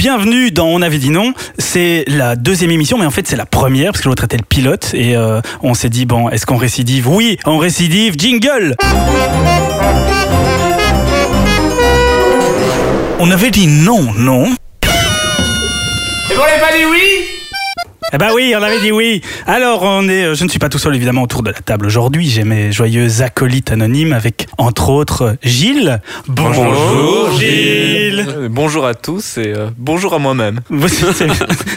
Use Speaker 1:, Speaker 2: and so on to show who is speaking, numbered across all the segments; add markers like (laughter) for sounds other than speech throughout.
Speaker 1: Bienvenue dans On avait dit non. C'est la deuxième émission, mais en fait c'est la première parce que l'autre était le pilote et euh, on s'est dit bon, est-ce qu'on récidive Oui, on récidive. Jingle. On avait dit non, non.
Speaker 2: Et qu'on n'avait pas dit oui
Speaker 1: Eh ben oui, on avait dit oui. Alors on est, euh, je ne suis pas tout seul évidemment autour de la table aujourd'hui. J'ai mes joyeux acolytes anonymes avec entre autres Gilles.
Speaker 3: Bonjour, Gilles. Euh, Bonjour à tous et euh, bonjour à moi-même.
Speaker 1: C'est
Speaker 4: (laughs)
Speaker 1: c'est-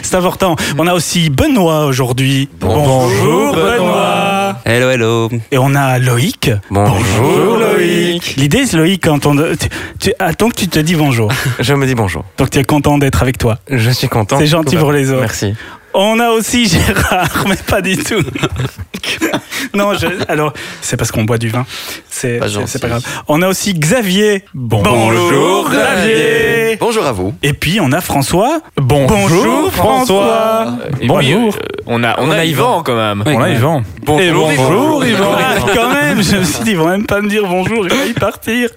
Speaker 1: c'est important. On a aussi Benoît aujourd'hui.
Speaker 3: Bonjour, Benoît.
Speaker 4: Hello, hello.
Speaker 1: Et on a Loïc.
Speaker 4: Bonjour,
Speaker 3: Loïc.
Speaker 1: L'idée, c'est Loïc, quand on, tu, tu- attends que tu te dis bonjour.
Speaker 4: Je me dis bonjour.
Speaker 1: Donc tu es content d'être avec toi.
Speaker 4: Je suis content.
Speaker 1: C'est gentil pour les autres.
Speaker 4: Merci.
Speaker 1: On a aussi (laughs) Gérard, mais pas du tout. (laughs) non, je, alors c'est parce qu'on boit du vin. C'est
Speaker 4: Pas
Speaker 1: c'est-
Speaker 4: gentil.
Speaker 1: c'est pas grave. On a aussi Xavier.
Speaker 3: Bonjour,
Speaker 1: Xavier.
Speaker 4: Bonjour à vous.
Speaker 1: Et puis on a François.
Speaker 3: Bonjour, François. Et
Speaker 1: Bonjour.
Speaker 3: oui, euh, on a on, a, Yvan quand même.
Speaker 4: Oui.
Speaker 3: On a-
Speaker 4: Yvan.
Speaker 3: Bonjour,
Speaker 1: Ah, quand même, je me suis dit, ils vont même pas me dire bonjour, j'ai failli partir.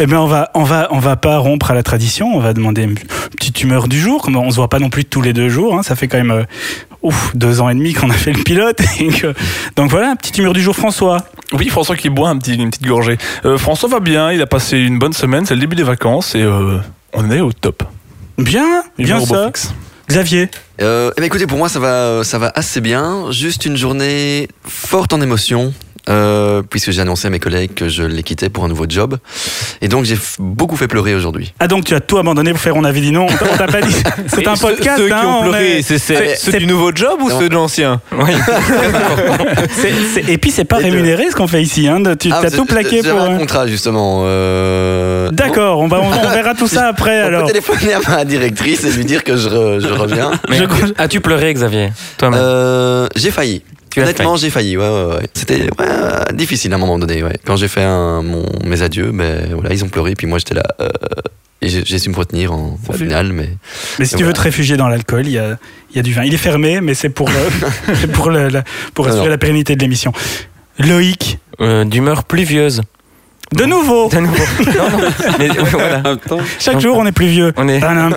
Speaker 1: Eh bien, on va, on, va, on va pas rompre à la tradition, on va demander une petite humeur du jour. Comme On se voit pas non plus tous les deux jours, hein, ça fait quand même euh, ouf, deux ans et demi qu'on a fait le pilote. (laughs) et que- donc voilà, petite humeur du jour, François.
Speaker 5: Oui, François qui boit un petit, une petite gorgée. Euh, François va bien, il a passé une bonne semaine, c'est le début des vacances et euh, on est au top.
Speaker 1: Bien, bien
Speaker 5: Humeur au beau
Speaker 1: ça.
Speaker 5: fixe.
Speaker 1: Xavier,
Speaker 6: Euh, eh ben écoutez, pour moi, ça va, euh, ça va assez bien. Juste une journée forte en émotions, euh, puisque j'ai annoncé à mes collègues que je les quittais pour un nouveau job. Et donc, j'ai f- beaucoup fait pleurer aujourd'hui.
Speaker 1: ah donc tu as tout abandonné pour faire on avait dit non, on t'a- on t'a pas dit. C'est
Speaker 3: Et
Speaker 1: un
Speaker 3: ceux-
Speaker 1: podcast,
Speaker 3: Ceux
Speaker 1: hein,
Speaker 3: qui ont
Speaker 1: on
Speaker 3: pleuré,
Speaker 1: est-
Speaker 3: c'est c'est-
Speaker 6: c'est-
Speaker 3: ceux du nouveau job ou
Speaker 6: Non.
Speaker 3: ceux de l'ancien
Speaker 1: c'est- c'est- et puis c'est pas
Speaker 6: Et de-
Speaker 1: rémunéré ce qu'on fait ici, hein, de- tu
Speaker 6: Ah,
Speaker 1: as
Speaker 6: vous-
Speaker 1: tout plaqué
Speaker 6: j'avais
Speaker 1: pour...
Speaker 6: un
Speaker 1: euh,
Speaker 6: contrat, justement. euh,
Speaker 1: D'accord, on, va, on, on verra tout ça après
Speaker 6: On peut
Speaker 1: alors.
Speaker 6: téléphoner à ma directrice et lui dire que je, re- je reviens.
Speaker 4: Mais
Speaker 1: Je crois-
Speaker 4: As-tu pleuré, Xavier Toi-même
Speaker 6: Euh, j'ai failli.
Speaker 4: Tu as
Speaker 6: Honnêtement, j'ai failli. Ouais, ouais, ouais. C'était ouais, euh, difficile à un moment donné. Ouais. Quand j'ai fait un- mon, mes adieux, ben, voilà, ils ont pleuré. Puis moi, j'étais là. euh, et j'ai j'ai su me retenir en, au final. Mais
Speaker 1: Mais si
Speaker 6: Et
Speaker 1: tu veux
Speaker 6: voilà.
Speaker 1: te réfugier dans l'alcool, il y a, il y a du vin. Il est fermé, mais c'est pour, le- (laughs) c'est pour, le- la- pour assurer
Speaker 6: Alors.
Speaker 1: la pérennité de l'émission. Loïc,
Speaker 4: Euh, D'humeur pluvieuse.
Speaker 1: de nouveau,
Speaker 4: De
Speaker 1: (laughs)
Speaker 4: nouveau. non, non. Mais euh, voilà.
Speaker 1: chaque jour on est plus vieux.
Speaker 4: On est.
Speaker 1: Tadam.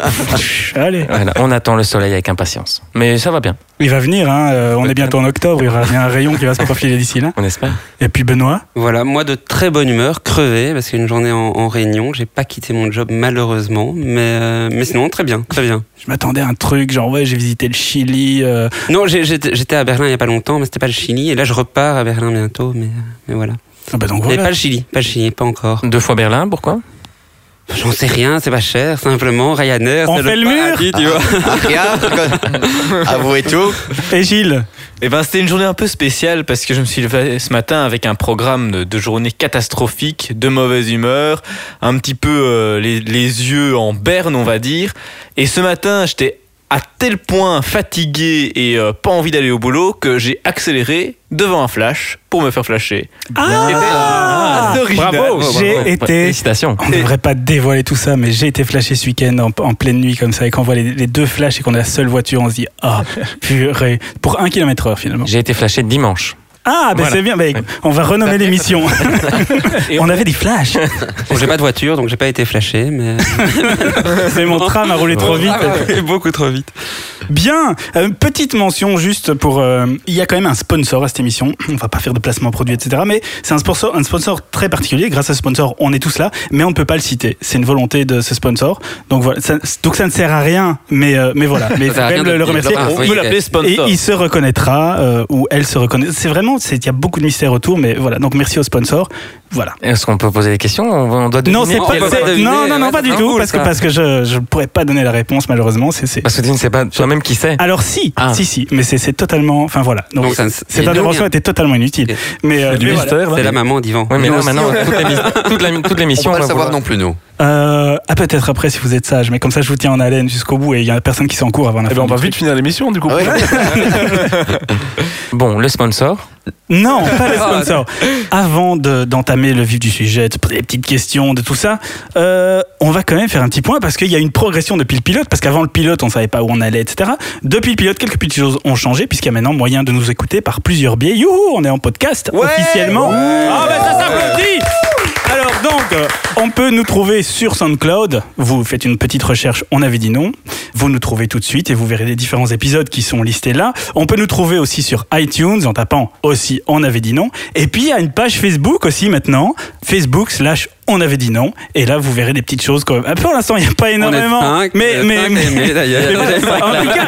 Speaker 1: Allez,
Speaker 4: Voilà, on attend le soleil avec impatience. Mais ça va bien,
Speaker 1: il va venir, hein, euh, on est bientôt en octobre, il y aura bien un rayon qui va se profiler d'ici là.
Speaker 4: on espère.
Speaker 1: Et puis Benoît,
Speaker 7: Voilà, moi de très bonne humeur, crevé, parce qu'une journée en, en réunion, j'ai pas quitté mon job malheureusement, mais, euh, mais sinon très bien, très bien.
Speaker 1: je m'attendais à un truc, genre ouais j'ai visité le Chili, euh,
Speaker 7: Non, j'ai- j'étais j'étais à Berlin il y a pas longtemps, mais c'était pas le Chili, et là je repars à Berlin bientôt, mais, euh, mais voilà.
Speaker 1: ah bah donc
Speaker 7: Mais
Speaker 1: voilà.
Speaker 7: pas le Chili, pas le Chili, pas encore.
Speaker 4: Deux fois Berlin, pourquoi
Speaker 7: J'en sais rien, c'est pas cher, simplement, Ryanair,
Speaker 1: On
Speaker 7: c'est
Speaker 1: fait le mur
Speaker 7: paradis, tu
Speaker 6: Ah,
Speaker 7: vois. (laughs)
Speaker 6: avouez tout.
Speaker 1: Et Gilles,
Speaker 3: Eh ben c'était une journée un peu spéciale parce que je me suis levé ce matin avec un programme de, de journée catastrophique, de mauvaise humeur, un petit peu euh, les, les yeux en berne on va dire. Et ce matin j'étais à tel point fatigué et euh, pas envie d'aller au boulot que j'ai accéléré devant un flash pour me faire flasher.
Speaker 1: Ah
Speaker 3: C'était assez original.
Speaker 4: Bravo, bravo.
Speaker 1: J'ai
Speaker 4: Ouais,
Speaker 1: été-
Speaker 4: Félicitations.
Speaker 1: On devrait pas dévoiler tout ça, mais j'ai été flashé ce week-end en, en pleine nuit comme ça, et quand on voit les, les deux flashs et qu'on est la seule voiture, on se dit (laughs) ah purée pour un kilomètre heure finalement.
Speaker 4: J'ai été flashé dimanche.
Speaker 1: Ah ben
Speaker 4: Voilà.
Speaker 1: c'est bien, ben, on va renommer l'émission.
Speaker 3: Et
Speaker 1: on avait des flashs. (laughs)
Speaker 7: Bon, j'ai pas de voiture, donc j'ai pas été flashé, mais...
Speaker 1: C'est mon tram a roulé trop vite.
Speaker 7: Beaucoup trop vite.
Speaker 1: Bien, euh, petite mention juste pour. euh, il y a quand même un sponsor à cette émission. On va pas faire de placement produit, etc. Mais c'est un sponsor, un sponsor très particulier. Grâce à ce sponsor, on est tous là, mais on ne peut pas le citer. C'est une volonté de ce sponsor. Donc voilà. Ça, donc ça ne sert à rien, mais euh, mais voilà. Mais
Speaker 7: Ça
Speaker 1: faut
Speaker 7: sert à
Speaker 1: quand
Speaker 7: rien
Speaker 1: même
Speaker 7: de
Speaker 1: le,
Speaker 7: le
Speaker 1: le
Speaker 7: dire.
Speaker 1: remercier.
Speaker 7: Ah,
Speaker 3: on
Speaker 7: oui,
Speaker 3: peut l'appeler
Speaker 7: et-
Speaker 1: Et
Speaker 3: sponsor.
Speaker 1: il se reconnaîtra euh, ou elle se reconnaît. C'est vraiment, c'est- il y a beaucoup de mystères autour, mais voilà. Donc merci au sponsor. Voilà.
Speaker 4: Est-ce qu'on peut poser des questions On on doit
Speaker 1: Non, c'est
Speaker 4: deviner
Speaker 1: pas,
Speaker 4: quel-
Speaker 7: va
Speaker 1: c'est-
Speaker 7: pas deviner,
Speaker 1: non, non, non,
Speaker 7: ouais,
Speaker 1: pas
Speaker 7: c'est
Speaker 1: du
Speaker 7: pas
Speaker 1: tout,
Speaker 7: cool,
Speaker 1: parce que
Speaker 7: ça.
Speaker 1: parce que je je pourrais pas donner la réponse malheureusement. C'est c'est-
Speaker 4: Parce que tu ne sais pas toi-même qui c'est.
Speaker 1: Alors si,
Speaker 4: Ah.
Speaker 1: si, si, mais c'est c'est totalement, enfin voilà. Donc,
Speaker 7: Donc, ça ne- il
Speaker 1: cette
Speaker 7: est
Speaker 1: intervention
Speaker 7: devenu-
Speaker 1: était totalement inutile.
Speaker 7: Et-
Speaker 1: Mais, euh,
Speaker 5: Il y a du
Speaker 1: mais voilà.
Speaker 5: mystère. là.
Speaker 7: C'est la maman d'Yvan.
Speaker 4: Oui, mais là
Speaker 6: aussi,
Speaker 4: maintenant,
Speaker 6: on-
Speaker 4: toute l'émi- toute la- toute
Speaker 6: On
Speaker 4: l'émission.
Speaker 6: peut pas le
Speaker 4: va
Speaker 6: savoir
Speaker 4: vouloir-
Speaker 6: non plus, nous.
Speaker 1: Euh, ah peut-être après si vous êtes sage, mais comme ça je vous tiens en
Speaker 4: ben,
Speaker 1: haleine jusqu'au bout et il y a personne qui s'en court avant la
Speaker 5: Eh
Speaker 1: fin
Speaker 5: ben on
Speaker 1: du
Speaker 5: va
Speaker 1: truc.
Speaker 5: vite finir l'émission du coup.
Speaker 6: Ah ouais.
Speaker 4: Bon, le sponsor.
Speaker 1: Non, pas les sponsors. Avant de- d'entamer le vif du sujet, de poser des petites questions, de tout ça, euh, on va quand même faire un petit point parce qu'il y a une progression depuis le pilote. Parce qu'avant le pilote, on savait pas où on allait, etc. Depuis le pilote, quelques petites choses ont changé puisqu'il y a maintenant moyen de nous écouter par plusieurs biais. Youhou, on est en podcast officiellement. Ah bah ça s'applaudit. Alors donc, euh, on peut nous trouver sur SoundCloud. Vous faites une petite recherche, on avait dit non. Vous nous trouvez tout de suite et vous verrez les différents épisodes qui sont listés là. On peut nous trouver aussi sur iTunes en tapant aussi on avait dit non. Et puis il y a une page Facebook aussi maintenant, Facebook slash on avait dit non. Et là vous verrez des petites choses comme. Ah, Pour l'instant il n'y a pas énormément.
Speaker 7: On est cinq,
Speaker 1: mais
Speaker 7: euh,
Speaker 1: mais,
Speaker 7: cinq
Speaker 1: mais- (laughs)
Speaker 7: aimés, d'ailleurs.
Speaker 1: mais bon,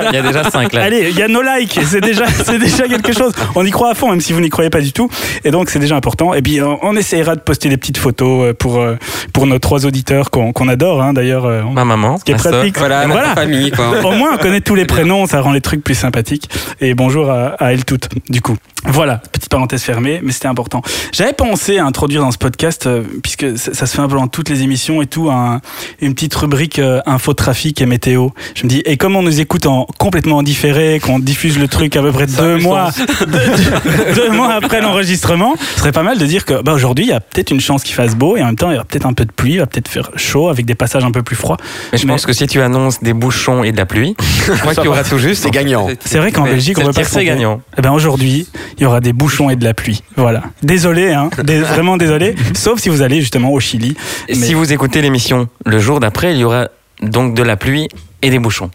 Speaker 7: Il y a déjà cinq
Speaker 1: en tout cas,
Speaker 4: Il y a déjà 5 là.
Speaker 1: Allez, il y a nos likes, c'est déjà, c'est déjà quelque chose. On y croit à fond, même si vous n'y croyez pas du tout. Et donc, c'est déjà important. Et puis, on, on essayera de poster des petites photos euh, pour, euh, pour nos trois auditeurs qu'on qu'on adore, hein, d'ailleurs. euh, on-
Speaker 4: (laughs) Ma maman,
Speaker 1: Ce qui est
Speaker 4: ma sœur.
Speaker 1: pratique.
Speaker 7: Voilà,
Speaker 1: Voilà.
Speaker 7: ma famille, quoi.
Speaker 1: Au moins, on connaît tous les prénoms, ça rend les trucs plus sympathiques. Et bonjour à, à elles toutes, du coup. Voilà, petite parenthèse fermée, mais c'était important. J'avais pensé à introduire dans ce podcast, euh, puisque ça, ça se fait un peu dans toutes les émissions et tout, un- une petite rubrique euh, info trafic et météo. Je me dis, et comme on nous écoute en complètement en différé, qu'on diffuse le truc à peu près deux mois, (laughs) deux, deux mois après l'enregistrement, ce serait pas mal de dire que bah, aujourd'hui, il y a peut-être une chance qu'il fasse beau et en même temps, il y aura peut-être un peu de pluie, il va peut-être faire chaud avec des passages un peu plus froids.
Speaker 4: Mais je pense que si tu annonces des bouchons et de
Speaker 1: (laughs)
Speaker 4: la pluie, je crois qu'il y aura tout juste.
Speaker 6: (laughs) C'est gagnant.
Speaker 1: C'est vrai qu'en
Speaker 4: Mais
Speaker 1: Belgique, on
Speaker 4: c'est
Speaker 1: peut
Speaker 4: le
Speaker 1: pas
Speaker 4: tiers,
Speaker 1: se
Speaker 4: c'est
Speaker 1: tromper.
Speaker 4: gagnant.
Speaker 1: Eh ben aujourd'hui, il y aura des bouchons et de la pluie. Voilà. Désolé, hein.
Speaker 6: (laughs)
Speaker 1: Dé- vraiment désolé. Sauf si vous allez justement au Chili.
Speaker 4: Et
Speaker 1: Mais-
Speaker 4: Si vous écoutez l'émission le jour d'après, il y aura donc de la pluie et des bouchons.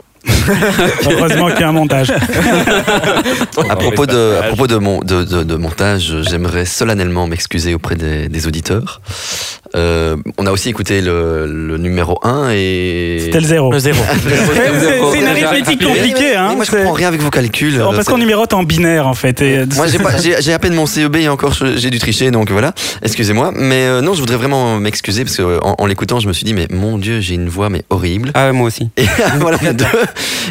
Speaker 1: Heureusement qu'il y a un
Speaker 6: (laughs)
Speaker 1: montage.
Speaker 6: À propos, de, à propos de, mon, de, de- de montage, j'aimerais solennellement m'excuser auprès des, des auditeurs. Euh, on a aussi écouté le, le numéro 1 et.
Speaker 1: C'était
Speaker 6: (laughs)
Speaker 1: le zéro.
Speaker 4: Le zéro.
Speaker 1: C'est c'est une arithmétique
Speaker 6: Mais-
Speaker 1: compliquée, hein.
Speaker 6: mais Moi, je
Speaker 1: C'est-
Speaker 6: comprends rien avec vos calculs.
Speaker 1: Oh, Parce
Speaker 6: C'est-
Speaker 1: qu'on numérote en binaire, en fait. Et... euh,
Speaker 6: Moi, j'ai pas- j'ai j'ai à peine mon CEB et encore je- j'ai dû tricher, donc voilà. Excusez-moi. Mais euh, non, je voudrais vraiment m'excuser parce que euh, en, en l'écoutant, je me suis dit, mais mon Dieu, j'ai une voix mais horrible.
Speaker 7: Ah, ouais, moi aussi.
Speaker 6: Et (laughs) voilà les deux.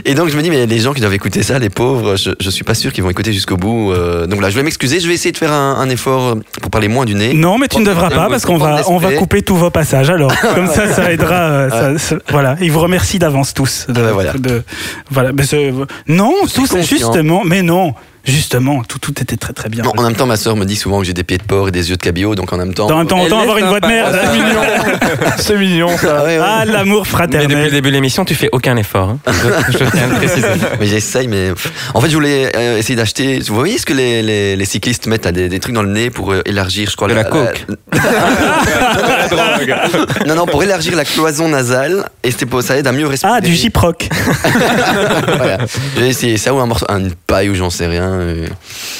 Speaker 6: Et donc je me dis mais les gens qui doivent écouter ça, les pauvres, je, je suis pas sûr qu'ils vont écouter jusqu'au bout. euh, donc là, je vais m'excuser, je vais essayer de faire un, un effort pour parler moins du nez.
Speaker 1: Non, mais tu ne devras pas parce qu'on va, on va couper tous vos passages. Alors,
Speaker 6: (laughs)
Speaker 1: comme ça, ça aidera. euh, ça- ça- voilà. Et vous remercie d'avance tous. De,
Speaker 6: Ah, voilà.
Speaker 1: de- voilà. Mais c'est- non,
Speaker 6: suis
Speaker 1: tous,
Speaker 6: confiant.
Speaker 1: justement. Mais non, justement, tout, tout était très très bien.
Speaker 6: Non, en même temps, ma sœur me dit souvent que j'ai des pieds de porc et des yeux de cabillaud, donc en même temps.
Speaker 1: Dans un temps,
Speaker 7: Elle
Speaker 1: autant
Speaker 7: est
Speaker 1: avoir une voix de
Speaker 7: sympa.
Speaker 1: merde.
Speaker 5: C'est mignon. (laughs) C'est mignon. ça.
Speaker 6: Ah ouais, ouais.
Speaker 1: Ah, l'amour
Speaker 4: Mais depuis le
Speaker 1: fraternel.
Speaker 4: début de l'émission, tu fais aucun effort. hein. Je, je tiens à le préciser.
Speaker 6: euh, (laughs) Mais j'essaye, mais en fait, je voulais euh, essayer d'acheter. Vous voyez ce que les, les, les cyclistes mettent à des, des trucs dans le nez pour euh, élargir, je crois,
Speaker 7: De la coke.
Speaker 6: (laughs) non, non, pour élargir la cloison nasale et c'était pour ça aide à mieux respirer.
Speaker 1: Ah, du gyproc.
Speaker 6: Voilà. J'ai essayé ça ou un morceau, une paille ou j'en sais rien. euh.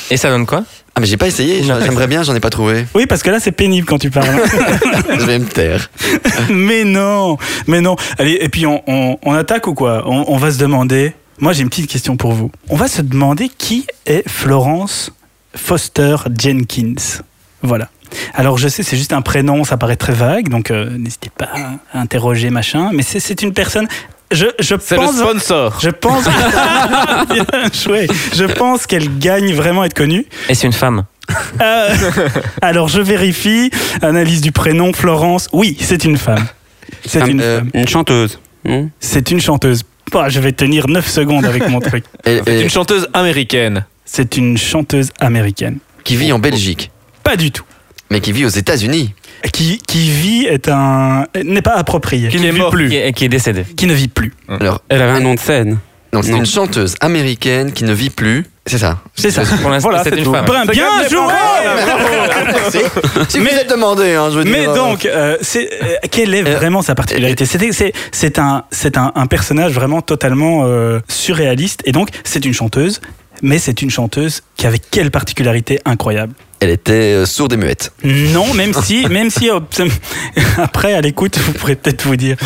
Speaker 4: Et ça donne quoi
Speaker 6: Ah mais j'ai pas essayé,
Speaker 4: Non.
Speaker 6: j'aimerais bien, j'en ai pas trouvé.
Speaker 1: Oui, parce que là, c'est pénible quand tu parles.
Speaker 6: Je vais me taire.
Speaker 1: mais non, mais non. Allez, et puis on, on- on attaque ou quoi on, on va se demander. Moi, j'ai une petite question pour vous. On va se demander qui est Florence Foster Jenkins. Voilà. Alors, je sais, c'est juste un prénom, ça paraît très vague, donc euh, n'hésitez pas à interroger machin. Mais c'est- c'est une personne. Je, je
Speaker 3: C'est le
Speaker 1: pense
Speaker 3: sponsor.
Speaker 1: Je pense. (laughs) Bien joué. Je pense qu'elle gagne vraiment à être connue.
Speaker 4: Et c'est une femme.
Speaker 1: Euh, alors je vérifie. Analyse du prénom Florence. Oui, c'est une femme. C'est
Speaker 7: Ah,
Speaker 1: une
Speaker 6: euh,
Speaker 1: femme.
Speaker 7: Une chanteuse. Hmm
Speaker 1: C'est une chanteuse. Bah, je vais tenir 9 secondes avec mon truc.
Speaker 6: Et-
Speaker 3: C'est
Speaker 6: et-
Speaker 3: une chanteuse américaine.
Speaker 1: C'est une chanteuse américaine.
Speaker 6: qui
Speaker 1: Oh,
Speaker 6: vit en Belgique,
Speaker 1: Pas du tout.
Speaker 6: mais qui vit aux États-Unis.
Speaker 1: Qui, qui vit est un n'est pas approprié.
Speaker 3: Qui ne vit plus.
Speaker 4: Qui est, qui est décédée.
Speaker 1: Qui ne vit plus.
Speaker 4: Ah,
Speaker 6: Alors,
Speaker 7: Elle avait un nom de scène.
Speaker 6: non, c'est
Speaker 7: Non.
Speaker 6: une chanteuse américaine qui ne vit plus. C'est ça.
Speaker 1: C'est ça.
Speaker 4: Pour l'instant,
Speaker 1: Voilà,
Speaker 4: c'est
Speaker 1: c'est
Speaker 4: une
Speaker 1: tout.
Speaker 4: femme.
Speaker 1: Bien, bien joué.
Speaker 6: Merci. (laughs) Si vous
Speaker 1: Mais-
Speaker 6: êtes demandé, hein, je veux dire.
Speaker 1: Mais
Speaker 6: euh,
Speaker 1: donc, euh, c'est, euh, quelle est
Speaker 6: Euh,
Speaker 1: vraiment sa particularité C'était- C'est c'est un, c'est un, un personnage vraiment totalement euh, surréaliste, et donc c'est une chanteuse, mais c'est une chanteuse qui avait quelle particularité incroyable
Speaker 6: Elle était euh, sourde et muette.
Speaker 1: Non, même si, même si euh, (laughs) après à l'écoute, vous pourrez peut-être vous dire.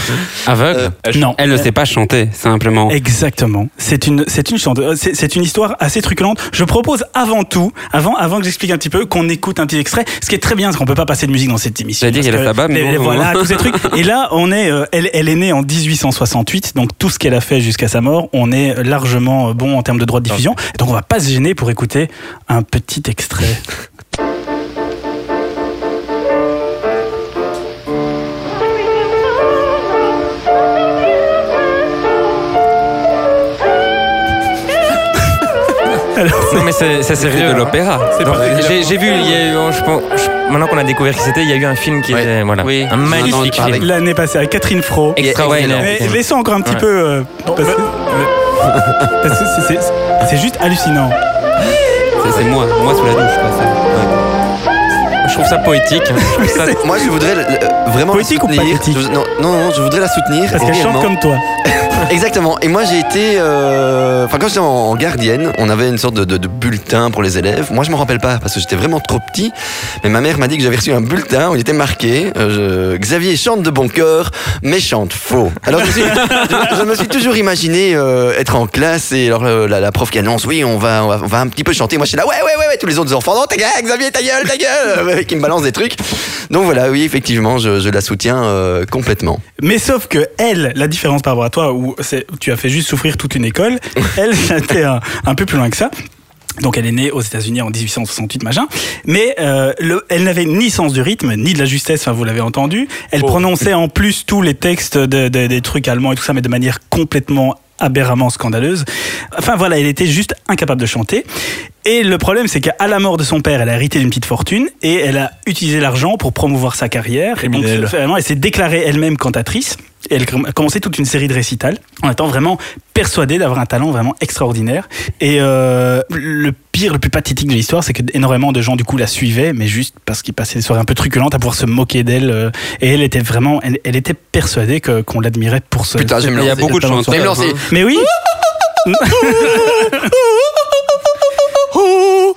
Speaker 7: Aveugle
Speaker 6: Euh,
Speaker 1: Non.
Speaker 7: Elle ne sait pas chanter, simplement.
Speaker 1: Exactement. C'est une, c'est une chanteuse. C'est c'est une histoire assez truculente. Je propose avant tout, avant, avant que j'explique un petit peu, qu'on écoute un petit extrait. Ce qui est très bien, c'est qu'on peut pas passer de musique dans cette émission.
Speaker 7: J'allais dire,
Speaker 1: Parce
Speaker 7: Bah, il y a
Speaker 1: que les-
Speaker 7: le tabac, mais bon,
Speaker 1: les-
Speaker 7: non.
Speaker 1: voilà, tous ces trucs. Et là, on est, euh, elle, elle est née en 1868, donc tout ce qu'elle a fait jusqu'à sa mort, on est largement euh, bon en termes de droits de diffusion. Donc on va pas se gêner pour écouter un petit extrait.
Speaker 4: Non, mais c'est c'est sérieux. de l'opéra. Donc, J'ai j'ai vu, il y a eu, je pense- je- maintenant qu'on a découvert qui c'était, il y a eu un film qui
Speaker 6: Oui.
Speaker 4: était, voilà,
Speaker 7: Oui.
Speaker 4: un magnifique
Speaker 6: Maintenant,
Speaker 4: film.
Speaker 1: L'année passée avec Catherine Fro.
Speaker 4: Extraordinaire.
Speaker 1: Mais laissons encore un petit
Speaker 4: Ouais.
Speaker 1: peu. euh, parce que- parce que (laughs) c'est- c'est- c'est juste hallucinant.
Speaker 7: Ça, c'est moi, moi sous la douche. Quoi, ça.
Speaker 4: Je trouve ça poétique. Je trouve ça-
Speaker 6: Moi, je voudrais le- le- vraiment
Speaker 1: Poétique ou
Speaker 6: la soutenir.
Speaker 1: pathétique
Speaker 6: Je- non, non, non, je voudrais la soutenir.
Speaker 1: Parce qu'elle chante
Speaker 6: réellement.
Speaker 1: comme toi.
Speaker 6: Exactement. Et moi, j'ai été. euh, Enfin, quand j'étais en- en gardienne, on avait une sorte de, de- de bulletin pour les élèves. Moi, je m'en rappelle pas parce que j'étais vraiment trop petit. Mais ma mère m'a dit que j'avais reçu un bulletin où il était marqué euh, je- Xavier chante de bon cœur, mais chante faux. Alors, je, suis- je- je me suis toujours imaginé euh, être en classe et alors euh, la, la prof qui annonce Oui, on va, on va, on va un petit peu chanter. Moi, je suis là Ouais, ouais, ouais, ouais. Tous les autres enfants Non, ta gueule, Xavier, ta gueule, ta gueule. euh, Qui me balance des trucs. Donc voilà, oui, effectivement, je, je la soutiens euh, complètement.
Speaker 1: Mais sauf que elle, la différence par rapport à toi, où c'est- tu as fait juste souffrir toute une (laughs) école, elle, c'était un, un peu plus loin que ça. Donc elle est née aux États-Unis en 1868, machin. Mais euh, le- elle n'avait ni sens du rythme, ni de la justesse, enfin vous l'avez entendu. Elle prononçait en plus tous les textes de- de- des trucs allemands et tout ça, mais de manière complètement aberramment scandaleuse. Enfin voilà, elle était juste incapable de chanter. Et le problème, c'est qu'à la mort de son père, elle a hérité d'une petite fortune et elle a utilisé l'argent pour promouvoir sa carrière. Et donc,
Speaker 5: Criminelle.
Speaker 1: vraiment, elle s'est déclarée elle-même cantatrice. Et elle a commencé toute une série de récitals en étant vraiment persuadée d'avoir un talent vraiment extraordinaire. Et euh, le pire, le plus pathétique de l'histoire, c'est que énormément de gens du coup la suivaient, mais juste parce qu'ils passaient des soirées un peu truculentes à pouvoir se moquer d'elle. euh, et elle était vraiment, elle, elle était persuadée que- qu'on l'admirait pour ce.
Speaker 6: Putain, je vais me
Speaker 1: Il y a
Speaker 6: lancer.
Speaker 1: beaucoup de
Speaker 7: Je vais me
Speaker 1: chanteurs.
Speaker 6: lancer.
Speaker 1: hein. Mais
Speaker 6: (laughs)
Speaker 1: oui.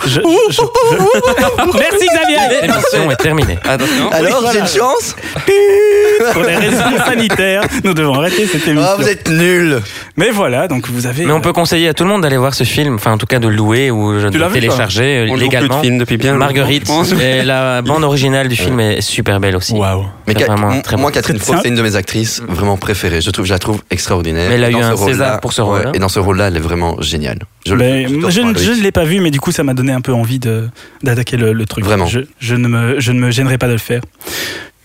Speaker 1: Je- je- je- Merci Xavier.
Speaker 4: (laughs) L'émission est terminée.
Speaker 7: Attention.
Speaker 6: (laughs) Alors, j'ai une chance
Speaker 1: Pour des raisons sanitaires, nous devons arrêter cette émission.
Speaker 6: Ah, vous êtes nuls
Speaker 1: Mais voilà, donc vous avez. euh,
Speaker 4: Mais on peut conseiller à tout le monde d'aller voir ce film, enfin en tout cas de le louer ou je-
Speaker 5: Tu
Speaker 4: de
Speaker 5: l'as
Speaker 4: le
Speaker 5: vu, toi
Speaker 4: télécharger euh,
Speaker 7: On joue plus de
Speaker 4: légalement.
Speaker 7: films depuis bien longtemps,
Speaker 4: Marguerite euh,
Speaker 7: je pense. (laughs)
Speaker 4: et la bande originale du film est super belle aussi.
Speaker 1: Waouh.
Speaker 6: Mais
Speaker 4: C'est
Speaker 6: Cat-
Speaker 4: vraiment
Speaker 6: m-
Speaker 4: très
Speaker 6: moi,
Speaker 4: bon.
Speaker 6: Catherine
Speaker 1: C'est
Speaker 6: Frost,
Speaker 1: ça
Speaker 6: c'est une de mes actrices vraiment préférées. Je trouve, je la trouve extraordinaire.
Speaker 4: Mais elle a
Speaker 6: Et
Speaker 4: eu
Speaker 6: dans
Speaker 4: un
Speaker 6: ce rôle-là-
Speaker 4: César pour ce rôle-là.
Speaker 6: ouais, et dans ce rôle-là, elle est vraiment géniale. Je, le-
Speaker 1: Ben,
Speaker 6: je te
Speaker 1: je,
Speaker 6: rejoins,
Speaker 1: ne- je
Speaker 6: Loïc.
Speaker 1: ne l'ai pas vu, mais du coup, ça m'a donné un peu envie de- d'attaquer le, le truc.
Speaker 6: Vraiment.
Speaker 1: Je, je ne me, je ne me gênerai pas de le faire.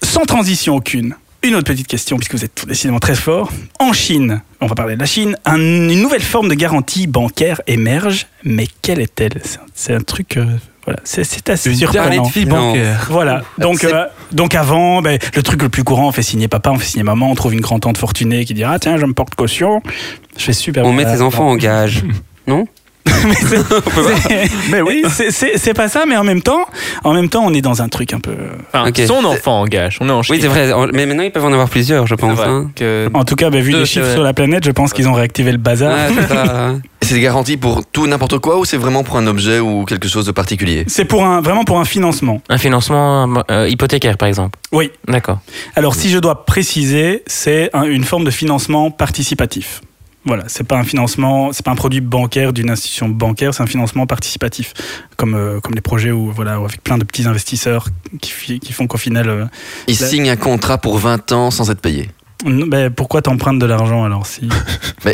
Speaker 1: Sans transition aucune, une autre petite question, puisque vous êtes décidément très fort. En Chine, on va parler de la Chine, un- une nouvelle forme de garantie bancaire émerge, mais quelle est-elle C'est un- C'est un truc. euh, voilà, c'est- c'est assez surprenant.
Speaker 5: fille
Speaker 7: Non.
Speaker 5: bancaire.
Speaker 1: Voilà.
Speaker 7: Ah,
Speaker 1: Donc,
Speaker 6: C'est-
Speaker 1: euh, donc avant, ben, le truc le plus courant, on fait signer papa, on fait signer maman, on trouve une grand-tante fortunée qui dira ah, tiens, je me porte caution. Je fais super.
Speaker 7: On
Speaker 1: bien.
Speaker 7: met ses enfants en gage. Non
Speaker 1: Mais oui, c'est- c'est c'est pas ça, mais en même temps, en même temps, on est dans un truc un peu.
Speaker 3: Enfin,
Speaker 7: Ok.
Speaker 3: son enfant engage. On est en
Speaker 7: Oui,
Speaker 3: Chine.
Speaker 7: c'est vrai. en- Mais maintenant, ils peuvent en avoir plusieurs, je
Speaker 3: C'est
Speaker 7: pense.
Speaker 3: vrai
Speaker 7: hein.
Speaker 3: que-
Speaker 1: En tout cas, bah, vu
Speaker 3: Deux,
Speaker 1: les
Speaker 3: c'est
Speaker 1: chiffres
Speaker 3: vrai.
Speaker 1: sur la planète, je pense qu'ils ont réactivé le bazar.
Speaker 7: Ouais, Ah, c'est ça.
Speaker 6: C'est garanti pour tout n'importe quoi ou c'est vraiment pour un objet ou quelque chose de particulier
Speaker 1: C'est pour un vraiment pour un financement.
Speaker 4: Un financement euh, hypothécaire par exemple.
Speaker 1: Oui.
Speaker 4: D'accord.
Speaker 1: Alors, si je dois préciser, c'est un- une forme de financement participatif. Voilà, c'est pas un financement, c'est pas un produit bancaire d'une institution bancaire, c'est un financement participatif, comme euh, comme les projets où voilà avec plein de petits investisseurs qui, fi- qui font qu'au final, euh,
Speaker 6: Il
Speaker 1: Là-
Speaker 6: signe un contrat pour 20 ans sans être payé.
Speaker 1: non, ben, pourquoi t'empruntes de l'argent alors si
Speaker 6: Mais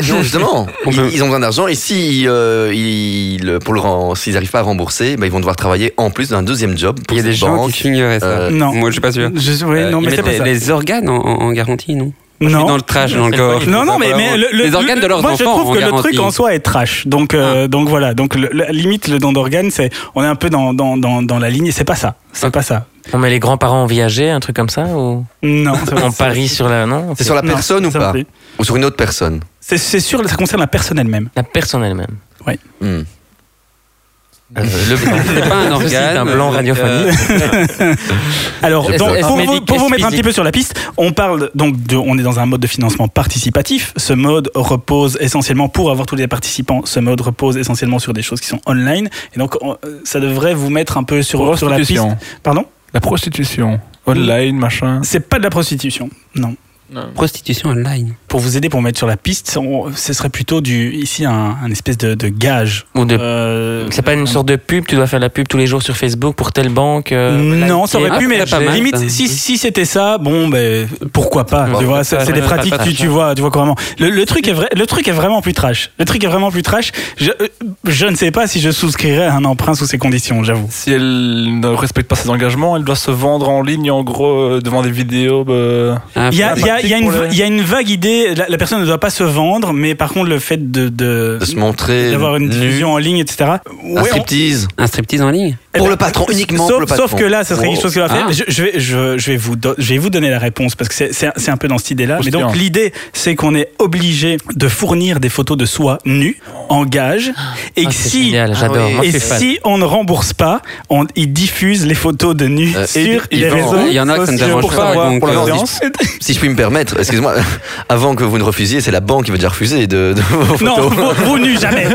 Speaker 1: (laughs)
Speaker 6: non, justement,
Speaker 7: On
Speaker 6: ils,
Speaker 7: peut-
Speaker 6: ils ont besoin d'argent et si euh, ils, pour le ren- s'ils n'arrivent pas à rembourser, bah, ils vont devoir travailler en plus d'un deuxième job pour
Speaker 7: Il y a
Speaker 6: cette
Speaker 7: des gens
Speaker 6: banque.
Speaker 7: qui ignoraient ça.
Speaker 6: Euh,
Speaker 1: Non.
Speaker 7: Moi, je suis pas sûr.
Speaker 1: Je- ouais,
Speaker 7: Euh,
Speaker 1: non
Speaker 7: ils
Speaker 1: mais c'est
Speaker 7: mettent
Speaker 1: pas
Speaker 7: les,
Speaker 1: ça.
Speaker 7: les organes en, en- en garantie, non Je suis
Speaker 1: non.
Speaker 7: Dans le trash, dans le corps.
Speaker 1: Non, non, mais, mais le, le-
Speaker 7: les organes de leurs
Speaker 1: moi,
Speaker 7: enfants. Ah.
Speaker 1: je trouve
Speaker 7: en
Speaker 1: que le
Speaker 7: garantie.
Speaker 1: truc en soi est trash. Donc, euh, donc voilà. Donc, le- le- limite, le don d'organes, c'est, on est un peu dans, dans, dans, dans la ligne. et C'est pas ça. C'est
Speaker 4: Ok.
Speaker 1: pas ça.
Speaker 4: On met les grands-parents en viager, un truc comme ça ou
Speaker 1: Non. c'est pas
Speaker 4: on
Speaker 1: ça.
Speaker 4: parie sur la non
Speaker 6: C'est sur la
Speaker 1: Non,
Speaker 6: personne ou
Speaker 1: ça me
Speaker 6: pas
Speaker 1: plaît.
Speaker 6: Ou sur une autre personne
Speaker 1: C'est, c'est sûr, ça concerne la personne elle-même.
Speaker 4: la personne elle-même.
Speaker 6: Hmm.
Speaker 4: Euh, le
Speaker 7: C'est pas un
Speaker 4: Je cite
Speaker 7: organe.
Speaker 4: un blanc
Speaker 7: donc,
Speaker 4: radiophonique.
Speaker 1: Alors, donc,
Speaker 4: Je- Est-ce-
Speaker 1: pour,
Speaker 4: est-ce
Speaker 1: vous,
Speaker 4: médic-
Speaker 1: pour vous
Speaker 4: est-ce
Speaker 1: mettre un
Speaker 4: physique
Speaker 1: petit peu sur la piste, on parle donc de, on est dans un mode de financement participatif. Ce mode repose essentiellement pour avoir tous les participants. Ce mode repose essentiellement sur des choses qui sont online. Et donc, on- euh, ça devrait vous mettre un peu sur, sur la piste.
Speaker 5: Prostitution.
Speaker 1: Pardon
Speaker 5: La prostitution. Online, machin.
Speaker 1: C'est pas de la prostitution. Non.
Speaker 7: Prostitution online.
Speaker 1: pour vous aider pour mettre sur la piste, on- ce serait plutôt du ici un, un espèce de, de gage.
Speaker 4: Ou de
Speaker 1: Euh,
Speaker 4: c'est pas une sorte de pub, tu dois faire la pub tous les jours sur Facebook pour telle banque. euh,
Speaker 1: non, ça aurait
Speaker 4: liker,
Speaker 1: pu, mais
Speaker 7: c'est pas mal,
Speaker 1: limite,
Speaker 7: ça.
Speaker 1: si, si c'était ça, bon, ben, pourquoi pas,
Speaker 4: Ouais,
Speaker 1: tu vois, c'est
Speaker 4: ça,
Speaker 1: c'est des
Speaker 4: ça,
Speaker 1: pratiques,
Speaker 4: ça,
Speaker 1: tu,
Speaker 4: ça.
Speaker 1: tu vois, tu vois comment. Le, le truc est vrai, le truc est vraiment plus trash. Le truc est vraiment plus trash. Je, euh, je ne sais pas si je souscrirais à un emprunt sous ces conditions, j'avoue.
Speaker 5: Si elle ne respecte pas ses engagements, elle doit se vendre en ligne, en gros, euh, devant des vidéos. bah,
Speaker 7: Ah,
Speaker 1: Il y a,
Speaker 7: faut-
Speaker 1: il y a- il y, a une va- il y a une vague idée, la, la personne ne doit pas se vendre, mais par contre le fait de, de-
Speaker 6: De se montrer.
Speaker 1: d'avoir une
Speaker 6: nu,
Speaker 1: diffusion en ligne, etc.
Speaker 6: Un
Speaker 1: Ouais, on-
Speaker 6: striptease.
Speaker 7: Un striptease en ligne
Speaker 1: Eh
Speaker 6: Pour
Speaker 1: ben,
Speaker 6: le patron, uniquement
Speaker 1: sauf,
Speaker 6: pour le patron.
Speaker 1: Sauf que là, ça serait
Speaker 6: Wow.
Speaker 1: quelque chose que va faire.
Speaker 7: Ah.
Speaker 1: Je, je vais, je, je vais vous, do- je vais vous donner la réponse parce que c'est- c'est un- c'est un peu dans cette idée-là. Mais donc
Speaker 5: Croustillant.
Speaker 1: l'idée, c'est qu'on est obligé de fournir des photos de soi nues en gage, et
Speaker 4: Ah,
Speaker 1: que
Speaker 4: c'est
Speaker 1: si
Speaker 4: génial,
Speaker 6: Ah
Speaker 4: j'adore.
Speaker 6: oui.
Speaker 4: Moi, je
Speaker 1: et
Speaker 4: suis fan.
Speaker 1: si on ne rembourse pas, on, ils diffusent les photos de nu
Speaker 6: Euh, et-
Speaker 1: sur
Speaker 6: ils
Speaker 1: les
Speaker 6: vendent.
Speaker 1: réseaux.
Speaker 7: Il y en a que ça ne
Speaker 1: sociaux
Speaker 7: dérange
Speaker 1: pour
Speaker 7: pas,
Speaker 1: savoir-
Speaker 7: donc,
Speaker 1: pour la
Speaker 7: euh,
Speaker 1: audience.
Speaker 6: Si je puis me permettre, excuse-moi, (laughs) avant que vous ne refusiez, c'est la banque qui va déjà refuser de, de vos
Speaker 1: Non,
Speaker 6: photos.
Speaker 1: vous, vous nus jamais.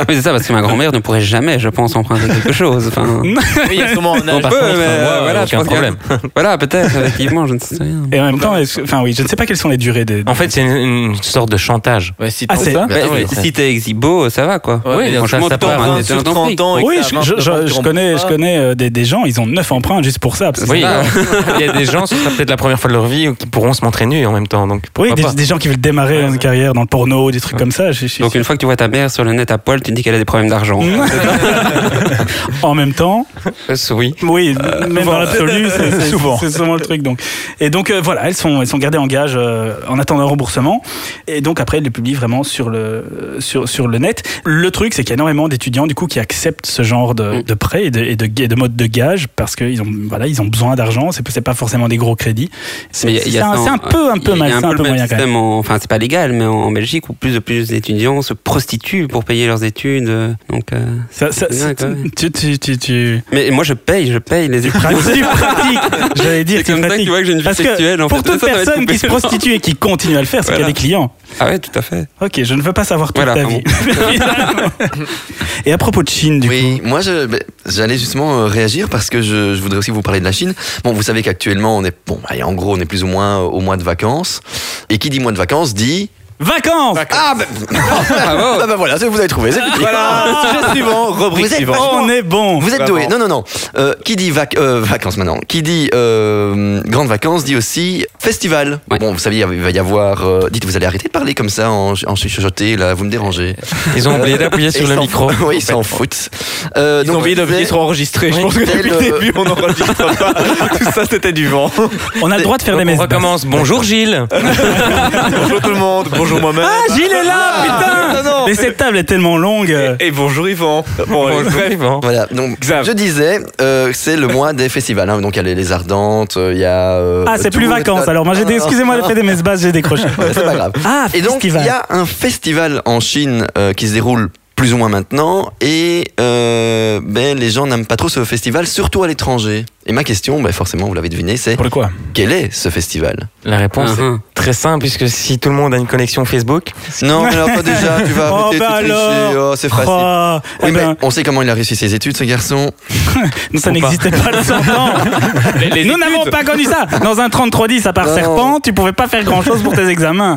Speaker 7: Ah, mais c'est ça, parce que ma grand-mère ne pourrait jamais, je pense, emprunter quelque chose. Enfin,
Speaker 3: Oui, il y a sûrement un
Speaker 4: On peut,
Speaker 3: âge.
Speaker 4: mais euh, voilà, je
Speaker 3: aucun
Speaker 4: pense qu'il y a-
Speaker 3: problème.
Speaker 7: voilà, peut-être, effectivement, je ne sais rien.
Speaker 1: Et en même temps, est-ce que- enfin oui, je ne sais pas quelles sont les durées des.
Speaker 4: En fait, c'est une, une sorte de chantage.
Speaker 3: Ouais, si
Speaker 1: Ah,
Speaker 3: t'en-
Speaker 1: c'est-
Speaker 3: Bah,
Speaker 7: Bah,
Speaker 3: oui.
Speaker 7: si- si t'es exhibo, ça va quoi.
Speaker 3: Ouais, mais
Speaker 7: franchement,
Speaker 4: ça, ça
Speaker 7: t'en
Speaker 4: part
Speaker 7: prends
Speaker 3: Parents
Speaker 7: hein, un-
Speaker 3: sous
Speaker 7: t'en prends
Speaker 3: 30 ans et
Speaker 1: Oui,
Speaker 3: que ça
Speaker 1: je,
Speaker 3: marche
Speaker 1: je-
Speaker 3: pas,
Speaker 1: je- je
Speaker 3: tu
Speaker 1: connais, je
Speaker 3: rembourses
Speaker 1: connais euh, des, des gens, ils ont 9 emprunts juste pour ça. parce que
Speaker 4: Oui,
Speaker 1: c'est
Speaker 4: (laughs)
Speaker 1: pas-
Speaker 4: il y a des gens, ce sera peut-être la première fois de leur vie, qui pourront se montrer nus en même temps. Donc,
Speaker 1: Oui,
Speaker 4: pourquoi
Speaker 1: des,
Speaker 4: pas.
Speaker 1: des gens qui veulent démarrer une carrière dans le porno, des trucs comme ça. je- je-
Speaker 7: Donc une fois que tu vois ta mère sur le net à poil, tu te dis qu'elle a des problèmes d'argent.
Speaker 1: Mm. (laughs) en même temps,
Speaker 6: Euh,
Speaker 4: Oui.
Speaker 1: oui,
Speaker 7: Euh,
Speaker 1: même dans l'absolu, c'est-
Speaker 7: (laughs)
Speaker 1: c'est
Speaker 5: Souvent.
Speaker 1: c'est souvent le truc. Donc, et donc euh, voilà, elles sont elles sont gardées en gage euh, en attendant le remboursement. Et donc après, elles les publient vraiment sur le euh, sur sur le net. Le truc, c'est qu'il y a énormément d'étudiants du coup qui acceptent ce genre
Speaker 7: Mm.
Speaker 1: de, de prêt et de, et de et de mode de gage parce que ils ont voilà ils ont besoin d'argent. C'est c'est pas forcément des gros crédits.
Speaker 7: Mais
Speaker 1: C'est
Speaker 7: il y a- il y
Speaker 1: c'est
Speaker 7: a
Speaker 1: un,
Speaker 7: ça en-
Speaker 1: c'est un peu un peu
Speaker 7: il y a
Speaker 1: mal, c'est un peu
Speaker 7: le même
Speaker 1: moyen quand même.
Speaker 7: système en- enfin, c'est pas légal, mais en, en Belgique où plus de plus d'étudiants se prostituent pour payer leurs études. euh, Donc, euh,
Speaker 1: Ça- ça-
Speaker 7: C'est dingue,
Speaker 1: c'est-
Speaker 7: ouais.
Speaker 1: tu tu tu tu
Speaker 7: mais moi je paye, je paye les études.
Speaker 1: tu pratiques. J'allais dire
Speaker 7: (laughs) C'est
Speaker 1: tu
Speaker 7: comme ça que
Speaker 1: pratiques.
Speaker 7: tu vois que j'ai une vie
Speaker 1: Parce que
Speaker 7: sexuelle. en
Speaker 1: Pour
Speaker 7: fait.
Speaker 1: toute
Speaker 7: (laughs) Ça, ça va être
Speaker 1: personne qui se
Speaker 7: complètement-
Speaker 1: prostitue et qui continue à le faire, c'est qu'il y a
Speaker 7: Voilà.
Speaker 1: des clients.
Speaker 7: Ah ouais, tout à fait.
Speaker 1: Ok, je ne veux pas savoir toute
Speaker 7: Voilà,
Speaker 1: ta
Speaker 7: ah bon.
Speaker 1: vie. (laughs) et à propos de Chine, (laughs) du
Speaker 6: oui, moi je- ben, j'allais justement euh, réagir parce que je, je voudrais aussi vous parler de la Chine. Bon, vous savez qu'actuellement on est, bon, allez, en gros on est plus ou moins au mois de vacances. Et qui dit mois de vacances dit
Speaker 1: coup, vacances
Speaker 6: ah ben, (laughs) Ah, ben, voilà, c'est- vous avez trouvé. c'est fini. (laughs)
Speaker 3: Sujet suivant, rubrique
Speaker 6: Vous êtes
Speaker 3: suivante.
Speaker 1: On est bon
Speaker 6: Vous êtes doué. Non, non, non. Euh, qui dit vac- euh, vacances maintenant Qui dit euh, grandes vacances dit aussi festival.
Speaker 7: Ouais.
Speaker 6: Bon, vous savez, il va y avoir. euh, dites, vous allez arrêter de parler comme ça en, en chuchoté, là, vous me dérangez.
Speaker 4: Ils ont oublié d'appuyer
Speaker 6: Et
Speaker 4: sur
Speaker 6: ils
Speaker 4: le
Speaker 6: s'en
Speaker 4: micro.
Speaker 6: foutent. (laughs) Oui, ils s'en foutent. Euh,
Speaker 3: Ils ont oublié de venir sur enregistrer. Je
Speaker 4: Oui.
Speaker 3: pense que depuis
Speaker 6: Tel,
Speaker 3: le
Speaker 6: euh,
Speaker 3: début, on
Speaker 1: (laughs)
Speaker 3: n'enregistre pas. Tout ça, c'était du vent.
Speaker 1: On a le droit de faire
Speaker 4: Donc,
Speaker 1: des messes
Speaker 4: on recommence. Bonjour Gilles.
Speaker 3: Bonjour tout le monde, bonjour moi-même.
Speaker 1: basses. Ah, Gilles est là,
Speaker 3: Ah,
Speaker 1: putain
Speaker 3: non, non.
Speaker 1: Mais cette table est tellement longue. euh,
Speaker 3: Et bonjour Yvan. Bon, allez,
Speaker 4: Bonjour
Speaker 3: bref.
Speaker 6: (laughs)
Speaker 4: Yvan.
Speaker 6: Voilà, donc
Speaker 3: Xav.
Speaker 6: je disais, euh, c'est le mois des festivals. hein. donc il y a les, les Ardentes, euh, il y a. euh,
Speaker 1: Ah, c'est
Speaker 6: Tours,
Speaker 1: plus
Speaker 6: etc.
Speaker 1: vacances. Alors, moi, j'ai des-
Speaker 6: Ah, Non, non,
Speaker 1: excusez-moi de faire des messes basses, j'ai décroché.
Speaker 6: C'est pas grave.
Speaker 1: Ah,
Speaker 6: Et donc, il y
Speaker 1: festival.
Speaker 6: a un festival en Chine euh, qui se déroule plus ou moins maintenant, et euh, ben, les gens n'aiment pas trop ce festival, surtout à l'étranger. Et ma question, ben, forcément, vous l'avez deviné, c'est
Speaker 5: Pour le quoi
Speaker 6: quel est ce festival
Speaker 4: La réponse
Speaker 7: Ah, ah.
Speaker 6: Uh-huh.
Speaker 4: est très simple puisque si tout le monde a une connexion Facebook,
Speaker 6: Non, mais alors pas déjà, tu vas
Speaker 1: (laughs) Oh,
Speaker 6: arrêter
Speaker 1: bah
Speaker 6: de tricher,
Speaker 1: alors.
Speaker 6: oh, c'est facile.
Speaker 1: Oh, eh
Speaker 6: Oui, mais
Speaker 1: ben,
Speaker 6: on sait comment il a réussi ses études, ce garçon.
Speaker 1: (laughs) ça n'existait pas le serpent. Nous n'avons pas connu ça. Dans un 3310, à part
Speaker 6: Non.
Speaker 1: serpent, tu pouvais pas faire grand chose pour tes examens.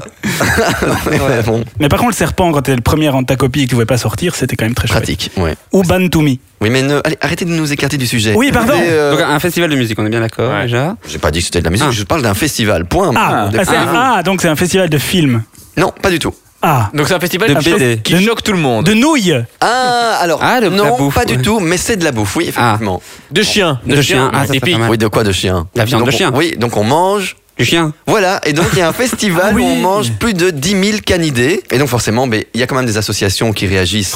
Speaker 6: Ouais, (laughs) bon,
Speaker 1: Mais par contre, le serpent, quand t'es le premier en ta copie et que tu pouvais pas sortir, c'était quand même très chouette.
Speaker 6: pratique. Ouais.
Speaker 1: Ou Ban to Me.
Speaker 6: Oui, mais ne- allez, arrêtez de nous écarter du sujet.
Speaker 1: Oui, pardon.
Speaker 6: Mais, euh,
Speaker 7: Donc un festival de musique, on est bien d'accord
Speaker 3: Ouais.
Speaker 7: déjà.
Speaker 6: J'ai pas dit que c'était de la musique,
Speaker 7: Ah.
Speaker 6: je parle d'un festival, point.
Speaker 1: Ah,
Speaker 6: De-
Speaker 1: ah, c'est-
Speaker 7: ah.
Speaker 1: ah, donc c'est un festival de films.
Speaker 6: Non, pas du tout.
Speaker 1: Ah,
Speaker 3: Donc c'est un festival
Speaker 7: De
Speaker 3: qui choque-
Speaker 7: BD.
Speaker 3: qui choque tout le monde.
Speaker 1: de nouilles.
Speaker 6: Ah, alors,
Speaker 7: Ah, de la
Speaker 6: non,
Speaker 7: bouffe,
Speaker 6: pas du
Speaker 7: ouais.
Speaker 6: tout, mais c'est de la bouffe,
Speaker 1: Ah.
Speaker 6: oui, effectivement.
Speaker 3: De chiens.
Speaker 7: De chiens, ah, ça, ça
Speaker 3: Et
Speaker 7: fait
Speaker 3: puis,
Speaker 7: mal.
Speaker 6: Oui, de quoi de chien
Speaker 7: La viande
Speaker 6: Donc,
Speaker 7: de chien.
Speaker 6: on- Oui, donc on mange.
Speaker 7: Du chien.
Speaker 6: Voilà, et donc il y
Speaker 7: (laughs)
Speaker 6: a un festival
Speaker 1: Ah oui.
Speaker 6: où on mange plus de 10 000 canidés. Et donc forcément, ben, il y a quand même des associations qui
Speaker 7: (laughs)
Speaker 6: réagissent.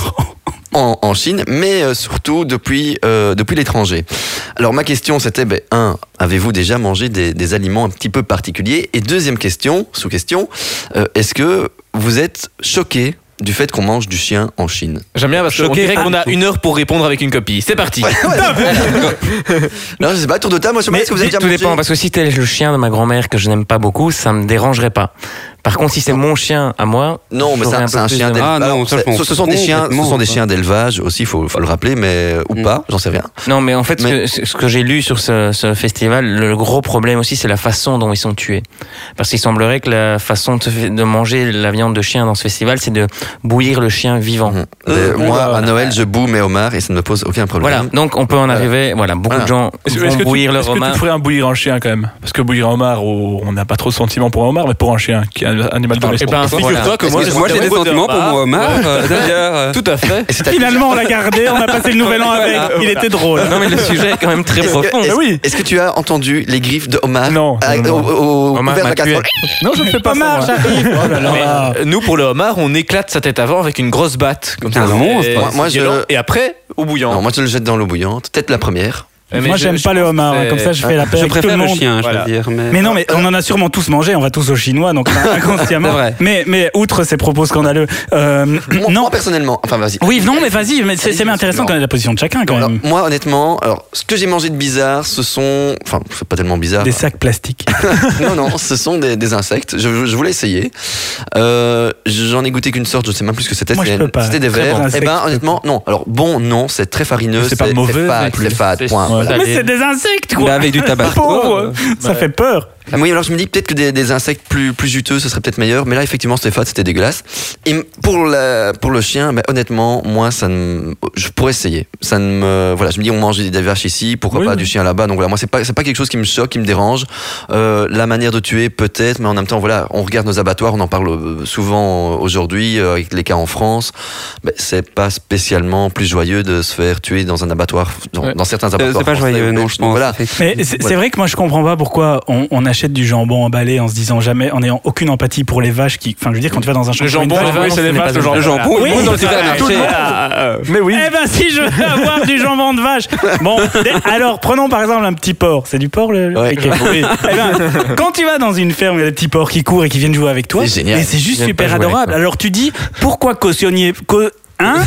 Speaker 6: En, en Chine, mais euh, surtout depuis, euh, depuis l'étranger. Alors ma question c'était, ben, un, avez-vous déjà mangé des, des aliments un petit peu particuliers Et deuxième question, sous-question, euh, est-ce que vous êtes choqué du fait qu'on mange du chien en Chine
Speaker 3: j'aime bien parce qu'on
Speaker 1: Choqué.
Speaker 3: dirait qu'on a
Speaker 1: Ah.
Speaker 3: une heure pour répondre avec une copie. C'est parti.
Speaker 6: Non, je sais pas, tour de table, moi je sais pas,
Speaker 1: Mais
Speaker 6: est-ce que vous avez déjà
Speaker 4: tout
Speaker 6: mangé
Speaker 4: dépend parce que si t'es le chien de ma grand-mère que je n'aime pas beaucoup, ça me dérangerait pas. Par contre, si c'est mon chien à moi,
Speaker 6: Non, mais
Speaker 4: j'aurais
Speaker 6: c'est un, c'est
Speaker 4: peu
Speaker 6: un
Speaker 4: plus de-
Speaker 6: chien d'élevage.
Speaker 7: Ah, non,
Speaker 6: Alors,
Speaker 7: ça, je
Speaker 6: c'est- ce,
Speaker 7: pense
Speaker 6: ce sont des chiens, ce
Speaker 7: complètement,
Speaker 6: sont des
Speaker 7: ça.
Speaker 6: chiens d'élevage aussi, faut, faut le rappeler, mais euh, ou
Speaker 7: Mm.
Speaker 6: pas, j'en sais rien.
Speaker 4: Non, mais en fait, ce
Speaker 6: Mais-
Speaker 4: que- ce ce que, j'ai lu sur ce, ce festival, le gros problème aussi, c'est la façon dont ils sont tués. Parce qu'il semblerait que la façon de, se fa- de manger la viande de chien dans ce festival, c'est de bouillir le chien vivant.
Speaker 6: Mm. Mais moi, à Noël, je boue mes homards et ça ne me pose aucun problème.
Speaker 4: Voilà, donc on peut en arriver. Voilà, beaucoup
Speaker 6: Voilà.
Speaker 4: de gens
Speaker 5: Est-ce que-
Speaker 4: vont
Speaker 5: est-ce que, tu,
Speaker 4: bouillir
Speaker 5: est-ce
Speaker 4: leur
Speaker 5: que tu
Speaker 4: homard.
Speaker 5: ferais un bouillir un chien quand même Parce que bouillir un homard, oh, on n'a pas trop de sentiment pour un homard, mais pour un chien, qui- un,
Speaker 7: Ah,
Speaker 5: animal
Speaker 3: Eh
Speaker 5: domestique.
Speaker 3: ben, figure-toi que moi,
Speaker 7: Parce que moi, j'ai des sentiments pour mon homard, euh, d'ailleurs. euh,
Speaker 3: Tout à fait.
Speaker 6: Est-ce que t'as-
Speaker 1: Finalement, on l'a gardé, on a passé le nouvel
Speaker 3: (laughs)
Speaker 1: an avec. Il était drôle.
Speaker 4: (laughs) Non, mais le sujet est quand même très
Speaker 6: est-ce que- Eh
Speaker 4: profond.
Speaker 6: est-ce-
Speaker 5: oui.
Speaker 6: Est-ce que tu as entendu les griffes de Omar
Speaker 5: Non,
Speaker 6: à-
Speaker 5: non, non.
Speaker 6: au- au- au
Speaker 4: Omar
Speaker 6: couvert de
Speaker 4: m'a
Speaker 6: la
Speaker 4: tué.
Speaker 6: casserole
Speaker 5: Non, je ne fais pas ça.
Speaker 1: Omar,
Speaker 5: moi.
Speaker 1: j'arrive. Oh là là.
Speaker 3: Mais, euh, nous, pour le homard, on éclate sa tête avant avec une grosse batte. Comme
Speaker 7: Putain,
Speaker 3: ça.
Speaker 7: un monstre.
Speaker 3: Et,
Speaker 6: Moi- moi,
Speaker 3: Ah c'est
Speaker 6: je-
Speaker 3: violent. Et après, au bouillant.
Speaker 6: Non, moi je le jette dans l'eau bouillante, peut-être la première.
Speaker 3: Mais
Speaker 1: Moi,
Speaker 3: je-
Speaker 1: j'aime
Speaker 3: je
Speaker 1: pas le
Speaker 3: pense
Speaker 1: homard, hein,
Speaker 3: que
Speaker 1: comme ça, je fais la paix
Speaker 7: Je
Speaker 1: avec tout le
Speaker 7: préfère le
Speaker 1: monde.
Speaker 7: chien, je
Speaker 3: Voilà.
Speaker 7: veux dire. Mais,
Speaker 1: Mais non, mais on en a sûrement tous mangé, on va tous aux Chinois,
Speaker 7: (laughs)
Speaker 1: donc inconsciemment.
Speaker 7: C'est vrai.
Speaker 1: Mais, mais outre ces propos scandaleux, euh,
Speaker 6: Moi,
Speaker 1: non.
Speaker 6: moi, personnellement, enfin vas-y.
Speaker 1: Oui, non, mais vas-y, mais c'est c'est même intéressant
Speaker 6: Non.
Speaker 1: qu'on ait la position de chacun quand
Speaker 6: Alors,
Speaker 1: même.
Speaker 6: moi honnêtement, alors ce que j'ai mangé de bizarre, ce sont, enfin c'est pas tellement bizarre.
Speaker 1: Des sacs plastiques.
Speaker 6: (laughs) non non, ce sont des, des insectes. Je, je voulais essayer. Euh, J'en ai goûté qu'une sorte, je sais même plus ce que c'était.
Speaker 1: Moi, je
Speaker 6: C'était-
Speaker 1: peux pas.
Speaker 6: C'était des
Speaker 1: Très
Speaker 6: vers.
Speaker 1: bon.
Speaker 6: Eh ben
Speaker 1: Insectes,
Speaker 6: honnêtement, non. Alors bon, non, c'est très farineux.
Speaker 1: C'est pas mauvais
Speaker 6: C'est
Speaker 1: non
Speaker 6: fade,
Speaker 1: plus.
Speaker 6: c'est fade.
Speaker 4: C'est-
Speaker 6: Point.
Speaker 4: ouais.
Speaker 6: voilà.
Speaker 1: Mais
Speaker 4: des-
Speaker 1: c'est des insectes,
Speaker 7: Bah,
Speaker 1: quoi.
Speaker 7: avec du tabac.
Speaker 1: Pauvre.
Speaker 7: Euh,
Speaker 1: Ça fait peur.
Speaker 6: Oui, alors je me dis peut-être que des, des insectes plus, plus juteux, ce serait peut-être meilleur. Mais là, effectivement, c'était fade, c'était dégueulasse. Et m- pour, la, pour le chien, ben, honnêtement, moi, ça ne, m- oh, je pourrais essayer. Ça ne me, voilà, je me dis, on mange des vaches ici, pourquoi
Speaker 1: Oui.
Speaker 6: pas du chien là-bas. Donc voilà, moi, c'est pas, c'est pas quelque chose qui me choque, qui me dérange. Euh, la manière de tuer, peut-être, mais en même temps, voilà, on regarde nos abattoirs, on en parle euh, souvent euh, aujourd'hui, euh, avec les cas en France. Ben, c'est pas spécialement plus joyeux de se faire tuer dans un abattoir, dans,
Speaker 5: Ouais.
Speaker 6: dans certains abattoirs.
Speaker 7: C'est pas
Speaker 6: français,
Speaker 7: joyeux, non,
Speaker 6: belges.
Speaker 7: je
Speaker 6: Donc
Speaker 7: pense. (laughs)
Speaker 6: Voilà.
Speaker 1: Mais c'est c'est vrai que moi je comprends pas pourquoi on, on achète du jambon emballé en se disant jamais, en n'ayant aucune empathie pour les vaches qui. Enfin, je veux dire, quand tu vas dans un champ,
Speaker 3: Le jambon,
Speaker 1: une
Speaker 3: les
Speaker 1: vache-
Speaker 3: vaches,
Speaker 5: c'est
Speaker 3: ce
Speaker 5: les
Speaker 3: n'est
Speaker 5: vaches,
Speaker 3: pas
Speaker 5: le
Speaker 3: un
Speaker 5: jambon.
Speaker 7: Le jambon,
Speaker 1: Oui,
Speaker 7: il monte dans le
Speaker 1: c'est
Speaker 7: supermarché.
Speaker 1: vrai.
Speaker 5: Mais oui.
Speaker 1: Eh ben si je veux avoir du jambon de vache. Bon, dé- alors prenons par exemple un petit porc. C'est du porc le.
Speaker 6: Ouais.
Speaker 1: Ok, oui. Eh ben, quand tu vas dans une ferme, il y a des petits porcs qui courent et qui viennent jouer avec toi.
Speaker 6: C'est génial.
Speaker 1: Et c'est juste
Speaker 4: J'aime
Speaker 1: super
Speaker 4: pas jouer avec
Speaker 1: adorable.
Speaker 4: toi.
Speaker 1: Alors tu dis pourquoi cautionner co- Hein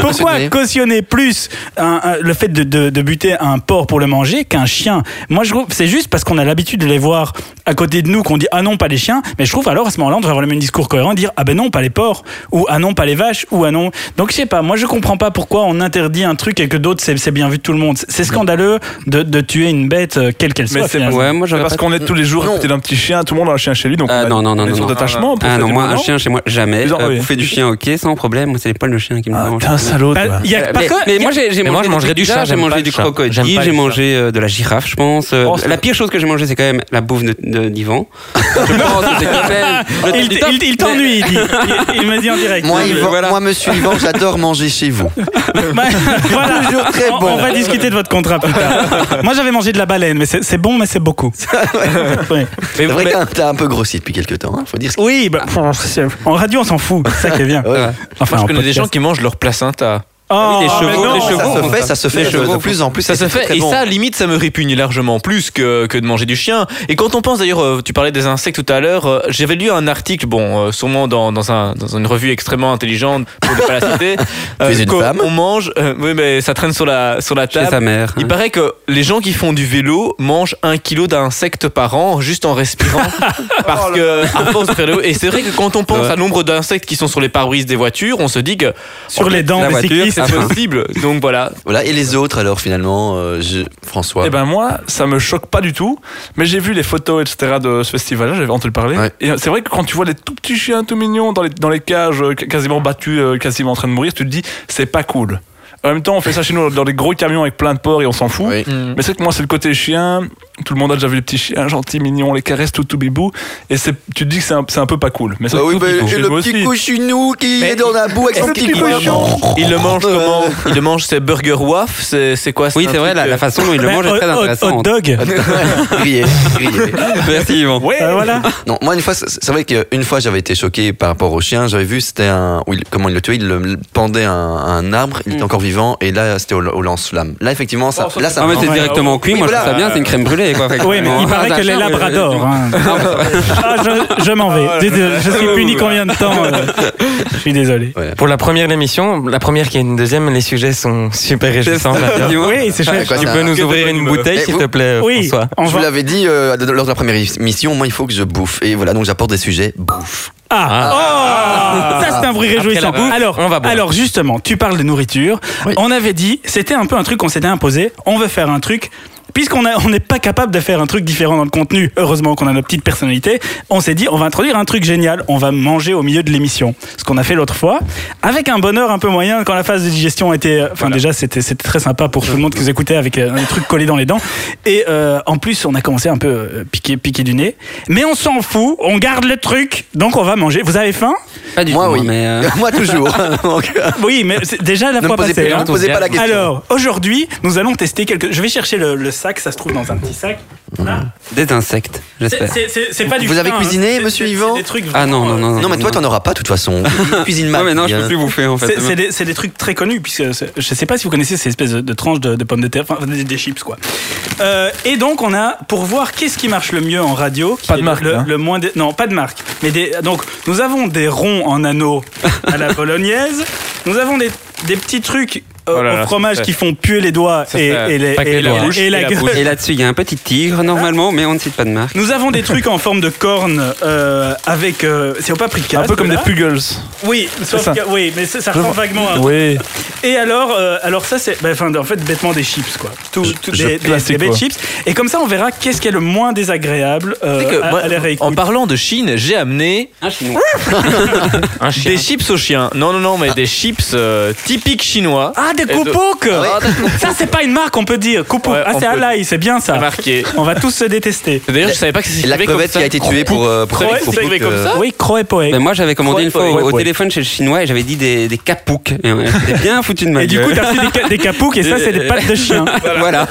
Speaker 1: Pourquoi
Speaker 6: Cautionner.
Speaker 1: cautionner plus un- un- le fait de, de- de buter un porc pour le manger qu'un chien Moi, je trouve c'est juste parce qu'on a l'habitude de les voir à côté de nous qu'on dit ah non pas les chiens, mais je trouve alors à ce moment-là on devrait avoir le même discours cohérent, et dire ah ben non pas les porcs ou ah non pas les vaches ou ah non. Donc je sais pas, moi je comprends pas pourquoi on interdit un truc et que d'autres c'est c'est bien vu de tout le monde. C'est scandaleux de, de tuer une bête euh, quelle qu'elle
Speaker 5: Mais
Speaker 1: soit.
Speaker 5: c'est
Speaker 1: finalement.
Speaker 7: Ouais, moi, j'aurais
Speaker 5: Parce
Speaker 7: pas-
Speaker 5: qu'on est tous les jours à
Speaker 6: Non.
Speaker 5: côté d'un petit chien, tout le monde a un chien chez lui, donc
Speaker 7: Ah,
Speaker 5: on a-
Speaker 7: non, non,
Speaker 5: on a
Speaker 7: non,
Speaker 5: des
Speaker 7: non,
Speaker 5: sources
Speaker 7: non.
Speaker 5: d'attachement. pour
Speaker 7: Ah
Speaker 5: faire
Speaker 7: non,
Speaker 5: des
Speaker 7: moi, un
Speaker 5: moments.
Speaker 7: chien chez moi, jamais.
Speaker 5: Ils ont-
Speaker 7: Euh,
Speaker 5: oui.
Speaker 7: Bouffer du chien, ok, sans problème. Moi, c'est les poils de chien qui me
Speaker 5: Ah,
Speaker 7: dérangent.
Speaker 5: T'es un salaud,
Speaker 1: Bah,
Speaker 5: toi.
Speaker 1: y a- par
Speaker 7: Euh, Mais,
Speaker 1: contre,
Speaker 7: mais moi j'ai j'ai
Speaker 4: Mais moi, je mangerais du
Speaker 7: pizzas,
Speaker 4: chat,
Speaker 7: j'ai
Speaker 4: j'aime pas
Speaker 7: mangé
Speaker 4: le
Speaker 7: du
Speaker 4: chat. J'aime
Speaker 7: crocodile,
Speaker 4: pas
Speaker 7: j'ai
Speaker 4: le chat.
Speaker 7: mangé euh, de la girafe, je pense. Euh,
Speaker 5: Oh, c'est-
Speaker 7: la pire chose que j'ai mangée, c'est quand même la bouffe de, de divan. je pense que c'est quand même le top
Speaker 1: il,
Speaker 7: du
Speaker 1: il-
Speaker 7: top.
Speaker 1: il t'ennuie, il dit. Il, il me dit en direct.
Speaker 6: Moi,
Speaker 1: Non, mais-
Speaker 6: Yvan-
Speaker 7: voilà.
Speaker 6: moi, monsieur Yvan, j'adore manger chez vous.
Speaker 1: Bah, voilà.
Speaker 6: Toujours très
Speaker 1: on,
Speaker 6: bon.
Speaker 1: on va discuter de votre contrat plus tard. Moi, j'avais mangé de la baleine, mais c'est c'est bon, mais c'est beaucoup. Ouais.
Speaker 6: C'est vrai que t'as- t'as un peu grossi depuis quelques temps, hein, faut dire. ce qui-
Speaker 1: Oui, bah, en radio, on s'en fout. C'est ça qui est bien.
Speaker 6: Ouais.
Speaker 1: Enfin,
Speaker 3: Moi, je
Speaker 1: en
Speaker 3: connais des
Speaker 1: podcast.
Speaker 3: gens qui mangent leur placenta.
Speaker 1: Oh,
Speaker 7: oui, les
Speaker 1: ah,
Speaker 7: chevaux,
Speaker 1: mais non.
Speaker 7: les chevaux.
Speaker 6: ça se fait, ça se fait
Speaker 7: Les
Speaker 6: de- de
Speaker 7: chevaux.
Speaker 6: plus en plus.
Speaker 3: Ça
Speaker 6: et
Speaker 3: se
Speaker 6: c'est
Speaker 3: fait,
Speaker 6: très
Speaker 3: et
Speaker 6: bon.
Speaker 3: ça, limite, ça me répugne largement plus que, que de manger du chien. Et quand on pense d'ailleurs, euh, tu parlais des insectes tout à l'heure, euh, j'avais lu un article, bon, euh, sûrement dans, dans, un, dans une revue extrêmement intelligente, pour ne pas la citer, (laughs) euh,
Speaker 6: es une
Speaker 3: qu'on-
Speaker 6: femme
Speaker 3: on mange, euh, oui, mais ça traîne sur la, sur la
Speaker 7: Chez
Speaker 3: table.
Speaker 7: sa mère.
Speaker 3: Il paraît que les gens qui font du vélo mangent un kilo d'insectes par an juste en (laughs) respirant parce que à force de faire le vélo. Et c'est vrai que quand on pense
Speaker 7: Ouais.
Speaker 3: à nombre d'insectes qui sont sur les pare-brises des voitures, on se dit que
Speaker 1: Sur les dents
Speaker 7: La
Speaker 1: des
Speaker 7: voiture,
Speaker 1: cyclistes.
Speaker 7: ça
Speaker 3: c'est possible. Donc voilà.
Speaker 6: Voilà, et les autres alors finalement, euh, je- François.
Speaker 5: Eh ben moi, ça me choque pas du tout, mais j'ai vu les photos, etc. de ce festival-là, j'avais entendu parler.
Speaker 6: Ouais.
Speaker 5: Et euh, c'est vrai que quand tu vois les tout petits chiens tout mignons dans les, dans les cages, euh, quasiment battus, euh, quasiment en train de mourir, tu te dis, c'est pas cool. En même temps, on fait ça chez nous dans des gros camions avec plein de porcs et on s'en fout.
Speaker 6: Oui.
Speaker 5: Mais c'est que moi, c'est le côté chien. Tout le monde a déjà vu les petits chiens gentils, mignons, les caresses, tout, tout bibou. Et c'est- tu te dis que c'est un, c'est un peu pas cool. Mais ça,
Speaker 6: Bah oui,
Speaker 5: tout,
Speaker 6: bah,
Speaker 5: tout,
Speaker 6: et
Speaker 5: chez
Speaker 6: le
Speaker 5: nous
Speaker 6: petit
Speaker 5: aussi.
Speaker 6: cochinou qui
Speaker 3: Mais-
Speaker 6: est dans la boue avec son
Speaker 5: Est-ce
Speaker 6: petit
Speaker 5: qu'il mange
Speaker 6: (laughs) cochon.
Speaker 3: Il le mange
Speaker 6: Euh,
Speaker 3: comment Il le mange ses burger waf, c'est c'est quoi
Speaker 7: Oui,
Speaker 3: un
Speaker 7: c'est vrai,
Speaker 3: truc,
Speaker 7: la,
Speaker 3: euh,
Speaker 7: la façon dont il le
Speaker 1: Mais
Speaker 7: mange est très
Speaker 1: hot- hot- Ben, Hot
Speaker 7: intéressante.
Speaker 1: dog.
Speaker 6: Grillé, grillé.
Speaker 7: Merci Yvan.
Speaker 5: Ouais.
Speaker 1: Euh, voilà.
Speaker 6: Non, moi une fois, c'est c'est vrai qu'une fois j'avais été choqué par rapport au chien. J'avais vu c'était un, où il- comment il le tuait, il le pendait à un, à un arbre, il était encore vivant, et là c'était au, au lance-flamme. Là effectivement, ça,
Speaker 5: Oh, ça,
Speaker 6: là
Speaker 5: c'est
Speaker 6: ça.
Speaker 7: Ah, mais c'est
Speaker 1: Ouais.
Speaker 7: directement cuit,
Speaker 6: Oui,
Speaker 7: moi je
Speaker 6: voilà.
Speaker 7: trouve ça bien, c'est une crème brûlée quoi.
Speaker 1: Oui, mais il paraît que les labradors. hein. Ah, je je m'en vais. Désolé, Je suis puni combien de temps euh, Je suis désolé.
Speaker 4: Pour la première émission, la première qui est une deuxième, les sujets sont super réjouissants.
Speaker 3: (laughs)
Speaker 4: j'adore.
Speaker 1: Oui, c'est chouette.
Speaker 6: quoi,
Speaker 4: Tu
Speaker 6: ça-
Speaker 4: peux nous ouvrir une bouteille,
Speaker 6: Eh,
Speaker 4: s'il
Speaker 6: vous-
Speaker 4: te plaît,
Speaker 1: Oui,
Speaker 4: François
Speaker 1: on
Speaker 6: Je vous
Speaker 1: va-
Speaker 6: l'avais dit euh, lors de la première émission, moi il faut que je bouffe. Et voilà, donc j'apporte des sujets bouffe.
Speaker 1: Ah, ça c'est un bruit réjouissant.
Speaker 4: Après la bouffe,
Speaker 1: alors,
Speaker 4: on va boire.
Speaker 1: alors justement, tu parles de nourriture. On avait dit, c'était un peu un truc qu'on s'était imposé. On veut faire un truc. puisqu'on a- on n'est pas capable de faire un truc différent dans le contenu, heureusement qu'on a nos petites personnalités, on s'est dit on va introduire un truc génial, on va manger au milieu de l'émission. Ce qu'on a fait l'autre fois, avec un bonheur un peu moyen quand la phase de digestion était... euh, Enfin déjà c'était c'était très sympa pour tout le monde qui nous écoutait avec euh, un truc collé dans les dents. Et euh, en plus on a commencé un peu euh, piqué, piqué du nez. Mais on s'en fout, on garde le truc, donc on va manger. Vous avez faim
Speaker 7: Pas du
Speaker 6: Moi,
Speaker 7: tout,
Speaker 6: oui.
Speaker 7: mais euh,
Speaker 6: (laughs) Moi, toujours. Donc, euh,
Speaker 1: Oui, mais c'est déjà la
Speaker 6: ne me
Speaker 1: fois
Speaker 6: posez,
Speaker 1: passée.
Speaker 6: ne me
Speaker 1: hein.
Speaker 6: posez pas la question.
Speaker 1: Alors, aujourd'hui, nous allons tester quelques. Je vais chercher le, le sac, ça se trouve dans un petit sac. Voilà.
Speaker 7: des insectes,
Speaker 1: C'est-
Speaker 7: j'espère.
Speaker 1: c'est- C'est c'est pas du
Speaker 6: Vous avez
Speaker 1: pain, hein.
Speaker 6: cuisiné,
Speaker 1: c'est-
Speaker 6: monsieur
Speaker 1: c'est-
Speaker 6: Yvan
Speaker 1: c'est des trucs euh,
Speaker 7: Ah non, non, non.
Speaker 6: non, mais toi, t'en auras pas, de toute façon. Cuisine
Speaker 7: Non,
Speaker 6: mal.
Speaker 7: mais non, je peux plus bouffer en fait.
Speaker 1: C'est c'est des, c'est des trucs très connus, puisque c'est- je sais pas si vous connaissez ces espèces de, de tranches de, de pommes de terre, enfin des, des chips quoi. Euh, et donc on a, pour voir qu'est-ce qui marche le mieux en radio, qui
Speaker 5: Pas de
Speaker 1: est
Speaker 5: marque,
Speaker 1: le,
Speaker 5: hein.
Speaker 1: le moins dé- non pas de marque, mais des, donc nous avons des ronds en anneaux à la bolognaise, nous avons des, des petits trucs euh,
Speaker 3: Oh là là,
Speaker 1: au fromage
Speaker 3: ça fait-
Speaker 1: qui font puer les doigts
Speaker 3: ça
Speaker 1: et,
Speaker 3: fait
Speaker 1: et les-
Speaker 3: pas que
Speaker 1: et
Speaker 3: les
Speaker 1: la-
Speaker 3: doigts.
Speaker 1: et la
Speaker 3: Et la
Speaker 1: gueule.
Speaker 3: bouche.
Speaker 7: Et là-dessus, il y a un petit tigre normalement, mais on ne cite pas de marque.
Speaker 1: Nous avons des trucs en forme de corne euh, avec. euh, c'est au paprika.
Speaker 5: Un peu comme des
Speaker 1: ceux-là.
Speaker 5: Pugles.
Speaker 1: Oui, sauf
Speaker 5: ça.
Speaker 1: que- oui, mais ça, ça ressemble vaguement à.
Speaker 3: Ah.
Speaker 5: Oui.
Speaker 1: Et alors, euh, alors ça, c'est. bah, Enfin, en fait, bêtement des chips, quoi. Tout, tout-
Speaker 5: je-
Speaker 1: des, des-
Speaker 5: classique,
Speaker 1: des bêtes
Speaker 5: quoi.
Speaker 1: chips. Et comme ça, on verra qu'est-ce qui est le moins désagréable euh,
Speaker 3: Tu sais que
Speaker 1: à,
Speaker 3: moi,
Speaker 1: à la réécoute.
Speaker 3: en parlant de Chine, j'ai amené
Speaker 7: Un chinois.
Speaker 4: Un chien.
Speaker 3: des chips aux chiens. Non, non, non, mais des chips euh, typiques chinois.
Speaker 1: Ah, des coupouk (laughs) Ça, c'est pas une marque, on peut dire. Coupouk.
Speaker 3: Ah Ouais,
Speaker 1: ah,
Speaker 3: on
Speaker 1: c'est
Speaker 3: peut-
Speaker 1: Alaï, c'est bien ça.
Speaker 3: Marqué.
Speaker 1: On va tous se détester.
Speaker 3: D'ailleurs, je savais pas que c'était
Speaker 6: La crevette qui a été tuée pour. euh, pour-
Speaker 3: Croix-
Speaker 6: pour-
Speaker 3: c'est
Speaker 6: pour-
Speaker 3: comme
Speaker 6: euh,
Speaker 3: ça
Speaker 1: Oui, croé poé.
Speaker 7: Ben, moi, j'avais commandé
Speaker 3: Ouais,
Speaker 7: une fois
Speaker 3: ouais,
Speaker 7: au, au
Speaker 3: ouais.
Speaker 7: téléphone chez le chinois et j'avais dit des, des capoucs. Et on- J'étais bien foutu de ma
Speaker 1: Et du coup,
Speaker 7: gueule.
Speaker 1: t'as pris des, ca- des capouks et ça, c'est des pattes de
Speaker 3: (laughs)
Speaker 1: chien.
Speaker 7: voilà.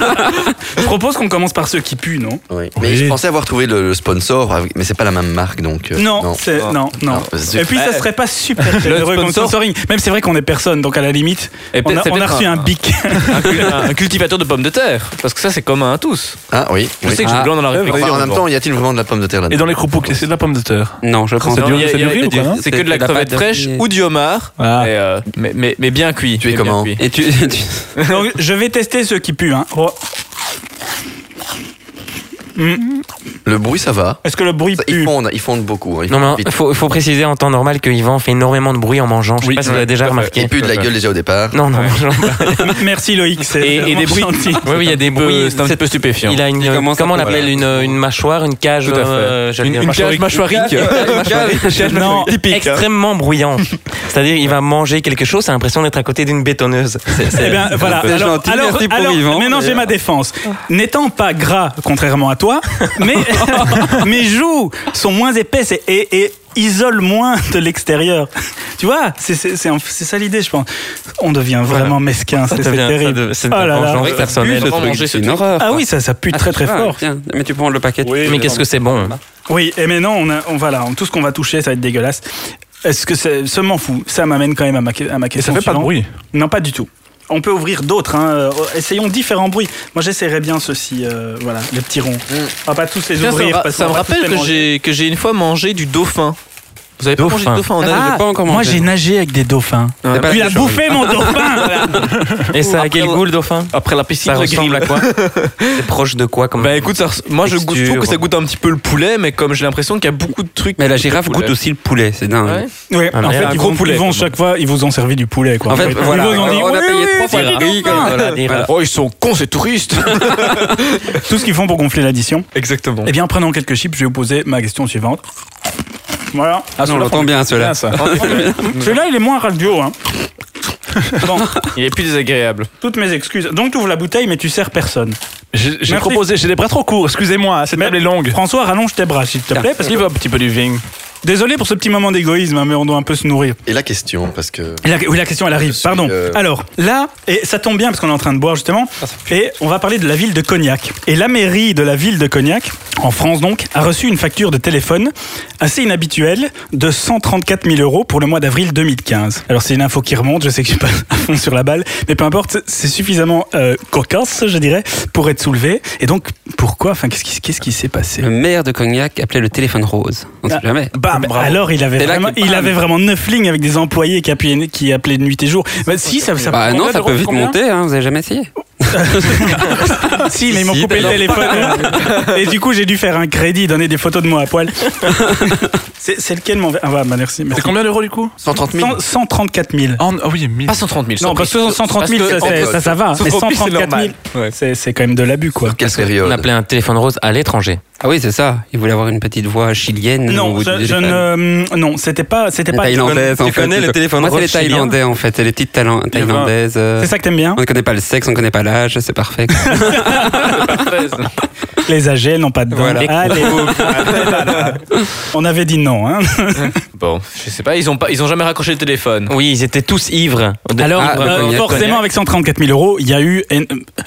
Speaker 1: Je propose qu'on commence par ceux qui puent, non
Speaker 6: oui. Mais je pensais avoir trouvé le, le sponsor, avec- mais c'est pas la même marque, donc. euh,
Speaker 1: Non, c'est non, non.
Speaker 3: bah,
Speaker 6: Ah, zut.
Speaker 1: Et puis ça serait pas super généreux comme
Speaker 3: Eh. sponsor.
Speaker 1: sponsoring. Même c'est vrai qu'on est personne, donc à la limite,
Speaker 3: Et peut-être-
Speaker 1: on a,
Speaker 3: c'est
Speaker 1: on a
Speaker 3: peut-être
Speaker 1: reçu un, bic.
Speaker 3: un, cul- un cultivateur de pommes de terre. Parce que ça, c'est commun à tous.
Speaker 6: Ah oui.
Speaker 3: Je
Speaker 6: oui.
Speaker 3: sais que
Speaker 7: Ah.
Speaker 3: je glande dans la
Speaker 6: Enfin,
Speaker 3: réflexion.
Speaker 6: en même temps, y a-t-il vraiment de la pomme de terre
Speaker 5: Et
Speaker 6: là-dedans
Speaker 5: dans les croupons, c'est de la pomme de terre.
Speaker 7: Non, je pense.
Speaker 5: c'est
Speaker 3: Non,
Speaker 5: du-
Speaker 3: il y a-
Speaker 5: c'est du
Speaker 3: il y a-
Speaker 5: riz ou quoi, non
Speaker 3: C'est que de la
Speaker 7: C'est de la
Speaker 3: crevette
Speaker 7: pâte de
Speaker 3: fraîche
Speaker 7: riz.
Speaker 3: ou du homard.
Speaker 5: Ah.
Speaker 3: Et, euh, mais, mais, mais bien cuit.
Speaker 6: Tu es
Speaker 3: Mais bien
Speaker 6: comment
Speaker 3: cuit.
Speaker 7: Et tu, tu-
Speaker 1: Donc je vais tester ceux qui puent. hein. Oh.
Speaker 6: Le bruit, ça va.
Speaker 1: Est-ce que le bruit
Speaker 6: Ça, Ils
Speaker 1: pue
Speaker 6: fondent, ils fondent beaucoup. hein, Ils
Speaker 4: Non,
Speaker 6: fondent
Speaker 4: mais (laughs)
Speaker 6: vite.
Speaker 4: il faut, faut préciser en temps normal que Yvan fait énormément de bruit en mangeant. Je sais
Speaker 3: Oui,
Speaker 4: pas si vous
Speaker 3: ouais,
Speaker 4: l'avez déjà
Speaker 3: tout à fait.
Speaker 4: remarqué.
Speaker 6: Ils puent de la gueule déjà au départ.
Speaker 4: Non, non, mangeant.
Speaker 3: (laughs)
Speaker 1: Merci Loïc. c'est
Speaker 3: Et- et
Speaker 1: vraiment
Speaker 3: des bruits.
Speaker 1: gentil.
Speaker 4: Oui, oui, il y a des bruits.
Speaker 3: C'est un petit peu stupéfiant.
Speaker 4: Il a une.
Speaker 7: Il
Speaker 4: Comment,
Speaker 7: commence à
Speaker 4: on
Speaker 7: prendre-
Speaker 4: l'appelle une, une mâchoire, une cage.
Speaker 3: Tout à fait.
Speaker 4: euh, j'allais
Speaker 3: Une,
Speaker 4: dire
Speaker 3: une
Speaker 4: mâchoire-
Speaker 3: cage mâchoirique.
Speaker 4: (laughs)
Speaker 1: Non,
Speaker 3: Typique. hein.
Speaker 4: extrêmement bruyant. C'est-à-dire, il va manger quelque chose, t'as l'impression d'être à côté d'une bétonneuse. C'est- c'est-
Speaker 1: Eh bien, voilà.
Speaker 7: C'est
Speaker 1: Alors,
Speaker 7: gentil,
Speaker 1: alors,
Speaker 7: merci pour
Speaker 1: alors,
Speaker 7: Yvan,
Speaker 1: maintenant, j'ai
Speaker 7: d'ailleurs.
Speaker 1: ma défense. N'étant pas gras, contrairement à toi, mais, (laughs) mes joues sont moins épaisses et, et, et isolent moins de l'extérieur. Tu vois, c'est- c'est c'est un- c'est ça l'idée, je pense. On devient vraiment mesquin, c'est
Speaker 4: Ça
Speaker 1: c'est
Speaker 4: devient- ça
Speaker 1: terrible.
Speaker 4: de- c'est de
Speaker 1: Oh
Speaker 4: la
Speaker 1: là là.
Speaker 4: vengeance personnelle.
Speaker 3: Avant de manger ce
Speaker 7: c'est une
Speaker 3: truc.
Speaker 7: horreur.
Speaker 1: Ah oui, ça, ça pue très très
Speaker 7: Ah,
Speaker 1: fort.
Speaker 7: tiens, mais tu prends le paquet.
Speaker 4: Mais qu'est-ce que c'est bon
Speaker 1: Oui, et maintenant, on a, on, voilà, on- tout ce qu'on va toucher, ça va être dégueulasse. Est-ce que c'est- ça m'en fout Ça m'amène quand même à ma, que- à ma
Speaker 5: Et ça
Speaker 1: question.
Speaker 5: fait pas de
Speaker 1: suivante.
Speaker 5: bruit.
Speaker 1: Non, pas du tout. On peut ouvrir d'autres. hein. Euh, Essayons différents bruits. Moi, j'essaierais bien ceci. euh, voilà, les petits ronds.
Speaker 7: Mm.
Speaker 1: On va pas tous les
Speaker 3: Tiens, Ça me
Speaker 1: ouvrir.
Speaker 3: ra-
Speaker 1: parce
Speaker 3: ça
Speaker 1: qu'on
Speaker 3: me
Speaker 1: va tous
Speaker 3: rappelle
Speaker 1: les
Speaker 3: que
Speaker 1: manger.
Speaker 3: j'ai que j'ai une fois mangé du dauphin. Vous avez pas mangé de
Speaker 4: Dauphin.
Speaker 3: dauphin en Inde
Speaker 7: Ah, j'ai pas encore
Speaker 1: moi,
Speaker 7: mangé.
Speaker 1: j'ai nagé avec des dauphins.
Speaker 7: C'est pas la
Speaker 1: Tu as
Speaker 7: même chose.
Speaker 1: bouffé
Speaker 7: (laughs)
Speaker 1: mon dauphin voilà.
Speaker 4: Et ça a quel
Speaker 3: Après-
Speaker 4: goût le dauphin
Speaker 3: Après la piscine
Speaker 4: Ça
Speaker 3: de
Speaker 4: ressemble à
Speaker 3: grill.
Speaker 4: quoi (laughs) C'est proche de quoi comme
Speaker 3: Bah écoute, ça res- moi je, goûte- je trouve que ça
Speaker 4: Texture.
Speaker 3: goûte un petit peu le poulet, mais comme j'ai l'impression qu'il y a beaucoup de trucs.
Speaker 7: Mais la girafe
Speaker 3: de
Speaker 7: goûte
Speaker 3: poulet.
Speaker 7: aussi le poulet, c'est dingue.
Speaker 3: Ouais.
Speaker 1: Ouais,
Speaker 4: Ah,
Speaker 1: en
Speaker 4: mais
Speaker 1: fait,
Speaker 3: un
Speaker 1: ils
Speaker 3: gros
Speaker 1: vont,
Speaker 3: poulet,
Speaker 1: ils vont
Speaker 3: quand
Speaker 1: chaque fois, ils vous ont servi du poulet. Quoi.
Speaker 7: En fait,
Speaker 1: Ils
Speaker 7: voilà,
Speaker 1: vous ont dit,
Speaker 7: on a
Speaker 1: oui,
Speaker 7: payé
Speaker 1: oui,
Speaker 7: trois fois
Speaker 1: c'est
Speaker 7: la
Speaker 1: du
Speaker 7: riz,
Speaker 1: dauphin.
Speaker 7: voilà, dire,
Speaker 3: Voilà.
Speaker 4: euh,
Speaker 3: Oh, ils sont cons, ces touristes
Speaker 1: Tout ce qu'ils font pour gonfler l'addition.
Speaker 3: Exactement.
Speaker 1: Eh bien, en prenant quelques chips, je vais vous poser ma question suivante. Voilà.
Speaker 7: Ah, on l'entend bien, cela.
Speaker 5: (laughs)
Speaker 1: Celui-là, il est moins radio. Hein. Bon,
Speaker 3: Il est plus désagréable.
Speaker 1: toutes mes excuses. Donc, tu ouvres la bouteille, mais tu sers personne.
Speaker 5: J'ai j'ai
Speaker 1: Merci.
Speaker 5: proposé, j'ai les bras trop courts, excusez-moi, cette table est longue. Ah,
Speaker 1: François, rallonge tes bras, s'il te plaît. Parce que...
Speaker 5: Give up, petit peu du ving.
Speaker 1: Désolé pour ce petit moment d'égoïsme, hein, mais on doit un peu se nourrir.
Speaker 6: Et la question, parce que.
Speaker 1: Et la- oui, la question, elle arrive,
Speaker 6: suis,
Speaker 1: pardon.
Speaker 6: euh, Ah,
Speaker 1: Alors, là, et ça tombe bien parce qu'on est en train de boire justement, et on va parler de la ville de Cognac. Et la mairie de la ville de Cognac, en France donc, a reçu une facture de téléphone assez inhabituelle de 134 000 euros pour le mois d'avril 2015. Alors, c'est une info qui remonte, je sais que je suis pas (laughs) à fond sur la balle, mais peu importe, c'est- c'est suffisamment euh, cocasse, je dirais, pour être soulevé. Et donc, pourquoi Enfin, qu'est-ce qui qu'est-ce qui s'est passé
Speaker 7: Le maire de Cognac appelait le téléphone rose. On
Speaker 1: Ah.
Speaker 7: sait jamais.
Speaker 1: Bam, alors il avait
Speaker 7: C'est là
Speaker 1: vraiment,
Speaker 7: que-
Speaker 1: il
Speaker 7: bam.
Speaker 1: avait vraiment neuf lignes avec des employés qui appuyaient, qui appelaient nuit et jour. Bah, si ça, ça
Speaker 7: Bah
Speaker 1: prend
Speaker 7: non,
Speaker 1: neuf
Speaker 7: ça
Speaker 1: euros,
Speaker 7: peut vite
Speaker 1: combien
Speaker 7: monter, hein, vous avez jamais essayé.
Speaker 1: (laughs) si, mais ils m'ont coupé le téléphone. (laughs) Et du coup, j'ai dû faire un crédit, donner des photos de moi à poil. C'est c'est lequel mon verre Ah, voilà, bah, merci. merci.
Speaker 5: C'est combien d'euros du coup
Speaker 6: 130 000.
Speaker 1: Cent- 134 000.
Speaker 5: Ah oh, oui, 1000.
Speaker 3: Pas 130 000.
Speaker 1: Non, parce que 130 000, ça, c'est- ça, ça va. Mais 134 000, c'est c'est quand même de l'abus, quoi.
Speaker 6: Quelle
Speaker 4: On
Speaker 6: période
Speaker 4: appelait un téléphone rose à l'étranger.
Speaker 7: Ah oui, c'est ça. Il voulait avoir une petite voix chilienne.
Speaker 1: Non,
Speaker 7: ou
Speaker 1: je,
Speaker 7: des-
Speaker 1: je ne, euh, non, c'était pas, c'était
Speaker 7: des
Speaker 1: pas.
Speaker 7: Thaïlandaises,
Speaker 4: Tu
Speaker 7: en fait.
Speaker 4: connais les téléphones
Speaker 7: Moi, c'est
Speaker 4: roses
Speaker 7: les
Speaker 4: chiliens
Speaker 7: Thaïlandais, en fait. C'est les petites Thaïla- Thaïlandaises. euh,
Speaker 1: C'est ça que t'aimes bien
Speaker 7: On ne connaît pas le sexe, on ne connaît pas l'âge,
Speaker 1: (laughs)
Speaker 7: c'est parfait.
Speaker 1: Les âgés, elles n'ont pas de dents. Ah,
Speaker 7: Voilà.
Speaker 1: Allez. On avait dit non. Hein.
Speaker 3: Bon, je sais pas, ils ont, pas, ils ont jamais raccroché le téléphone.
Speaker 4: Oui, ils étaient tous ivres. De-
Speaker 1: Alors,
Speaker 7: Ah,
Speaker 1: euh,
Speaker 7: le cognac,
Speaker 1: forcément, avec 134 000 euros, il y a eu. en-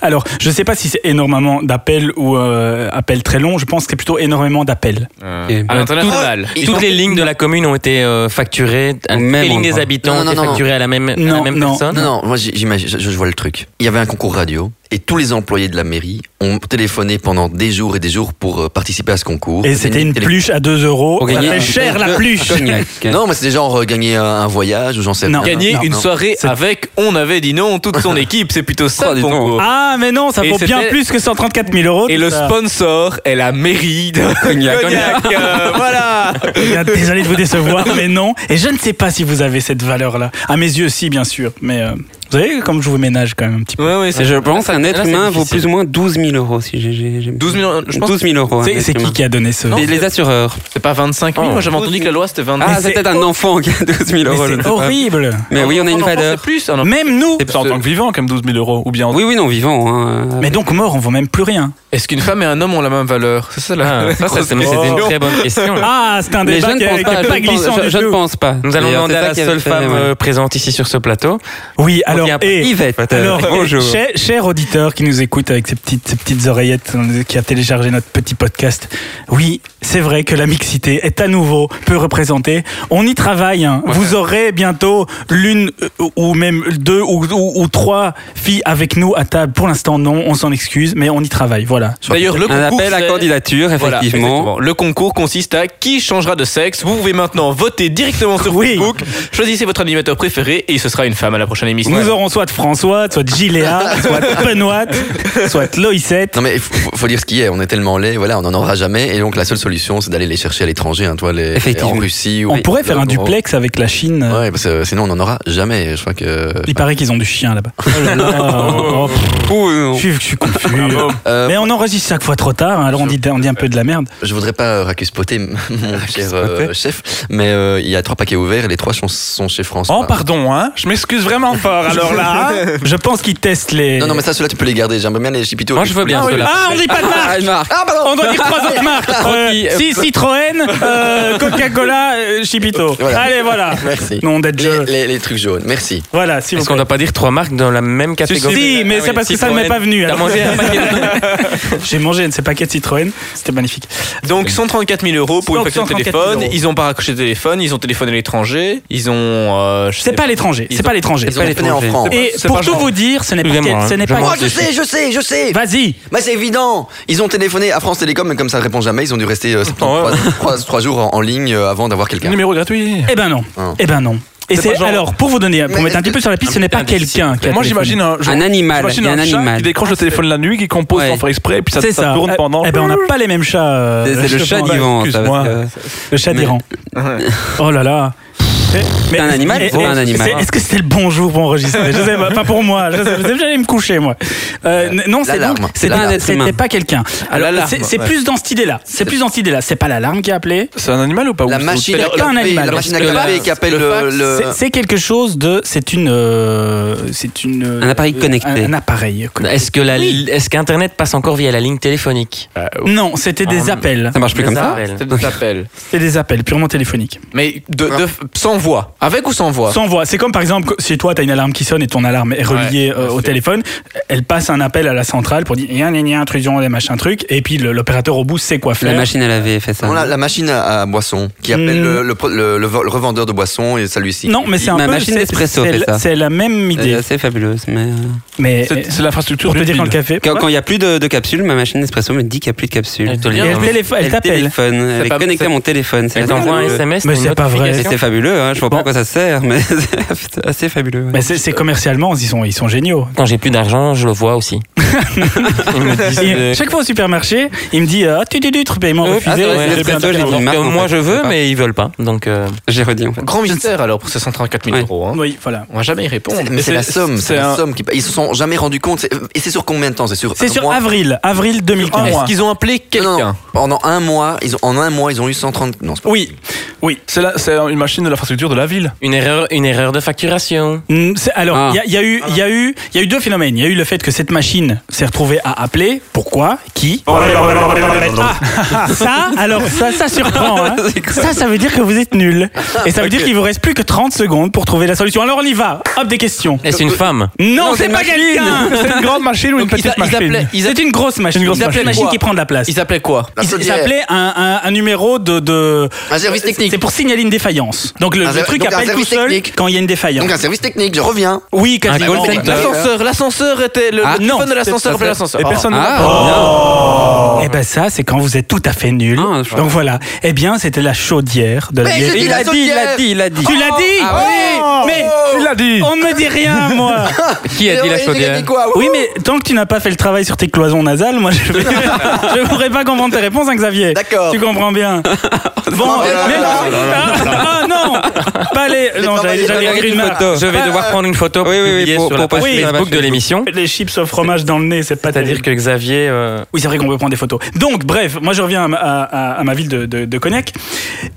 Speaker 1: Alors, je ne sais pas si c'est énormément d'appels ou euh, appels très longs. Je pense que c'est plutôt énormément d'appels.
Speaker 3: Euh,
Speaker 4: bah,
Speaker 3: à l'international.
Speaker 4: Ah, Toutes les lignes de la commune ont été euh, facturées. à-
Speaker 7: Au même
Speaker 4: les lignes des
Speaker 7: endroit.
Speaker 4: habitants
Speaker 6: Non,
Speaker 4: ont
Speaker 6: non,
Speaker 4: été
Speaker 6: non, non.
Speaker 4: facturées à la même, à la
Speaker 1: Non,
Speaker 4: même
Speaker 1: non.
Speaker 4: personne.
Speaker 6: Non, non, moi j'y- j'imagine, je, je vois le truc. Il y avait un concours radio et tous les employés de la mairie ont téléphoné pendant des jours et des jours pour euh, participer à ce concours.
Speaker 1: Et c'était une
Speaker 6: télé-
Speaker 1: pluche à 2 euros.
Speaker 7: Pour
Speaker 1: Ça
Speaker 7: gagner
Speaker 1: fait
Speaker 7: un
Speaker 1: cher la
Speaker 7: verre de
Speaker 1: pluche.
Speaker 7: cognac.
Speaker 6: (laughs) Non, mais c'était genre euh, gagner un, un voyage ou j'en sais
Speaker 1: Non.
Speaker 6: rien.
Speaker 3: Gagner
Speaker 1: Non,
Speaker 3: une
Speaker 6: non.
Speaker 3: soirée
Speaker 1: C'est-
Speaker 3: avec On avait dit non, toute son équipe, c'est plutôt ça
Speaker 7: Oh,
Speaker 3: le
Speaker 7: dis donc.
Speaker 3: concours.
Speaker 1: Ah, mais non, ça
Speaker 3: Et
Speaker 1: vaut bien
Speaker 3: c'était-
Speaker 1: plus que 134 000
Speaker 4: Ah,
Speaker 1: euros.
Speaker 3: Et le
Speaker 1: Ça.
Speaker 3: sponsor est la mairie de
Speaker 7: Cognac,
Speaker 3: Cognac. euh, voilà
Speaker 1: Eh bien, Désolé de vous décevoir, mais non. Et je ne sais pas si vous avez cette valeur-là. À mes yeux, si, bien sûr. Mais euh, vous savez comme je vous ménage quand même un petit peu.
Speaker 3: Ouais, ouais, c'est
Speaker 7: Je pense qu'un être
Speaker 3: Là, c'est
Speaker 7: humain vaut
Speaker 3: difficile.
Speaker 7: plus ou moins 12 000 euros. Si j'ai- j'ai, j'ai-
Speaker 3: 12 000, je pense
Speaker 7: 12 000 euros. un
Speaker 1: C'est
Speaker 7: être
Speaker 1: c'est qui
Speaker 7: humain.
Speaker 1: qui a donné ce
Speaker 7: les, les assureurs.
Speaker 3: que c'est pas 25 000. Moi, j'avais entendu que la loi c'était 25 000.
Speaker 7: Ah, c'est
Speaker 1: c'est-
Speaker 7: peut-être un enfant qui a 12 000
Speaker 1: Mais
Speaker 7: euros. je ne
Speaker 1: C'est
Speaker 7: sais pas.
Speaker 1: horrible.
Speaker 7: Mais oui, on a une
Speaker 3: En France,
Speaker 7: valeur.
Speaker 3: c'est plus. Ah, non.
Speaker 1: Même nous.
Speaker 5: C'est en tant que vivant, comme 12 000 euros. Ou bien en
Speaker 7: Oui, oui, non, vivant. hein.
Speaker 1: Mais donc mort, on vaut même plus rien.
Speaker 3: Est-ce qu'une femme et un homme ont la même valeur C'est ça la. (laughs) Oh.
Speaker 4: Ah, (laughs) ça, ça, c'est mais c'était une très bonne
Speaker 1: (laughs)
Speaker 4: question.
Speaker 1: Ah, c'est un
Speaker 7: Mais je
Speaker 1: débat
Speaker 7: ne
Speaker 1: qui
Speaker 7: pense
Speaker 1: est qui
Speaker 7: pas.
Speaker 1: est pas
Speaker 7: Je, ne
Speaker 1: glissant
Speaker 7: pense, je-
Speaker 1: du
Speaker 7: je ne
Speaker 1: tout.
Speaker 7: pense pas.
Speaker 4: Nous allons
Speaker 7: D'ailleurs,
Speaker 4: demander
Speaker 7: c'est
Speaker 4: à
Speaker 7: ça
Speaker 4: la
Speaker 7: qui
Speaker 4: seule
Speaker 7: avait fait,
Speaker 4: femme
Speaker 7: ouais.
Speaker 4: euh, présente ici sur ce plateau.
Speaker 1: Oui,
Speaker 4: On
Speaker 1: alors,
Speaker 4: vient pas.
Speaker 1: et,
Speaker 4: (laughs)
Speaker 7: Yvette.
Speaker 1: alors eh,
Speaker 7: euh, bonjour.
Speaker 1: cher, cher auditeur qui nous écoute avec ses petites, ses petites oreillettes, euh, qui a téléchargé notre petit podcast, oui, c'est vrai que la mixité est à nouveau peu représentée. On y travaille. hein. Vous aurez bientôt l'une euh, ou même deux ou, ou- ou trois filles avec nous à table. Pour l'instant, non, on s'en excuse, mais on y travaille. Voilà.
Speaker 3: D'ailleurs, le
Speaker 7: Un
Speaker 3: concours.
Speaker 7: appel à
Speaker 3: c'est-
Speaker 7: candidature,
Speaker 3: Voilà,
Speaker 7: effectivement.
Speaker 3: exactement. le concours consiste à qui changera de sexe. Vous pouvez maintenant voter directement sur
Speaker 1: Oui.
Speaker 3: Facebook. Choisissez votre animateur préféré et ce sera une femme à la prochaine émission.
Speaker 1: Nous aurons soit François, soit Giléa,
Speaker 7: (laughs)
Speaker 1: soit Benoît, soit Loïsette.
Speaker 6: Non mais il faut, faut- faut dire ce qui est, on est tellement laid, voilà, on n'en aura jamais, et donc la seule solution c'est d'aller les chercher à l'étranger, hein, toi, les,
Speaker 7: Effectivement.
Speaker 6: en Russie ou...
Speaker 1: On pourrait faire un duplex hein. avec la Chine.
Speaker 6: Oh. Ouais, parce que sinon on n'en aura jamais, je crois que...
Speaker 1: Il paraît qu'ils ont du chien là-bas. Oh, pff, je, suis- je suis confus.
Speaker 6: Euh,
Speaker 1: Mais on enregistre chaque fois trop tard, hein, alors on dit, on dit un peu de la merde.
Speaker 6: Je voudrais pas euh, racuspoter (laughs) mon cher euh,
Speaker 7: Racuspoter.
Speaker 6: chef, mais euh, il y a trois paquets ouverts et les trois sont, sont chez France.
Speaker 5: Oh, pardon, hein. Je m'excuse vraiment fort. Alors là.
Speaker 1: hein. Je pense qu'ils testent les.
Speaker 6: Non, non, mais ça, ceux-là, tu peux les garder. J'aimerais bien les chipitos.
Speaker 4: Moi, je veux bien cela.
Speaker 1: Ah, on dit pas de
Speaker 7: Ah,
Speaker 1: marque
Speaker 7: une marque.
Speaker 6: Ah, pardon
Speaker 1: On doit dire trois autres marques Euh, Si, Citroën, euh, Coca-Cola, euh, Chipito.
Speaker 6: Voilà.
Speaker 1: Allez, voilà.
Speaker 6: Merci.
Speaker 1: Non, d'être
Speaker 6: les,
Speaker 1: jeu.
Speaker 6: les- les trucs jaunes, merci.
Speaker 1: Voilà, si vous
Speaker 4: Est-ce qu'on ne doit pas dire trois marques dans la même catégorie
Speaker 1: Si, mais c'est parce que ça ne m'est pas venu.
Speaker 4: T'as
Speaker 1: alors.
Speaker 4: mangé un paquet de-
Speaker 1: (laughs) J'ai mangé un de ces paquets de Citroën, c'était magnifique.
Speaker 3: Donc 134 000 euros pour une facture de
Speaker 1: 134 000
Speaker 3: téléphone.
Speaker 1: euros.
Speaker 3: Ils ont pas raccroché le téléphone. Ils ont téléphoné à l'étranger. Ils ont. euh, je sais
Speaker 1: C'est pas l'étranger,
Speaker 3: Ils
Speaker 1: c'est
Speaker 3: ont-
Speaker 1: pas l'étranger.
Speaker 6: Ils ont téléphoné en
Speaker 7: étrangers.
Speaker 6: France.
Speaker 1: Et
Speaker 3: c'est
Speaker 1: pour
Speaker 3: pas
Speaker 1: tout
Speaker 3: genre.
Speaker 1: vous dire, ce n'est pas.
Speaker 4: Excusez-moi,
Speaker 1: ce
Speaker 4: hein,
Speaker 1: n'est
Speaker 4: je
Speaker 1: pas-
Speaker 6: Moi, je sais, je sais, je sais.
Speaker 1: Vas-y.
Speaker 6: Bah, c'est évident. Ils ont téléphoné à France Télécom, mais comme ça ne répond jamais, ils ont dû rester euh, 73 trois- trois jours en, en ligne euh, avant d'avoir quelqu'un.
Speaker 5: Numéro gratuit.
Speaker 1: Eh ben non.
Speaker 6: Ah.
Speaker 1: Eh ben non. Et
Speaker 5: C'est pas
Speaker 1: c'est
Speaker 5: genre-
Speaker 1: alors pour vous donner, pour
Speaker 6: Mais
Speaker 1: mettre un petit peu sur la piste, ce n'est pas quelqu'un qui a
Speaker 5: Moi,
Speaker 1: téléphoné.
Speaker 5: j'imagine un. genre-
Speaker 7: Un animal.
Speaker 5: j'imagine
Speaker 7: Il y a un
Speaker 5: chat
Speaker 7: animal.
Speaker 5: qui décroche le téléphone la nuit, qui compose
Speaker 7: Ouais.
Speaker 5: sans faire exprès, et puis ça,
Speaker 1: C'est
Speaker 5: ça
Speaker 1: ça.
Speaker 5: tourne pendant.
Speaker 1: Eh ben on n'a pas les mêmes chats. euh,
Speaker 7: C'est c'est le
Speaker 1: je
Speaker 7: chat
Speaker 1: pense.
Speaker 7: d'Ivan. ça,
Speaker 5: excuse-moi.
Speaker 7: parce que-
Speaker 1: Le chat d'Iran.
Speaker 5: Ah
Speaker 1: Oh là là. Mais- mais-
Speaker 7: un animal,
Speaker 1: eh,
Speaker 7: c'est
Speaker 1: eh,
Speaker 7: un animal.
Speaker 1: c'est- Est-ce que c'était le bon jour pour enregistrer Je sais pas, pas pour moi. Je sais, je sais, j'allais me coucher moi. Euh, n- non, c'est
Speaker 6: L'alarme.
Speaker 1: donc c'est
Speaker 7: L'alarme.
Speaker 1: pas- c'était pas quelqu'un. Alors
Speaker 3: L'alarme,
Speaker 1: c'est c'est
Speaker 3: ouais.
Speaker 1: plus dans cette idée-là. C'est plus dans cette idée-là. C'est pas l'alarme qui a appelé.
Speaker 5: C'est un animal ou pas
Speaker 6: La
Speaker 5: Ou-
Speaker 6: machine,
Speaker 1: c'est
Speaker 6: à
Speaker 1: pas un
Speaker 6: café,
Speaker 1: animal.
Speaker 6: la machine à
Speaker 3: Parce que
Speaker 6: café
Speaker 3: là,
Speaker 6: qui appelle
Speaker 3: le fax,
Speaker 6: le. le-
Speaker 1: C'est- C'est quelque chose de. C'est une. euh, C'est une. euh,
Speaker 7: Un appareil connecté.
Speaker 1: Un, un appareil. connecté.
Speaker 4: Est-ce que la li- est-ce qu'Internet passe encore via la ligne téléphonique
Speaker 1: Non, c'était des
Speaker 4: Ah,
Speaker 1: appels.
Speaker 7: Ça marche plus
Speaker 4: Les
Speaker 7: Ah, comme ça.
Speaker 4: appels.
Speaker 3: C'est des appels.
Speaker 1: C'était des appels purement téléphoniques.
Speaker 3: Mais de, de- sans voix. Avec ou sans voix
Speaker 1: Sans voix. C'est comme par exemple que- si toi t'as une alarme qui sonne et ton alarme est reliée euh, au téléphone, elle passe un appel à la centrale pour dire il y a un intrusion, des machins trucs, et puis le- l'opérateur au bout sait quoi faire.
Speaker 7: La machine à laver fait ça.
Speaker 6: Non, la, la machine à, à boisson qui appelle
Speaker 1: Hmm.
Speaker 6: le, le pro- le- le vo- le revendeur de boissons et celui-ci.
Speaker 1: Non, mais c'est un
Speaker 7: Ma
Speaker 1: peu.
Speaker 7: machine
Speaker 1: c'est-
Speaker 7: d'espresso
Speaker 1: c'est
Speaker 7: fait
Speaker 1: la-
Speaker 7: ça. Euh,
Speaker 1: C'est la même
Speaker 7: Elle est
Speaker 1: idée.
Speaker 7: assez fabuleuse. Mais euh,
Speaker 1: Mais
Speaker 5: C'est c'est l'infrastructure
Speaker 1: pour te
Speaker 5: d'une
Speaker 1: Eh, dire dans le
Speaker 5: ville.
Speaker 1: café.
Speaker 7: quand quand il n'y a plus de, de capsules, ma machine espresso me dit qu'il n'y a plus de capsules.
Speaker 4: Elle te
Speaker 1: Et
Speaker 4: lit.
Speaker 1: elle
Speaker 4: Elle
Speaker 1: télépho- elle
Speaker 7: Elle
Speaker 1: t'appelle.
Speaker 7: téléphone. Elle est
Speaker 3: pas-
Speaker 7: connectée à
Speaker 3: c'est-
Speaker 7: mon téléphone. C'est
Speaker 4: t'envoie un
Speaker 7: fabuleuse.
Speaker 4: SMS.
Speaker 1: Mais
Speaker 4: une
Speaker 1: c'est pas vrai.
Speaker 7: Et
Speaker 4: notification.
Speaker 7: c'est fabuleux. hein, moi, je vois pas à quoi ça sert, mais c'est assez fabuleux. ouais.
Speaker 1: Mais Bah, c'est c'est commercialement, ils sont, ils sont géniaux.
Speaker 4: Quand j'ai plus d'argent, je le vois aussi. Ils me disent, euh,
Speaker 1: Et chaque fois au supermarché, il me dit Ah, tu du paiement
Speaker 4: Ouais,
Speaker 1: refusé.
Speaker 4: ah, c'est vrai,
Speaker 1: j'ai
Speaker 4: c'est
Speaker 1: bien
Speaker 7: très
Speaker 1: payé.
Speaker 7: joli.
Speaker 4: alors que
Speaker 7: marque, en
Speaker 4: euh, moi
Speaker 7: fait,
Speaker 4: je
Speaker 7: je sais
Speaker 4: veux,
Speaker 7: pas.
Speaker 4: mais ils veulent pas. Donc euh,
Speaker 7: J'ai redit en fait.
Speaker 3: Grand mystère alors pour ces 134 000
Speaker 7: Ouais.
Speaker 3: euros. hein.
Speaker 1: Oui, voilà.
Speaker 3: On va jamais y répondre.
Speaker 6: Mais c'est la somme, c'est la
Speaker 5: un-
Speaker 6: somme. Qui... Ils se sont jamais rendus compte. C'est- Et c'est sur combien de temps C'est sur
Speaker 1: C'est
Speaker 6: un
Speaker 1: sur
Speaker 6: mois
Speaker 1: avril, avril 2015.
Speaker 3: Est-ce qu'ils ont appelé
Speaker 6: Non, non,
Speaker 3: quelqu'un
Speaker 6: non. Ah, Pendant un mois, ils ont, en un mois, ils ont eu 130. Non, c'est pas
Speaker 1: Oui,
Speaker 5: C'est la- c'est une machine de l'infrastructure de la ville.
Speaker 4: une erreur, une erreur de facturation.
Speaker 1: Mm, c'est- Alors,
Speaker 7: Ah.
Speaker 1: il y, a- il y a eu, il y a eu, il y a eu deux phénomènes. Il y a eu le fait que cette machine s'est retrouvée à appeler. Pourquoi Qui Ah, Ça, alors ça, ça surprend. hein. Ça, ça veut dire que vous êtes nul. Et ça veut dire qu'il vous reste plus que 30 secondes pour trouver la solution. Alors on y va. Hop, des questions.
Speaker 4: Est-ce une femme
Speaker 1: Non,
Speaker 7: Non,
Speaker 1: c'est
Speaker 7: c'est
Speaker 1: pas
Speaker 7: une
Speaker 1: quelqu'un. C'est une grande machine ou une
Speaker 3: petite machine
Speaker 1: C'est une grosse machine.
Speaker 3: Une grosse
Speaker 1: Ils appelaient
Speaker 3: machine.
Speaker 1: machine
Speaker 3: Quoi
Speaker 1: qui prend de la place.
Speaker 3: Ils appelaient quoi
Speaker 6: Un
Speaker 1: Ils
Speaker 6: soldier.
Speaker 1: appelaient un, un- un numéro de, de-
Speaker 6: Un service technique.
Speaker 1: C'est pour signaler une défaillance. Donc le,
Speaker 6: Un
Speaker 1: le
Speaker 6: ser-
Speaker 1: truc
Speaker 6: donc un
Speaker 1: appelle tout
Speaker 6: service
Speaker 1: seul
Speaker 6: technique.
Speaker 1: quand il y a une défaillance.
Speaker 6: Donc un service technique, je reviens.
Speaker 1: Oui, quasiment.
Speaker 4: call center.
Speaker 6: euh,
Speaker 3: L'ascenseur, l'ascenseur était le,
Speaker 7: Ah,
Speaker 3: le téléphone
Speaker 1: non,
Speaker 3: de l'ascenseur
Speaker 7: c'est-
Speaker 3: appelait l'ascenseur.
Speaker 5: Et personne ne l'a-
Speaker 7: Ah,
Speaker 1: Et ben ça, c'est quand vous êtes tout à fait nul.
Speaker 7: Ah, je vois.
Speaker 1: Donc voilà. Eh bien, c'était la chaudière de la
Speaker 6: Mais j'ai
Speaker 1: mairie.
Speaker 6: dit la chaudière.
Speaker 7: il a dit.
Speaker 1: Tu l'as dit
Speaker 7: Ah
Speaker 1: oui Mais
Speaker 5: Il l'a
Speaker 6: Oh.
Speaker 5: dit
Speaker 1: on ne me dit rien,
Speaker 6: (laughs)
Speaker 1: moi.
Speaker 4: Qui a dit la chaudière
Speaker 1: Oui, mais tant que tu n'as pas fait le travail sur tes cloisons nasales, moi, je vais... (laughs) je pourrais pas comprendre tes réponses, hein, Xavier.
Speaker 6: D'accord.
Speaker 1: Tu comprends
Speaker 6: (laughs)
Speaker 1: bien. Bon,
Speaker 6: Non, mais-
Speaker 1: mais-
Speaker 6: non, non,
Speaker 1: ah ah, non, pas les. Non, j'allais
Speaker 6: travail-
Speaker 1: j'allais
Speaker 6: les
Speaker 1: dire une marque.
Speaker 4: Je vais
Speaker 1: Bah,
Speaker 4: devoir prendre une photo pour
Speaker 7: Euh, oui, oui, oui,
Speaker 4: publier
Speaker 7: pour-
Speaker 4: sur
Speaker 7: pour
Speaker 4: la page
Speaker 1: passer la
Speaker 4: Facebook
Speaker 7: page
Speaker 4: de l'émission.
Speaker 1: Les chips au fromage dans le nez, c'est pas
Speaker 4: C'est-à-dire
Speaker 1: terrible.
Speaker 4: que Xavier. euh,
Speaker 1: Oui, c'est vrai qu'on peut prendre des photos. Donc, bref, moi je reviens à, ma- à- à- à ma ville de, de, de Cognac.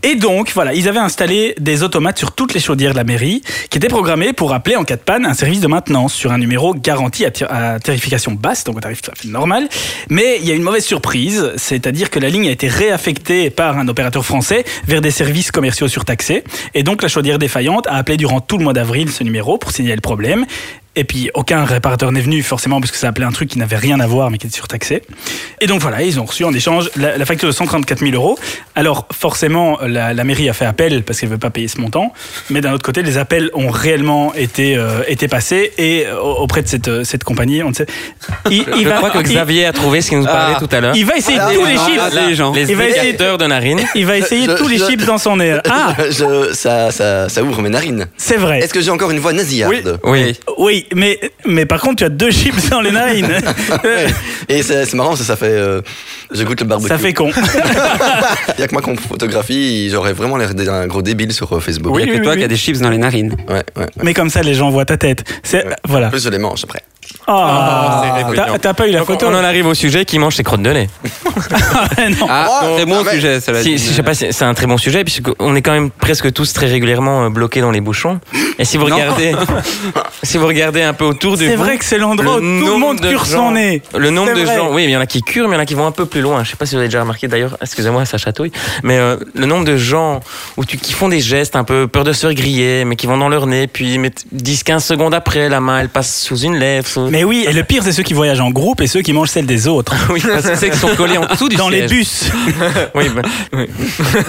Speaker 1: Et donc, voilà, ils avaient installé des automates sur toutes les chaudières de la mairie qui étaient programmés pour appeler en cas de panne un service de maintenance sur un numéro garanti à, ti- à tarification basse, donc au tarif tout à fait normal. Mais il y a une mauvaise surprise, c'est-à-dire que la ligne a été réaffectée par un opérateur français vers des services commerciaux surtaxés. Et donc, la chaudière défaillante a appelé durant tout le mois d'avril ce numéro pour signaler le problème. Et puis aucun réparateur n'est venu forcément parce que ça appelait un truc qui n'avait rien à voir mais qui était surtaxé. Et donc voilà, ils ont reçu en échange la, la facture de 134 000 euros. Alors forcément, la, la mairie a fait appel parce qu'elle veut pas payer ce montant. Mais d'un autre côté, les appels ont réellement été, euh, été passés et euh, auprès de cette, euh, cette compagnie, on ne sait. Il, il
Speaker 4: Je
Speaker 1: va,
Speaker 4: crois que
Speaker 1: Ah, il-
Speaker 4: Xavier hein. a trouvé ce qu'il nous parlait tout à l'heure.
Speaker 1: il, va essayer
Speaker 6: Ah,
Speaker 1: tous
Speaker 6: ah,
Speaker 1: les
Speaker 6: ah,
Speaker 1: chips.
Speaker 6: ah,
Speaker 7: Les gens.
Speaker 4: Les
Speaker 1: il va essayer-
Speaker 4: écarteurs de narine.
Speaker 1: Il va essayer
Speaker 6: je-
Speaker 1: tous les
Speaker 6: je-
Speaker 1: chips dans son air. Ah,
Speaker 6: (laughs) Je- ça, ça, ça ouvre mes narines.
Speaker 1: c'est vrai.
Speaker 6: Est-ce que j'ai encore une voix nasillarde
Speaker 4: Oui.
Speaker 1: Oui, mais, mais par contre, tu as deux chips dans les
Speaker 6: (laughs)
Speaker 1: narines.
Speaker 6: Et c'est c'est marrant, ça, ça fait. euh, je goûte le barbecue.
Speaker 1: ça fait con.
Speaker 6: Il y a que moi qu'on photographie, j'aurais vraiment l'air d'un gros débile sur euh, Facebook.
Speaker 7: Il y a que toi qui as des chips dans les narines.
Speaker 6: Ouais, ouais.
Speaker 1: Mais comme ça, les gens voient ta tête. C'est
Speaker 6: Ouais.
Speaker 1: voilà.
Speaker 6: En plus, je les mange après.
Speaker 1: Ah, t'as- t'as pas eu la
Speaker 4: Donc,
Speaker 1: photo
Speaker 4: on en arrive au sujet qui mange ses crottes de nez.
Speaker 1: Ah, (laughs) non.
Speaker 7: Ah,
Speaker 6: Oh,
Speaker 7: très bon
Speaker 6: ah ouais.
Speaker 7: sujet, cela
Speaker 4: Si,
Speaker 7: dit.
Speaker 4: si, je sais pas, c'est c'est un très bon sujet puisqu'on est quand même presque tous très régulièrement euh, bloqués dans les bouchons. Et si vous
Speaker 1: (laughs)
Speaker 7: Non.
Speaker 4: regardez, si vous regardez un peu autour de
Speaker 1: C'est
Speaker 4: vous,
Speaker 1: vrai que c'est l'endroit où tout le
Speaker 4: nombre
Speaker 1: monde
Speaker 4: de
Speaker 1: cure
Speaker 4: gens-
Speaker 1: son nez.
Speaker 4: Le nombre
Speaker 1: C'est
Speaker 4: de
Speaker 1: vrai.
Speaker 4: gens, oui, mais il y en a qui curent, mais il y en a qui vont un peu plus loin. Je sais pas si vous avez déjà remarqué d'ailleurs, excusez-moi, ça chatouille, mais euh, le nombre de gens où tu, qui font des gestes un peu peur de se faire griller, mais qui vont dans leur nez, puis ils mettent 10-15 secondes après, la main elle passe sous une lèvre. sous-
Speaker 1: Mais oui, et le pire, c'est ceux qui voyagent en groupe et ceux qui mangent celle des autres.
Speaker 4: (laughs) Oui, parce que c'est qu'ils sont collés en dessous du
Speaker 1: Dans les
Speaker 4: siège.
Speaker 1: bus.
Speaker 4: Oui, bah, oui.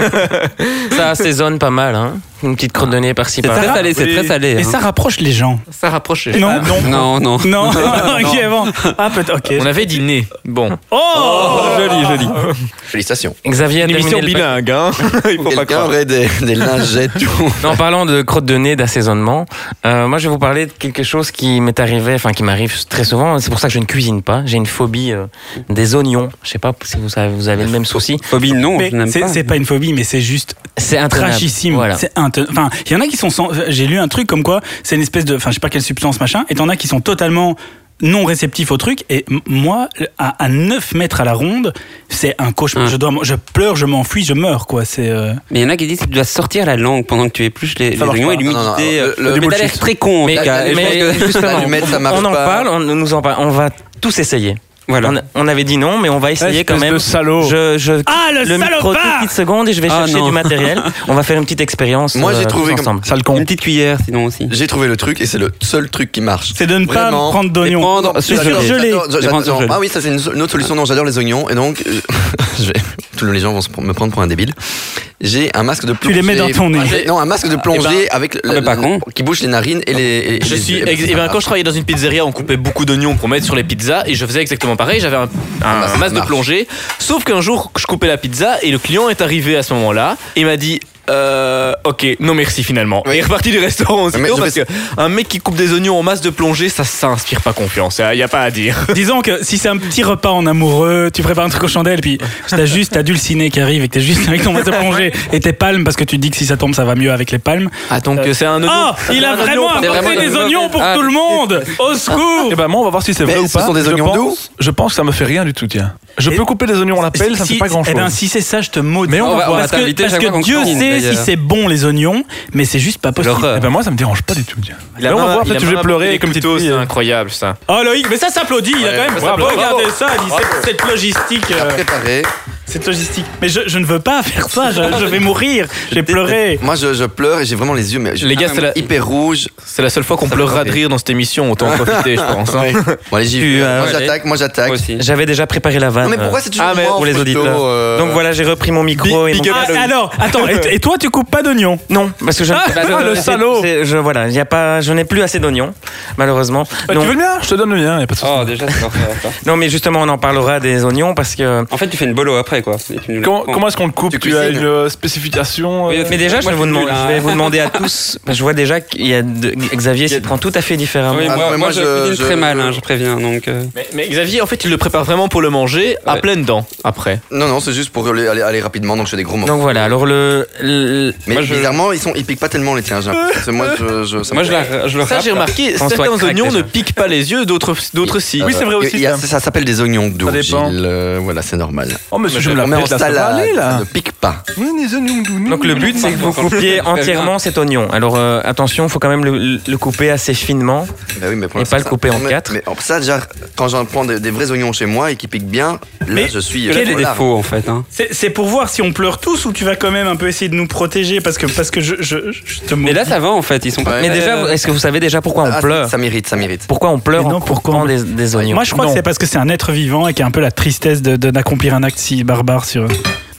Speaker 4: (laughs) ça assaisonne pas mal, hein. Une petite crotte de nez par-ci
Speaker 7: C'est
Speaker 4: par-là.
Speaker 7: très salé, c'est
Speaker 5: oui.
Speaker 7: très salé.
Speaker 1: Et
Speaker 7: hein.
Speaker 1: ça rapproche les gens.
Speaker 3: Ça rapprochait.
Speaker 1: Non, non.
Speaker 7: Non, non.
Speaker 4: Ah, (laughs)
Speaker 1: Non, (laughs) ok, bon. Ah, peut-être, ok.
Speaker 3: On avait dit nez. Bon.
Speaker 1: Oh
Speaker 5: Joli, joli.
Speaker 6: euh, Félicitations.
Speaker 4: Xavier a
Speaker 3: Une émission
Speaker 4: terminé le pack-
Speaker 3: bilingue, hein. (laughs) Il faut pas
Speaker 6: Quelqu'un
Speaker 3: croire.
Speaker 6: aurait des, des lingettes ou-
Speaker 4: Non, En parlant de crotte de nez, d'assaisonnement, euh, moi je vais vous parler de quelque chose qui m'est arrivé, enfin qui m'arrive très souvent. C'est pour ça que je ne cuisine pas. J'ai une phobie euh, des oignons. Je sais pas si vous avez, vous avez le même souci.
Speaker 7: Phobie, non,
Speaker 1: Mais
Speaker 7: je n'aime
Speaker 1: c'est-
Speaker 7: pas.
Speaker 1: c'est pas une phobie, mais c'est juste
Speaker 4: C'est intenable.
Speaker 1: trashissime.
Speaker 4: Voilà.
Speaker 1: C'est inte- Enfin, il y en a qui sont. sans- J'ai lu un truc comme quoi c'est une espèce de. Enfin, je sais pas quelle substance machin. Et t'en as qui sont totalement non réceptifs au truc. Et m- moi, à, à 9 mètres à la ronde, c'est un cauchemar.
Speaker 7: Ouais.
Speaker 1: Je dois, m- je pleure, je m'enfuis, je meurs quoi. C'est. euh,
Speaker 7: Mais il y en a qui disent que tu dois sortir la langue pendant que tu épluches les, les
Speaker 6: marche
Speaker 7: oignons
Speaker 6: pas.
Speaker 7: et l'humidité.
Speaker 6: Non, non, non,
Speaker 7: euh,
Speaker 6: le- le
Speaker 7: mais t'as l'air
Speaker 6: bullshit.
Speaker 7: très con, en
Speaker 4: Mais,
Speaker 7: tout cas. Et je
Speaker 4: mais
Speaker 7: pense que-
Speaker 4: justement,
Speaker 6: l'allumette, ça marche
Speaker 4: on en
Speaker 6: pas.
Speaker 4: parle, on nous en parle, on va tous essayer.
Speaker 7: Voilà.
Speaker 4: On, on avait dit non, mais on va essayer quand même.
Speaker 5: de salaud.
Speaker 4: Je, je
Speaker 1: Ah, le
Speaker 4: le micro deux
Speaker 1: salopard
Speaker 4: petites secondes et je vais
Speaker 7: Ah,
Speaker 4: chercher
Speaker 7: non.
Speaker 4: du matériel. On va faire une petite expérience.
Speaker 6: Moi, j'ai
Speaker 4: euh,
Speaker 6: trouvé
Speaker 4: tous
Speaker 6: comme-
Speaker 4: ensemble.
Speaker 5: Ça le
Speaker 7: Une
Speaker 5: compte.
Speaker 7: petite cuillère, sinon (laughs) aussi.
Speaker 6: J'ai trouvé le truc et c'est le seul truc qui marche.
Speaker 1: C'est de ne pas
Speaker 6: Vraiment.
Speaker 1: prendre
Speaker 7: Et
Speaker 1: d'oignons.
Speaker 7: prendre
Speaker 1: Sur-
Speaker 7: surgelé.
Speaker 1: surgelé.
Speaker 6: J'adore-
Speaker 7: Les
Speaker 6: j'adore-
Speaker 7: surgelés.
Speaker 6: Ah oui, ça c'est une, une autre solution. Non, j'adore les oignons et donc euh, (laughs) je vais- tous les gens vont se pr- me prendre pour un débile. J'ai un masque de
Speaker 1: Tu
Speaker 6: plongée.
Speaker 1: les mets dans ton nez.
Speaker 6: Ah, j'ai- Non, un masque de plongée avec
Speaker 7: mais pas con.
Speaker 6: qui bouche les narines et les. et
Speaker 3: Je
Speaker 6: les-
Speaker 3: suis.
Speaker 6: et les-
Speaker 3: ex- eh ben, quand je travaillais dans une pizzeria, on coupait beaucoup d'oignons pour mettre sur les pizzas et je faisais exactement pareil. J'avais un, un
Speaker 6: bah, ça
Speaker 3: masque de
Speaker 6: marche.
Speaker 3: plongée. Sauf qu'un jour, je coupais la pizza et le client est arrivé à ce moment-là et m'a dit euh, ok, non merci finalement.
Speaker 6: Oui.
Speaker 3: Et il est reparti du restaurant aussi
Speaker 6: Mais
Speaker 3: tôt
Speaker 6: je
Speaker 3: parce
Speaker 6: vais-
Speaker 3: qu'un mec qui coupe des oignons en masse de plongée, ça, ça inspire pas confiance. Il y a pas à dire.
Speaker 1: Disons que si c'est un petit repas en amoureux, tu prépares un truc aux chandelles, puis t'as juste ta dulcinée qui arrive et que t'es juste avec ton masque à plonger et tes palmes parce que tu te dis que si ça tombe, ça va mieux avec les palmes.
Speaker 3: Ah donc c'est un oignon.
Speaker 1: Oh, il a vraiment
Speaker 4: pardon.
Speaker 1: apporté
Speaker 4: C'est vraiment
Speaker 1: des
Speaker 4: un oignon.
Speaker 1: oignons pour
Speaker 4: Ah.
Speaker 1: tout le monde. Au secours.
Speaker 5: Et ben moi, on va voir si c'est
Speaker 6: Mais
Speaker 5: vrai ou
Speaker 6: ce
Speaker 5: pas.
Speaker 6: sont des
Speaker 5: Je
Speaker 6: oignons
Speaker 5: pense-
Speaker 6: doux
Speaker 5: Je pense que ça me fait rien du tout, tiens. Je
Speaker 1: Et-
Speaker 5: peux couper les oignons à la pelle, ça me
Speaker 1: Si-
Speaker 5: fait pas grand
Speaker 1: (laughs) Eh
Speaker 5: chose.
Speaker 1: ben, si c'est ça, je te maudis.
Speaker 5: Mais on va
Speaker 1: parce
Speaker 7: voir.
Speaker 1: que,
Speaker 7: T'inviter
Speaker 1: parce
Speaker 7: chaque
Speaker 1: que
Speaker 7: fois qu'on
Speaker 1: Dieu
Speaker 7: cuisine,
Speaker 1: sait si
Speaker 7: d'ailleurs.
Speaker 1: c'est bon les oignons, mais c'est juste pas possible.
Speaker 7: L'horreur.
Speaker 5: Eh ben moi, ça me dérange pas du tout, tiens.
Speaker 3: Il a
Speaker 5: Là, on
Speaker 3: même-
Speaker 5: va voir,
Speaker 3: il a
Speaker 5: peut-être que je
Speaker 3: même
Speaker 5: vais pleurer
Speaker 3: apporté
Speaker 5: comme
Speaker 3: des
Speaker 5: petite
Speaker 3: couteaux,
Speaker 5: fille.
Speaker 3: C'est incroyable ça.
Speaker 1: Oh Loïc, mais ça s'applaudit, il a
Speaker 3: Ouais,
Speaker 1: quand même
Speaker 3: ça s'applaudit.
Speaker 1: regardez
Speaker 3: Bravo.
Speaker 1: ça, il dit,
Speaker 3: Bravo.
Speaker 1: cette- cette logistique, euh,
Speaker 6: Préparé.
Speaker 1: cette logistique. Mais je, je ne veux pas faire ça, je, je vais mourir, j'ai pleuré.
Speaker 6: Moi, je, je pleure et j'ai vraiment les yeux mais je-
Speaker 3: Les gars, c'est la-
Speaker 6: hyper rouges.
Speaker 3: C'est la seule fois qu'on
Speaker 6: Ça
Speaker 3: pleurera
Speaker 6: me
Speaker 3: de
Speaker 6: fait.
Speaker 3: rire dans cette émission. Autant (laughs) en profiter, je pense. hein.
Speaker 6: (laughs) Bon, allez, j'y
Speaker 4: Tu,
Speaker 6: vais.
Speaker 4: euh,
Speaker 6: moi,
Speaker 4: ouais,
Speaker 6: j'attaque, moi, j'attaque.
Speaker 7: Moi aussi.
Speaker 4: J'avais déjà préparé la vanne.
Speaker 6: Non, mais pourquoi c'est toujours
Speaker 4: Ah, mais
Speaker 6: moi,
Speaker 4: pour les
Speaker 6: plutôt,
Speaker 4: auditeurs.
Speaker 6: euh,
Speaker 4: Donc voilà, j'ai repris mon micro et
Speaker 3: big
Speaker 4: mon
Speaker 3: up.
Speaker 1: Ah,
Speaker 3: Loïc.
Speaker 1: alors, attends, et, et toi tu coupes pas d'oignons
Speaker 4: Non, parce que je
Speaker 1: Ah,
Speaker 4: Bah,
Speaker 1: le
Speaker 4: c'est-
Speaker 1: salaud.
Speaker 4: c'est- je voilà, il y a pas, je n'ai plus assez d'oignons, malheureusement.
Speaker 5: Euh,
Speaker 4: non,
Speaker 5: Tu veux le mien Je te donne le mien, y a pas de souci.
Speaker 7: Oh, déjà, c'est parfait. ça.
Speaker 4: non, mais justement, on en parlera des oignons parce que.
Speaker 7: En fait, tu fais une bolo après, quoi. Et tu nous la
Speaker 5: Comment,
Speaker 7: prends.
Speaker 5: comment est-ce qu'on le coupe
Speaker 6: Tu
Speaker 5: Tu, as
Speaker 6: cuisines
Speaker 5: une euh, spécification euh,
Speaker 7: Oui,
Speaker 4: Mais déjà, je
Speaker 7: Moi,
Speaker 4: vais, vous
Speaker 7: je suis
Speaker 4: demander,
Speaker 7: nul, hein.
Speaker 4: je vais vous demander à tous. Je vois déjà qu'il y a de- Xavier s'y prend tout à fait différemment.
Speaker 7: Oui,
Speaker 6: Ah,
Speaker 7: moi,
Speaker 6: mais
Speaker 7: moi,
Speaker 6: moi,
Speaker 7: je,
Speaker 6: je-
Speaker 7: cuisine
Speaker 6: je-
Speaker 7: très mal, hein, je préviens. Donc, euh,
Speaker 3: Mais, mais Xavier, en fait, il le prépare vraiment pour le manger à
Speaker 7: Ouais.
Speaker 3: pleines dents après.
Speaker 6: Non, non, c'est juste pour aller, aller, aller rapidement, donc je fais des gros morceaux.
Speaker 4: Donc voilà, alors le, le-
Speaker 6: Mais
Speaker 7: Moi, je-
Speaker 6: bizarrement, ils, sont, ils piquent pas tellement les tiens. j'ai l'impression. Parce que Moi, je, je, ça
Speaker 7: moi,
Speaker 6: me-
Speaker 7: je, la, je le
Speaker 3: Ça,
Speaker 7: râpe.
Speaker 3: j'ai remarqué.
Speaker 4: Pense-toi
Speaker 3: Certains
Speaker 4: crack,
Speaker 3: oignons
Speaker 4: déjà.
Speaker 3: ne piquent pas les yeux, d'autres d'autres si.
Speaker 5: Oui, c'est vrai aussi,
Speaker 6: Ah, Il y a-
Speaker 5: ça.
Speaker 6: ça. ça s'appelle des oignons doux.
Speaker 5: Ça dépend.
Speaker 6: Gilles, euh, voilà, c'est normal.
Speaker 5: Oh, monsieur, je me la
Speaker 6: On met en
Speaker 5: pète, là, ça va
Speaker 6: salade.
Speaker 5: aller,
Speaker 6: Ça
Speaker 5: là.
Speaker 6: ne pique pas.
Speaker 4: Donc le but c'est que vous coupiez entièrement cet oignon. Alors euh, attention, faut quand même le, le couper assez finement.
Speaker 6: Bah oui, mais pour
Speaker 4: Et
Speaker 6: l'instant,
Speaker 4: pas le
Speaker 6: ça-
Speaker 4: couper en
Speaker 6: mais-
Speaker 4: quatre.
Speaker 6: Mais en- ça, déjà, quand j'en prends des, des vrais oignons chez moi et qui piquent bien, là,
Speaker 1: Mais
Speaker 6: je suis.
Speaker 7: Quel est
Speaker 6: voilà.
Speaker 7: défaut, en fait hein
Speaker 1: C'est c'est pour voir si on pleure tous ou tu vas quand même un peu essayer de nous protéger parce que, parce que je, je, je te
Speaker 7: Mais
Speaker 1: maudis.
Speaker 7: là, ça va, en fait. Ils sont pas.
Speaker 6: Ouais.
Speaker 4: Mais
Speaker 7: très,
Speaker 4: déjà,
Speaker 7: euh,
Speaker 4: vous- est-ce que vous savez déjà pourquoi
Speaker 6: Ah,
Speaker 4: on pleure
Speaker 6: Ça mérite, ça mérite.
Speaker 4: Pourquoi on pleure
Speaker 1: Mais non,
Speaker 4: en
Speaker 1: pourquoi
Speaker 4: coupant
Speaker 1: on-
Speaker 4: des, des oignons
Speaker 1: Moi je crois
Speaker 5: Non.
Speaker 1: que c'est parce que c'est un être vivant et qu'il y a un peu la tristesse d'accomplir de, d'accomplir un acte si barbare sur.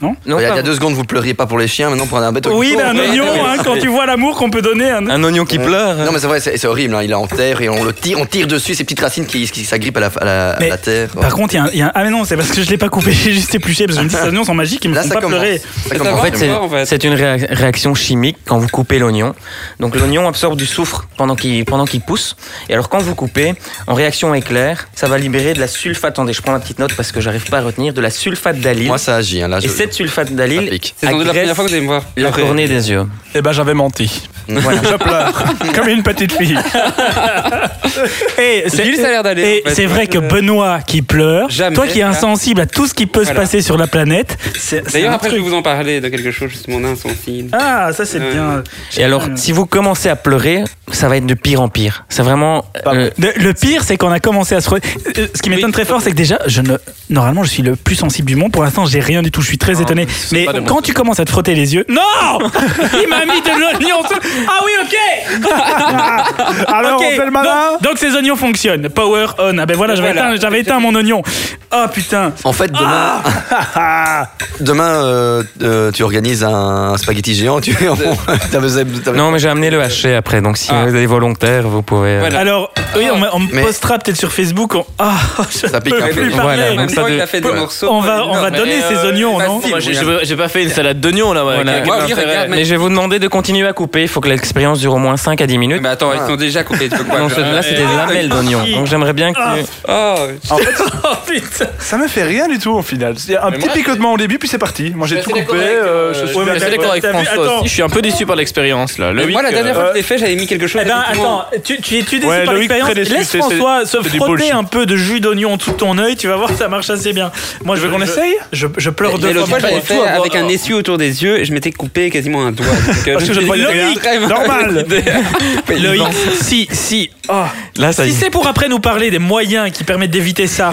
Speaker 4: Non,
Speaker 6: Il y a il y
Speaker 4: pas-
Speaker 6: a deux secondes, vous pleuriez pas pour les chiens, maintenant pour un bête.
Speaker 1: Oui, mais un
Speaker 4: mais-
Speaker 1: oignon, hein, quand tu vois l'amour qu'on peut donner à un.
Speaker 7: Ah.
Speaker 4: Un oignon qui pleure.
Speaker 6: Non mais c'est vrai, c'est c'est horrible, hein, il est en terre et on le tire, on tire dessus ces petites racines qui, qui s'agrippent à la, à la- à
Speaker 1: Mais
Speaker 6: la terre.
Speaker 1: Par contre, il y a un- il y, a un. Ah, mais non, c'est parce que je l'ai pas coupé, (laughs) j'ai juste épluché parce que je me dis, ces oignons sont magiques, ils me
Speaker 6: Là
Speaker 1: font
Speaker 6: ça
Speaker 1: pas
Speaker 6: commence.
Speaker 1: pleurer.
Speaker 6: Ça
Speaker 7: Et ça
Speaker 6: commence.
Speaker 7: va,
Speaker 4: En fait, c'est-
Speaker 7: en fait.
Speaker 4: c'est une réa- réaction chimique quand vous coupez l'oignon. Donc l'oignon absorbe du soufre pendant qu'il pendant qu'il pousse. Et alors quand vous coupez, en réaction éclair, ça va libérer de la sulfate. Attendez, je prends ma petite note parce que j'arrive pas à retenir de la sulfate d'allyle.
Speaker 6: Moi ça agit, hein, là
Speaker 4: Et
Speaker 6: je... (laughs)
Speaker 4: cette sulfate
Speaker 6: ça
Speaker 4: d'allyle
Speaker 6: pique.
Speaker 7: c'est sans doute la
Speaker 4: agresse
Speaker 7: première fois que vous allez me voir.
Speaker 4: la
Speaker 7: Après.
Speaker 4: cornée des yeux.
Speaker 5: Eh ben, j'avais menti.
Speaker 4: Voilà.
Speaker 5: Je pleure. Comme une petite fille.
Speaker 1: Et
Speaker 7: (laughs) Gilles, ça a l'air d'aller,
Speaker 1: et
Speaker 7: en fait.
Speaker 1: c'est vrai que Benoît qui pleure,
Speaker 7: Jamais.
Speaker 1: toi qui es insensible à tout ce qui peut se
Speaker 7: Voilà.
Speaker 1: passer sur la planète, c'est. c'est
Speaker 7: D'ailleurs,
Speaker 1: un
Speaker 7: après, je
Speaker 1: truc.
Speaker 7: vais vous en parler de quelque chose, justement, d'insensible.
Speaker 1: Ah, ça c'est
Speaker 7: Ouais.
Speaker 1: bien.
Speaker 4: Et alors, si vous commencez à pleurer, ça va être de pire en pire. C'est vraiment. euh,
Speaker 1: Le, le pire, c'est qu'on a commencé à se. re- Euh, Ce qui m'étonne très fort, c'est que déjà, je ne. Normalement, je suis le plus sensible du monde. Pour l'instant, j'ai rien du tout. Je suis très
Speaker 5: Ah,
Speaker 1: étonné. Mais quand tu commences à te frotter les yeux, non (laughs) Il m'a mis de l'oignon. sous- Ah oui, ok.
Speaker 5: (laughs) Alors,
Speaker 1: Ok,
Speaker 5: on fait le malin
Speaker 1: donc, donc ces oignons fonctionnent. Power on. Ah ben voilà, j'avais
Speaker 7: Voilà.
Speaker 1: éteint, j'avais éteint mon oignon. Ah putain.
Speaker 6: En fait demain, Ah (laughs) demain euh, euh, tu organises un spaghetti géant, tu (laughs) t'as besoin- t'as-
Speaker 4: Non, mais j'ai amené le hachet après, donc si
Speaker 7: Ah.
Speaker 4: vous êtes volontaire, vous pouvez. euh,
Speaker 7: Voilà.
Speaker 1: Alors, oui, on, me- on me
Speaker 6: Mais-
Speaker 1: postera peut-être sur Facebook. on- Ah, (laughs) je
Speaker 6: Ça pique
Speaker 1: peux
Speaker 6: un peu.
Speaker 1: plus
Speaker 4: Voilà,
Speaker 1: parler.
Speaker 7: En
Speaker 4: donc
Speaker 7: même
Speaker 4: ça
Speaker 7: temps, il
Speaker 4: de-
Speaker 7: a fait des morceaux.
Speaker 1: On va- on va
Speaker 7: Mais,
Speaker 1: donner ces oignons, non
Speaker 7: facile,
Speaker 3: Moi, j'ai-
Speaker 7: oui, hein.
Speaker 3: j'ai j'ai pas fait une salade d'oignons là. ouais,
Speaker 4: Voilà.
Speaker 3: avec
Speaker 7: Moi,
Speaker 3: un
Speaker 7: oui,
Speaker 3: intérêt.
Speaker 7: regarde,
Speaker 4: Mais je vais vous demander de continuer à couper. Il faut que l'expérience dure au moins 5 à 10 minutes.
Speaker 7: Mais attends, ils sont déjà coupés. tu peux quoi,
Speaker 4: Non,
Speaker 7: je-
Speaker 4: c'est- là, c'est des
Speaker 1: Ah,
Speaker 4: lamelles d'oignons.
Speaker 1: si.
Speaker 4: Donc j'aimerais bien que.
Speaker 1: Ah.
Speaker 7: Oh,
Speaker 1: (laughs) Oh putain.
Speaker 5: Ça me fait rien du tout au final. Il y a un petit
Speaker 3: moi,
Speaker 5: picotement au début, puis c'est parti. Moi j'ai
Speaker 7: Je suis
Speaker 5: tout
Speaker 7: assez
Speaker 5: coupé.
Speaker 7: d'accord avec,
Speaker 5: euh,
Speaker 7: euh,
Speaker 5: je suis
Speaker 1: ouais,
Speaker 3: Je suis assez
Speaker 5: bien-
Speaker 3: d'accord avec
Speaker 1: T'as vu,
Speaker 3: François
Speaker 1: attends.
Speaker 3: aussi. Je suis un peu déçu par l'expérience là. Le
Speaker 7: moi, la
Speaker 3: week-
Speaker 7: dernière
Speaker 5: euh,
Speaker 7: fois que je l'ai fait, j'avais mis quelque chose.
Speaker 1: Eh ben,
Speaker 7: effectivement.
Speaker 1: attends, tu, tu es tu es déçu
Speaker 5: Ouais,
Speaker 1: par
Speaker 5: Loïc,
Speaker 1: l'expérience.
Speaker 5: très déçu,
Speaker 1: Laisse
Speaker 5: c'est-
Speaker 1: François se
Speaker 5: c'est- c'est du
Speaker 1: frotter
Speaker 5: bullshit.
Speaker 1: un peu de jus d'oignon tout ton œil, tu vas voir, ça marche assez bien. Moi, je
Speaker 5: veux qu'on essaye
Speaker 1: je, je pleure
Speaker 7: Mais
Speaker 1: deux
Speaker 7: l'autre
Speaker 1: fois.
Speaker 7: fois,
Speaker 1: par
Speaker 7: j'avais
Speaker 1: jour.
Speaker 7: fait avec un essuie autour des yeux et je m'étais coupé quasiment un doigt. euh,
Speaker 5: Parce que je
Speaker 1: croyais Loïc,
Speaker 5: normal.
Speaker 1: Loïc, si, si, oh.
Speaker 4: Là, ça y
Speaker 1: si
Speaker 4: est.
Speaker 1: c'est pour après nous parler des moyens qui permettent d'éviter ça,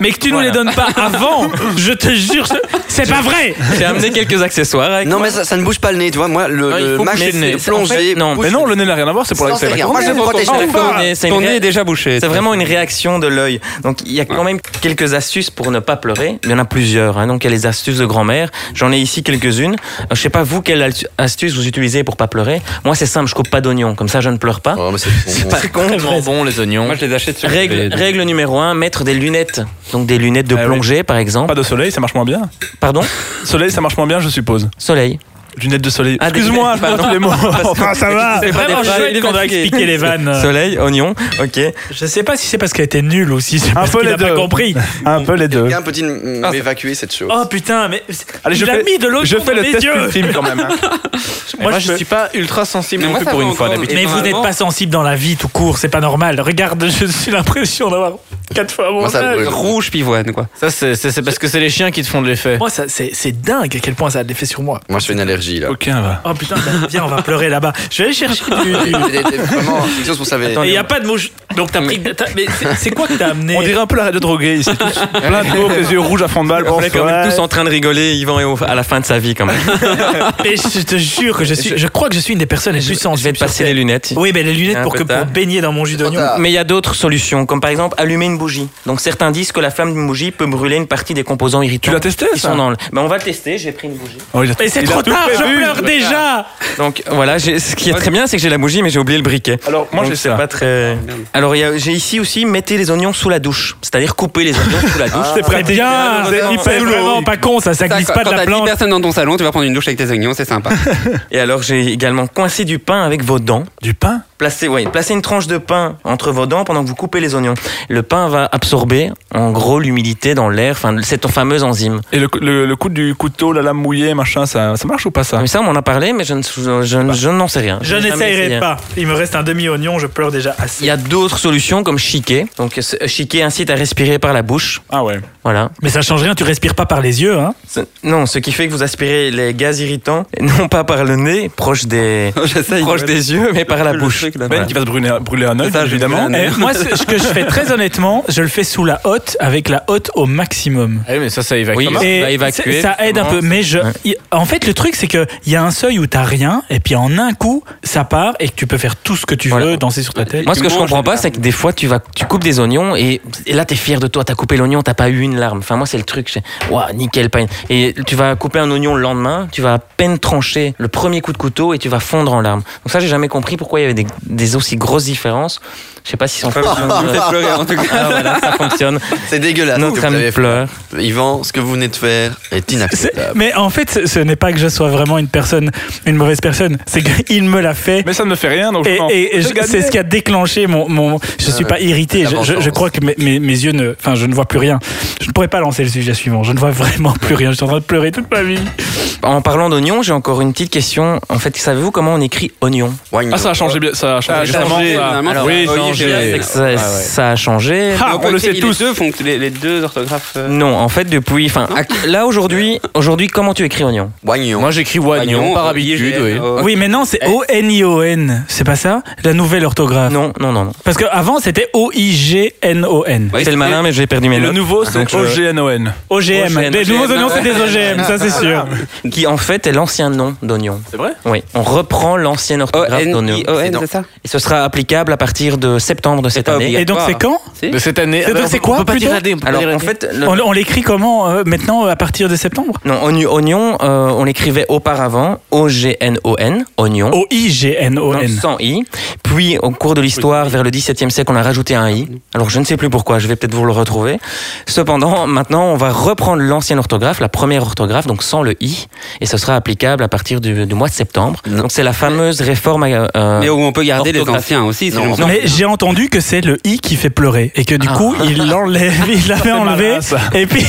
Speaker 1: mais que tu nous
Speaker 4: Voilà.
Speaker 1: les donnes pas avant, je te jure, je- c'est pas vrai.
Speaker 4: J'ai amené quelques accessoires avec.
Speaker 6: Non mais ça, ça ne bouge pas le nez, tu vois. Moi le,
Speaker 3: Non, il
Speaker 6: le
Speaker 3: faut
Speaker 6: max
Speaker 3: bouger le nez.
Speaker 6: c'est plongé.
Speaker 4: En fait, non.
Speaker 6: bouge-
Speaker 5: Mais non, le nez n'a rien à voir, c'est pour
Speaker 6: J'en sais
Speaker 5: l'accès.
Speaker 6: rien. Moi je me protège.
Speaker 4: Le cornet, C'est
Speaker 7: Ton
Speaker 4: une
Speaker 7: nez
Speaker 4: ré-
Speaker 7: est déjà bouché.
Speaker 4: c'est vraiment une réaction de l'œil. Donc il y a quand même quelques astuces pour ne pas pleurer. Il y en a plusieurs. hein. Donc il y a les astuces de grand-mère. J'en ai ici quelques-unes. Euh, Je sais pas vous quelle altu- astuce vous utilisez pour pas pleurer. Moi c'est simple, je coupe pas d'oignons. Comme ça je ne pleure pas.
Speaker 6: Oh, mais c'est
Speaker 4: Par contre,
Speaker 3: Tellement bon les oignons.
Speaker 7: Moi, je les achète sur des-
Speaker 4: Règle,
Speaker 7: des-
Speaker 4: règle numéro un, mettre des lunettes. Donc des lunettes de
Speaker 5: Ah oui.
Speaker 4: plongée, par exemple.
Speaker 5: Pas de soleil, ça marche moins bien.
Speaker 4: Pardon
Speaker 5: Soleil, ça marche moins bien, je suppose.
Speaker 4: Soleil.
Speaker 5: Lunettes de soleil.
Speaker 4: Ah, des
Speaker 5: Excuse-moi, je
Speaker 4: lunettes,
Speaker 5: vois tous les mots.
Speaker 1: Enfin, ça va.
Speaker 4: C'est pas
Speaker 1: Ah, vraiment
Speaker 4: des vannes, il est
Speaker 1: chouette qu'on doit
Speaker 4: fatigué.
Speaker 1: expliquer les vannes.
Speaker 4: Soleil, oignon, ok.
Speaker 1: Je sais pas si c'est parce qu'elle était nulle ou si c'est parce
Speaker 5: peu
Speaker 1: qu'il
Speaker 5: les
Speaker 1: a pas
Speaker 5: deux.
Speaker 1: compris.
Speaker 5: (laughs) Un peu les deux.
Speaker 6: Quelqu'un peut-il m- m'évacuer cette chose
Speaker 1: Oh putain, mais
Speaker 5: Allez, je
Speaker 1: il a
Speaker 5: fais-
Speaker 1: mis de l'eau
Speaker 5: Je
Speaker 1: dans
Speaker 5: fais le
Speaker 1: mes
Speaker 5: test
Speaker 1: yeux.
Speaker 5: ultime quand même. hein. (laughs)
Speaker 3: Moi, je, suis pas ultra sensible
Speaker 7: Mais
Speaker 3: non
Speaker 7: moi,
Speaker 3: plus
Speaker 7: ça
Speaker 3: pour
Speaker 7: va
Speaker 3: une fois
Speaker 7: encore.
Speaker 3: d'habitude.
Speaker 1: Mais
Speaker 7: Et
Speaker 1: vous n'êtes
Speaker 7: normalement-
Speaker 1: pas sensible dans la vie tout court, c'est pas normal. Regarde, (laughs) je suis l'impression d'avoir quatre fois mon
Speaker 6: Moi, ça me
Speaker 1: âge.
Speaker 6: brûle.
Speaker 7: Rouge pivoine, quoi.
Speaker 3: Ça, c'est- c'est c'est parce que c'est les chiens qui te font de l'effet.
Speaker 1: Moi, ça, c'est, c'est dingue à quel point ça a de l'effet sur moi.
Speaker 6: Moi, je fais une allergie là.
Speaker 5: Aucun va.
Speaker 1: Oh putain, bah, viens, on va pleurer là-bas. Je vais aller chercher du.
Speaker 6: (laughs)
Speaker 1: du-
Speaker 6: Il était vraiment quelque chose pour savoir.
Speaker 1: Et il n'y a pas de mouche. Donc t'as pris. t'as- mais c'est, c'est quoi que t'as amené
Speaker 5: On dirait un peu la radio droguée (laughs) ici. Plein de mots, les yeux rouges à fond de balle.
Speaker 4: On est quand même
Speaker 5: Ouais.
Speaker 4: tous en train de rigoler, Yvan est au- à la fin de sa vie (laughs) quand même.
Speaker 1: Mais je te jure que je suis. Je crois que je suis une des personnes les plus
Speaker 4: Je vais
Speaker 1: sensibles.
Speaker 4: te passer les lunettes.
Speaker 1: Oui, mais les lunettes
Speaker 4: Un
Speaker 1: pour
Speaker 4: peu
Speaker 1: que pour
Speaker 4: tard.
Speaker 1: baigner dans mon jus
Speaker 6: Trop
Speaker 1: d'oignon.
Speaker 6: tard.
Speaker 4: Mais il y a d'autres solutions, comme par exemple allumer une bougie. Donc certains disent que la flamme d'une bougie peut brûler une partie des composants irritants.
Speaker 5: Tu l'as testé,
Speaker 4: Ils
Speaker 5: ça
Speaker 4: sont dans le- Ben, on va le tester, j'ai pris une bougie.
Speaker 5: Oh, il a-
Speaker 1: Mais c'est
Speaker 5: il a
Speaker 1: trop
Speaker 5: tout
Speaker 1: tard, je
Speaker 5: prévu.
Speaker 1: pleure déjà.
Speaker 4: Donc voilà, j'ai- ce qui est très bien, c'est que j'ai la bougie, mais j'ai oublié le briquet.
Speaker 5: Alors, Oh, moi,
Speaker 4: Donc,
Speaker 5: j'ai
Speaker 4: c'est
Speaker 5: ça.
Speaker 4: pas très. Alors il y a- j'ai ici aussi mettez les oignons sous la douche, c'est-à-dire couper les oignons sous la douche.
Speaker 1: C'est très bien.
Speaker 6: c'est
Speaker 1: C'est
Speaker 6: hyper
Speaker 1: vraiment
Speaker 6: logique.
Speaker 1: pas con, ça, ça glisse
Speaker 7: quand
Speaker 1: pas de
Speaker 7: quand
Speaker 1: la
Speaker 7: t'as 10
Speaker 1: plante.
Speaker 7: personnes dans ton salon, tu vas prendre une douche avec tes oignons, c'est sympa.
Speaker 4: Et alors j'ai également coincé du pain avec vos dents.
Speaker 5: Du pain
Speaker 4: Placez, ouais, placez une tranche de pain entre vos dents pendant que vous coupez les oignons. Le pain va absorber en gros l'humidité dans l'air, enfin cette fameuse enzyme.
Speaker 5: Et le, le, le coup du couteau, la lame mouillée, machin, ça, ça marche ou pas ça
Speaker 4: Mais ça, on m'en a parlé, mais je ne je, je- je n'en sais rien.
Speaker 1: Bah. Je
Speaker 4: n'ai jamais essayé.
Speaker 1: n'essayerai pas. Il me reste un demi-oignon, je pleure déjà
Speaker 4: Il
Speaker 1: assez.
Speaker 4: y a d'autres solutions comme chiquer. Donc ce- euh, chiquer incite à respirer par la bouche.
Speaker 5: Ah ouais.
Speaker 4: Voilà.
Speaker 1: Mais ça change rien, tu respires pas par les yeux, hein.
Speaker 4: Ce- Non, ce qui fait que vous aspirez les gaz irritants, et non pas par le nez, proche
Speaker 1: (laughs)
Speaker 4: des,
Speaker 7: J'essaye.
Speaker 4: proche des yeux, mais par la bouche.
Speaker 7: truc, là.
Speaker 5: Ben
Speaker 4: Voilà.
Speaker 5: qui va se brûler, brûler un œil,
Speaker 7: Ça, j'ai
Speaker 4: Ah,
Speaker 5: évidemment.
Speaker 7: brûlé un
Speaker 1: Eh, moi, ce ce que je fais très honnêtement, je le fais sous la hotte, avec la hotte au maximum.
Speaker 3: Ah oui, mais ça, ça évacue.
Speaker 4: Oui,
Speaker 3: Comment
Speaker 4: ça
Speaker 1: Et
Speaker 4: va bah, évacuer,
Speaker 1: ça aide un peu,
Speaker 4: forcément.
Speaker 1: mais je.
Speaker 4: Ouais.
Speaker 1: il- En fait, le truc, c'est que il y a un seuil où t'as rien, et puis en un coup, ça part, et que tu peux faire tout ce que tu
Speaker 4: Voilà.
Speaker 1: veux, danser sur ta tête.
Speaker 4: Moi, ce
Speaker 7: Tu
Speaker 4: que je
Speaker 7: manges
Speaker 4: comprends
Speaker 7: des
Speaker 4: pas,
Speaker 7: larmes.
Speaker 4: c'est que des fois, tu vas, tu coupes des oignons et, et là, t'es fier de toi. T'as coupé l'oignon, t'as pas eu une larme. Enfin, moi, c'est le truc. c'est, Waouh, nickel, pas une- Et tu vas couper un oignon le lendemain, tu vas à peine trancher le premier coup de couteau et tu vas fondre en larmes. Donc ça, j'ai jamais compris pourquoi il y avait des, des aussi grosses différences. Je sais pas si c'est en fonction
Speaker 7: Tu me
Speaker 4: de-
Speaker 7: fais pleurer, en tout cas.
Speaker 4: Ah, voilà, ça
Speaker 6: (laughs)
Speaker 4: fonctionne.
Speaker 6: C'est dégueulasse. ce que
Speaker 4: Notre
Speaker 6: vous
Speaker 4: ami
Speaker 6: avez fait.
Speaker 4: pleure.
Speaker 6: Yvan, ce que vous venez de faire est
Speaker 1: C'est-
Speaker 6: inacceptable.
Speaker 1: Mais en fait, ce- ce n'est pas que je sois vraiment une personne, une mauvaise personne. C'est qu'il me l'a fait.
Speaker 5: Mais ça ne fait rien, donc
Speaker 1: Et,
Speaker 5: je Ah
Speaker 1: et- et
Speaker 5: J'ai
Speaker 1: je-
Speaker 5: gagné.
Speaker 1: c'est ce qui a déclenché mon. mon je suis
Speaker 6: Euh,
Speaker 1: pas irrité.
Speaker 6: la
Speaker 1: Je, je- je
Speaker 6: vengeance.
Speaker 1: crois que mes, mes, mes yeux ne. Enfin, je ne vois plus rien. Je ne pourrais pas lancer le sujet suivant. Je ne vois vraiment plus rien. Je suis en train de pleurer toute ma vie.
Speaker 4: En parlant d'oignon, j'ai encore une petite question. En fait, savez-vous comment on écrit oignon
Speaker 5: Ah, ça a changé bien. Ça a changé.
Speaker 7: Ça a
Speaker 5: vraiment,
Speaker 7: changé,
Speaker 5: ça.
Speaker 7: normalement, ça
Speaker 5: Ah, oui,
Speaker 7: a changé.
Speaker 5: changé.
Speaker 4: C'est que ça,
Speaker 7: Ah ouais.
Speaker 4: ça a changé.
Speaker 5: Ah,
Speaker 7: Donc,
Speaker 5: on le
Speaker 7: ok,
Speaker 5: sait
Speaker 7: les
Speaker 5: tous.
Speaker 7: deux font que les, les deux orthographes. euh,
Speaker 4: Non, en fait, depuis, enfin, ac- là aujourd'hui, aujourd'hui, comment tu écris oignon
Speaker 6: Oignon.
Speaker 3: Moi, j'écris Wagnon
Speaker 7: Agnon,
Speaker 3: par
Speaker 7: euh,
Speaker 3: habitude,
Speaker 7: IGN,
Speaker 3: oui.
Speaker 7: euh,
Speaker 1: Oui, mais non,
Speaker 5: Eh.
Speaker 1: c'est O-N-I-O-N. C'est pas ça La nouvelle orthographe.
Speaker 4: Non, non, non, non.
Speaker 1: Parce qu'avant, c'était O-I-G-N-O-N.
Speaker 7: Ouais,
Speaker 4: C'est le malin, mais j'ai perdu mes
Speaker 5: Et le
Speaker 4: notes.
Speaker 5: nouveau, c'est
Speaker 4: Donc, je-
Speaker 5: OGNON.
Speaker 1: OGM.
Speaker 4: OGM.
Speaker 1: Les nouveaux oignons, c'est des OGM, ça c'est sûr.
Speaker 4: Qui en fait est l'ancien nom d'oignon.
Speaker 5: C'est vrai
Speaker 4: Oui, on reprend l'ancienne orthographe d'oignon.
Speaker 7: O-N-I-O-N, c'est ça
Speaker 4: Et ce sera applicable à partir de septembre de cette
Speaker 7: pas
Speaker 4: année.
Speaker 1: Et donc, c'est quand
Speaker 3: De cette année.
Speaker 1: C'est-
Speaker 3: Alors,
Speaker 1: c'est
Speaker 3: on
Speaker 1: quoi,
Speaker 3: peut pas
Speaker 1: plutôt
Speaker 3: dire AD, on peut pas
Speaker 4: Alors
Speaker 3: dire
Speaker 4: en
Speaker 3: AD.
Speaker 4: fait, le-
Speaker 1: On, on l'écrit comment euh, maintenant à partir de septembre
Speaker 4: non, oignon, oignon, euh, on l'écrivait auparavant O-G-N-O-N, oignon. Non,
Speaker 1: O-I-G-N-O-N.
Speaker 4: sans i. Puis, au cours de l'histoire, vers le XVIIe siècle, on a rajouté un i. Alors, je ne sais plus pourquoi. Je vais peut-être vous le retrouver. Cependant, maintenant, on va reprendre l'ancienne orthographe, la première orthographe, donc sans le i, et ce sera applicable à partir du, du mois de septembre.
Speaker 6: Non.
Speaker 4: Donc, c'est la fameuse réforme. euh, euh,
Speaker 7: Mais où on peut garder les
Speaker 4: Orthographe.
Speaker 7: anciens aussi. si
Speaker 6: Non,
Speaker 7: l'on s'en
Speaker 1: Mais
Speaker 7: fout.
Speaker 1: j'ai entendu que c'est le i qui fait pleurer et que du
Speaker 4: euh, Ah.
Speaker 1: coup il
Speaker 4: (laughs)
Speaker 1: l'enlève, il l'avait enlevé.
Speaker 5: malin, ça.
Speaker 1: Et puis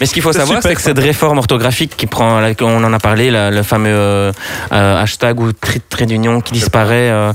Speaker 4: Mais ce qu'il faut savoir,
Speaker 1: Super.
Speaker 4: c'est que cette réforme orthographique qui prend, là, on en a parlé, la- le fameux euh, euh, hashtag ou trait, trait d'union qui disparaît. euh,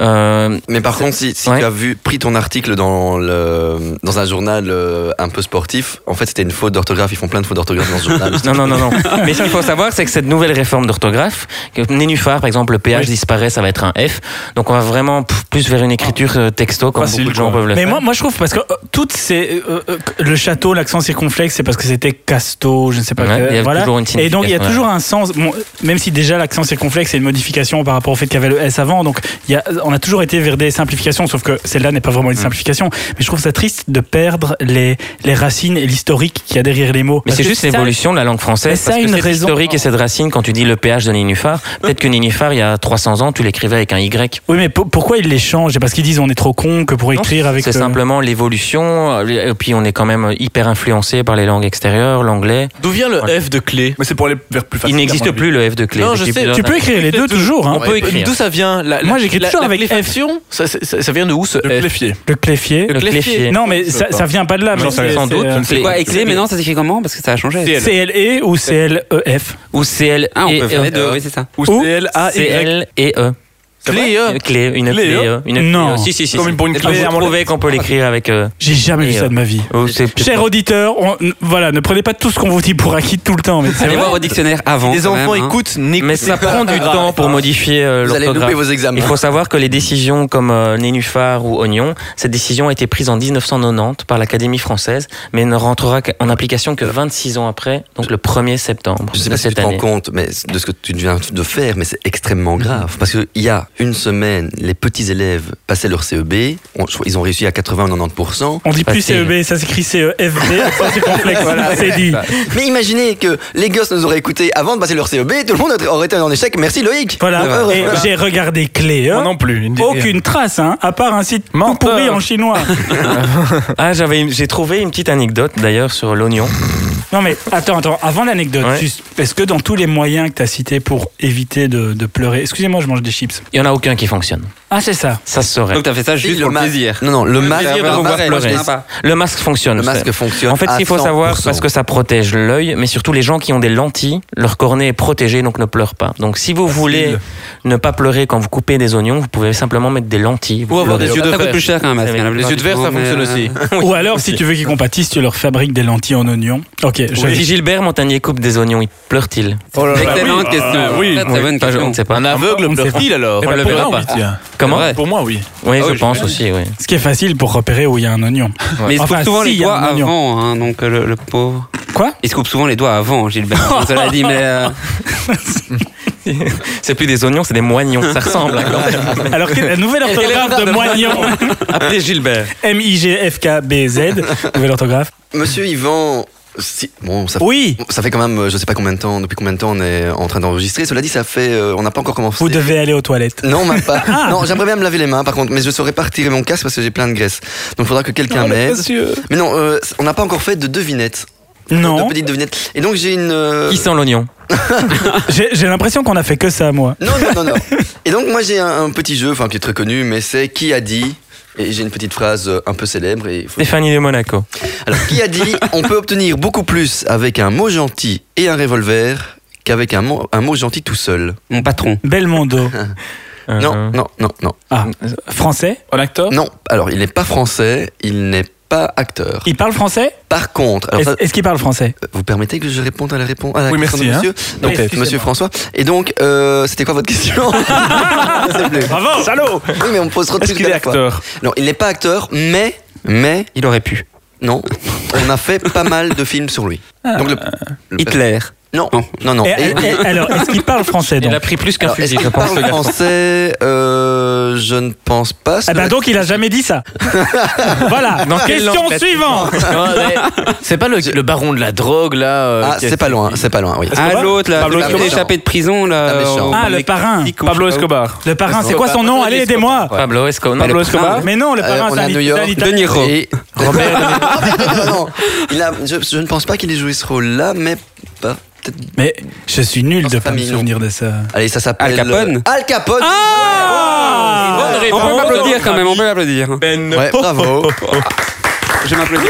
Speaker 4: euh,
Speaker 6: Mais par contre, si, si
Speaker 4: Ouais.
Speaker 6: tu as vu, pris ton article dans, le, dans un journal euh, un peu sportif, en fait, c'était une faute d'orthographe. Ils font plein de fautes d'orthographe dans
Speaker 4: (laughs)
Speaker 6: ce journal.
Speaker 4: Non, non, non, non. Mais ce qu'il faut savoir, c'est que cette nouvelle réforme d'orthographe, que Nénuphar, par exemple, le PH disparaît, ça va être un F. Donc on va vraiment pff, plus vers une écriture euh, texto, comme
Speaker 5: Facile,
Speaker 4: beaucoup de gens
Speaker 5: quoi.
Speaker 4: peuvent le
Speaker 1: mais
Speaker 4: faire.
Speaker 1: moi moi je trouve parce que euh, toutes ces euh, euh, le château l'accent circonflexe c'est parce que c'était casto, je ne sais pas
Speaker 4: Ouais,
Speaker 1: que-
Speaker 4: il y a
Speaker 1: voilà.
Speaker 4: toujours une
Speaker 1: Et donc il y a
Speaker 4: signification,
Speaker 1: toujours un sens bon, même si déjà l'accent circonflexe c'est une modification par rapport au fait qu'il y avait le s avant donc il y a, on a toujours été vers des simplifications sauf que celle-là n'est pas vraiment une
Speaker 4: Mm.
Speaker 1: simplification mais je trouve ça triste de perdre les les racines et l'historique qu'il y a derrière les mots.
Speaker 4: Mais
Speaker 1: Parce
Speaker 4: c'est
Speaker 1: que
Speaker 4: juste
Speaker 1: ça,
Speaker 4: l'évolution de la langue
Speaker 1: Mais
Speaker 4: française.
Speaker 1: ça
Speaker 4: Parce
Speaker 1: a
Speaker 4: que
Speaker 1: une
Speaker 4: cette
Speaker 1: raison.
Speaker 4: historique et cette racine, quand tu dis le PH de Nénuphar, peut-être que Nénuphar, il y a 300 ans, tu l'écrivais avec un Y.
Speaker 1: Oui, mais pour- pourquoi ils les changent C'est parce qu'ils disent on est trop trop con que pour
Speaker 4: Non,
Speaker 1: écrire avec.
Speaker 4: C'est
Speaker 1: euh,
Speaker 4: simplement l'évolution. euh, Et puis on est quand même hyper influencé par les langues extérieures, l'anglais.
Speaker 3: D'où vient le
Speaker 4: Voilà.
Speaker 3: F de clé
Speaker 5: Mais c'est pour aller vers plus
Speaker 4: Il
Speaker 5: facile. à mon
Speaker 4: n'existe
Speaker 5: avis.
Speaker 4: plus le F de clé.
Speaker 3: Non, je
Speaker 4: Depuis
Speaker 3: sais,
Speaker 4: plusieurs
Speaker 1: Tu peux écrire les deux toujours. Hein.
Speaker 4: On peut écrire.
Speaker 3: D'où ça vient la- la-
Speaker 1: Moi, j'écris
Speaker 3: la-
Speaker 1: toujours
Speaker 3: la
Speaker 1: avec F.
Speaker 3: cléfaction ça, c'est- ça, ça vient de où ce
Speaker 5: Le
Speaker 3: F
Speaker 5: cléfier.
Speaker 1: Le cléfier.
Speaker 4: Le cléfier.
Speaker 1: Non, mais ça, ça vient pas de là.
Speaker 5: J'en
Speaker 1: mais
Speaker 5: sais
Speaker 1: c'est-
Speaker 5: sans
Speaker 1: c'est,
Speaker 5: doute,
Speaker 1: euh,
Speaker 5: je ne sais
Speaker 7: C'est
Speaker 5: pas.
Speaker 7: quoi
Speaker 4: E
Speaker 7: Exé Mais non, ça s'écrit comment Parce que ça a changé.
Speaker 1: CLE E ou CLEF
Speaker 4: Ou CL.
Speaker 7: Ah, on
Speaker 4: et
Speaker 7: peut faire
Speaker 4: E.
Speaker 7: les deux. Oui, c'est ça.
Speaker 5: Ou
Speaker 1: Ou-
Speaker 5: C-L-A-Y.
Speaker 4: CL et E.
Speaker 3: Clé, euh,
Speaker 4: Une clé, une
Speaker 5: Clé,
Speaker 4: clé,
Speaker 5: E.
Speaker 4: euh, une clé.
Speaker 1: Non.
Speaker 4: euh, Si, si, si.
Speaker 5: Comme
Speaker 4: si.
Speaker 5: une- pour une
Speaker 4: Est-ce que
Speaker 5: clé,
Speaker 4: vous
Speaker 5: à mon
Speaker 4: trouvez qu'on peut l'écrire avec. euh,
Speaker 1: J'ai jamais vu
Speaker 4: Et,
Speaker 1: ça
Speaker 4: euh,
Speaker 1: de ma vie.
Speaker 4: oh, c'est-
Speaker 1: Chers auditeurs, on- n- voilà, ne prenez pas tout ce qu'on vous dit pour acquis tout le temps. Mais c'est
Speaker 7: Allez
Speaker 1: vrai.
Speaker 7: voir au dictionnaire avant.
Speaker 3: Les
Speaker 7: quand même,
Speaker 3: enfants
Speaker 7: hein.
Speaker 3: écoutent, n'écoutent
Speaker 4: Mais ça
Speaker 3: pas.
Speaker 4: prend du temps pour modifier euh,
Speaker 6: Vous allez louper
Speaker 4: l'orthographe.
Speaker 6: vos examens.
Speaker 4: Il faut savoir que les décisions comme euh, Nénuphar ou Oignon, cette décision a été prise en 1990 par l'Académie française, mais ne rentrera qu- en application que 26 ans après, donc le 1er septembre
Speaker 6: Je sais
Speaker 4: de
Speaker 6: pas si tu
Speaker 4: cette
Speaker 6: te rends
Speaker 4: année. Mhm.
Speaker 6: compte mais de ce que tu viens de faire, mais c'est extrêmement grave. Parce qu'il y a une semaine, les petits élèves passaient leur CEB, on- je crois, ils ont réussi à 80-90%.
Speaker 1: On dit plus
Speaker 4: Facile.
Speaker 1: CEB, ça s'écrit E CEFB, accent circonflexe, voilà, c'est dit.
Speaker 6: Mais imaginez que les gosses nous auraient écoutés avant de passer leur CEB, tout le monde aurait été en échec. Merci Loïc Euh,
Speaker 1: Voilà,
Speaker 6: Heureux.
Speaker 1: et j'ai regardé Clé. hein.
Speaker 5: Moi non plus. il ne dit rien.
Speaker 1: Aucune trace, hein, à part un site tout
Speaker 5: Menteur.
Speaker 1: pourri en chinois.
Speaker 4: Ah, j'avais, une- j'ai trouvé une petite anecdote d'ailleurs sur l'oignon.
Speaker 1: Non mais attends, attends, avant l'anecdote,
Speaker 4: Ouais.
Speaker 1: juste, est-ce que dans tous les moyens que tu as cités pour éviter de, de pleurer, excusez-moi, je mange des chips.
Speaker 4: Il y en a aucun qui fonctionne.
Speaker 1: Ah c'est
Speaker 4: (laughs)
Speaker 1: ça.
Speaker 4: Ça se saurait.
Speaker 7: Donc t'as fait ça
Speaker 6: Si,
Speaker 7: juste pour le
Speaker 6: masque-
Speaker 7: plaisir.
Speaker 6: Non, non, le, masque,
Speaker 7: plaisir de
Speaker 6: le
Speaker 7: vous voir
Speaker 6: masque-
Speaker 7: pleurer.
Speaker 6: le masque-
Speaker 4: Le masque fonctionne.
Speaker 6: le masque fonctionne.
Speaker 4: En fait, ce
Speaker 6: à
Speaker 4: qu'il faut savoir,
Speaker 6: 100%.
Speaker 4: parce que ça protège l'œil, mais surtout les gens qui ont des lentilles, leur cornée est protégée, donc ne pleure pas. Donc, si vous voulez ne pas pleurer quand vous coupez des oignons, vous pouvez simplement mettre des lentilles.
Speaker 3: Ou avoir des
Speaker 7: Ça
Speaker 3: yeux de
Speaker 7: coûte
Speaker 3: verre.
Speaker 7: plus cher qu'un masque.
Speaker 4: Les
Speaker 7: hein, la
Speaker 3: Les yeux de verre, ça
Speaker 7: plupart du temps,
Speaker 3: fonctionne
Speaker 7: mais,
Speaker 3: aussi.
Speaker 7: euh,
Speaker 1: Ou alors si tu veux qu'ils compatissent, tu leur fabriques des lentilles en oignon. Ok, je
Speaker 4: Si Gilbert Montagnier coupe des oignons, il pleure-t-il
Speaker 7: Excellente
Speaker 5: bah oui,
Speaker 7: question.
Speaker 5: bah oui.
Speaker 7: Très, très bonne
Speaker 4: Je
Speaker 7: question.
Speaker 4: ne sais pas.
Speaker 3: Un aveugle
Speaker 1: on sait
Speaker 3: pleure-t-il alors
Speaker 5: Eh
Speaker 3: On
Speaker 5: ben,
Speaker 3: le
Speaker 5: pour
Speaker 3: verra
Speaker 5: moi,
Speaker 3: pas.
Speaker 5: oui, tiens.
Speaker 4: Comment
Speaker 7: Ouais.
Speaker 5: Pour moi, oui.
Speaker 4: Oui, je
Speaker 7: oui,
Speaker 4: pense aussi, oui.
Speaker 1: Ce qui est facile pour repérer où il y a un oignon.
Speaker 7: Mais il se coupe
Speaker 1: Enfin,
Speaker 7: souvent
Speaker 1: si,
Speaker 7: les
Speaker 1: il y a
Speaker 7: doigts
Speaker 1: un oignon.
Speaker 7: avant, hein, donc euh, le, le pauvre.
Speaker 1: Quoi
Speaker 7: Il se coupe souvent les doigts avant, Gilbert. Cela dit, mais euh,
Speaker 4: C'est plus des oignons, c'est des moignons. Ça ressemble. hein, quand même.
Speaker 1: Alors que la nouvelle orthographe de moignon,
Speaker 4: (laughs) Appelez Gilbert.
Speaker 1: M-I-G-F-K-B-Z, nouvelle orthographe.
Speaker 6: Monsieur Yvan, si- bon, ça,
Speaker 1: Oui,
Speaker 6: ça fait quand même, euh, je sais pas combien de temps, depuis combien de temps on est en train d'enregistrer. Cela dit, ça fait, euh, on n'a pas encore commencé.
Speaker 1: vous devez aller aux toilettes.
Speaker 6: Non, même pas. Non, j'aimerais bien me laver les mains, par contre, mais je saurais pas retirer mon casque parce que j'ai plein de graisse. Donc, faudra que quelqu'un m'aide. Mais non, euh, on n'a pas encore fait de devinettes,
Speaker 1: Non,
Speaker 6: (laughs) de petites devinettes. Et donc, j'ai une. euh,
Speaker 4: Qui sent l'oignon
Speaker 1: j'ai j'ai l'impression qu'on a fait que ça, moi.
Speaker 6: Non, non, non, non. Et donc, moi, j'ai un, un petit jeu, enfin, qui est très connu, mais c'est qui a dit. Et j'ai une petite phrase euh, un peu célèbre. Et il faut-
Speaker 4: Stéphanie de Monaco.
Speaker 6: Alors, qui a dit on peut obtenir beaucoup plus avec un mot gentil et un revolver qu'avec un mot, un mot gentil tout seul
Speaker 7: mon patron.
Speaker 1: Belmondo,
Speaker 5: Uh-huh.
Speaker 4: Uh-huh.
Speaker 1: Ah,
Speaker 6: Non, non, non, non.
Speaker 1: français.
Speaker 5: Un acteur
Speaker 6: Non, alors, il n'est pas français, il n'est pas acteur.
Speaker 1: Il parle français
Speaker 6: Par contre, alors
Speaker 1: Est-ce
Speaker 6: ça-
Speaker 1: est-ce qu'il parle français
Speaker 6: vous permettez que je réponde à la réponse à la
Speaker 5: Oui,
Speaker 6: question
Speaker 5: merci, hein.
Speaker 6: de monsieur Donc,
Speaker 1: Excusez-moi.
Speaker 6: monsieur François. Et donc, euh, c'était quoi votre
Speaker 5: (laughs)
Speaker 6: question S'il vous plaît.
Speaker 1: Bravo, salaud
Speaker 6: Oui, mais on me pose trop de
Speaker 5: Est-ce
Speaker 6: trucs
Speaker 5: qu'il
Speaker 6: à
Speaker 5: est
Speaker 6: la fois.
Speaker 5: acteur
Speaker 6: Non, il n'est pas acteur, mais, mais,
Speaker 7: Il aurait pu.
Speaker 6: non, on a fait
Speaker 1: (laughs)
Speaker 6: pas mal de films sur lui.
Speaker 1: Ah.
Speaker 6: Donc, le, le-
Speaker 7: Hitler.
Speaker 6: Non,
Speaker 7: Non.
Speaker 6: non, non.
Speaker 1: Et-
Speaker 6: Et-
Speaker 1: et- Eh, alors, est-ce qu'il parle français
Speaker 4: Il
Speaker 1: donc
Speaker 4: a pris plus qu'un
Speaker 6: alors,
Speaker 4: fusil,
Speaker 6: est-ce
Speaker 4: je
Speaker 6: qu'il
Speaker 4: pense.
Speaker 6: parle français Euh, Je ne pense pas.
Speaker 1: Ah bah donc il a jamais dit
Speaker 6: (laughs)
Speaker 1: ça. voilà.
Speaker 4: Dans quelle
Speaker 1: Question
Speaker 4: langue, peut-être
Speaker 1: suivante.
Speaker 3: Non, mais C'est pas le, le baron de la drogue là euh,
Speaker 6: Ah,
Speaker 3: qui a-
Speaker 6: c'est pas loin, c'est pas loin, oui.
Speaker 7: Ah, l'autre, là,
Speaker 6: Pablo
Speaker 7: celui qui est
Speaker 6: Escobar.
Speaker 7: échappé de prison, là.
Speaker 6: Ah, méchant.
Speaker 7: au-
Speaker 1: Ah le parrain.
Speaker 5: Pablo Escobar.
Speaker 1: Le parrain, c'est quoi son nom Allez, aidez-moi.
Speaker 4: Pablo Escobar.
Speaker 5: Pablo Escobar.
Speaker 1: Mais non, le
Speaker 6: Euh,
Speaker 1: parrain,
Speaker 6: on
Speaker 1: c'est
Speaker 6: est à
Speaker 1: un
Speaker 6: New York.
Speaker 1: Italie- (laughs)
Speaker 7: De Niro.
Speaker 6: Et (laughs) Robert. non, non, non. Il a, je, je ne pense pas qu'il ait joué ce rôle-là, mais pas. peut-être-
Speaker 1: Mais je suis nul de pas me
Speaker 6: Famille, non.
Speaker 1: souvenir de ça.
Speaker 6: Allez, ça s'appelle.
Speaker 7: Al Capone.
Speaker 6: Al Capone.
Speaker 1: Ah
Speaker 7: On peut m'applaudir quand même, on peut l'applaudir.
Speaker 6: ouais, bravo.
Speaker 7: Je m'applaudis.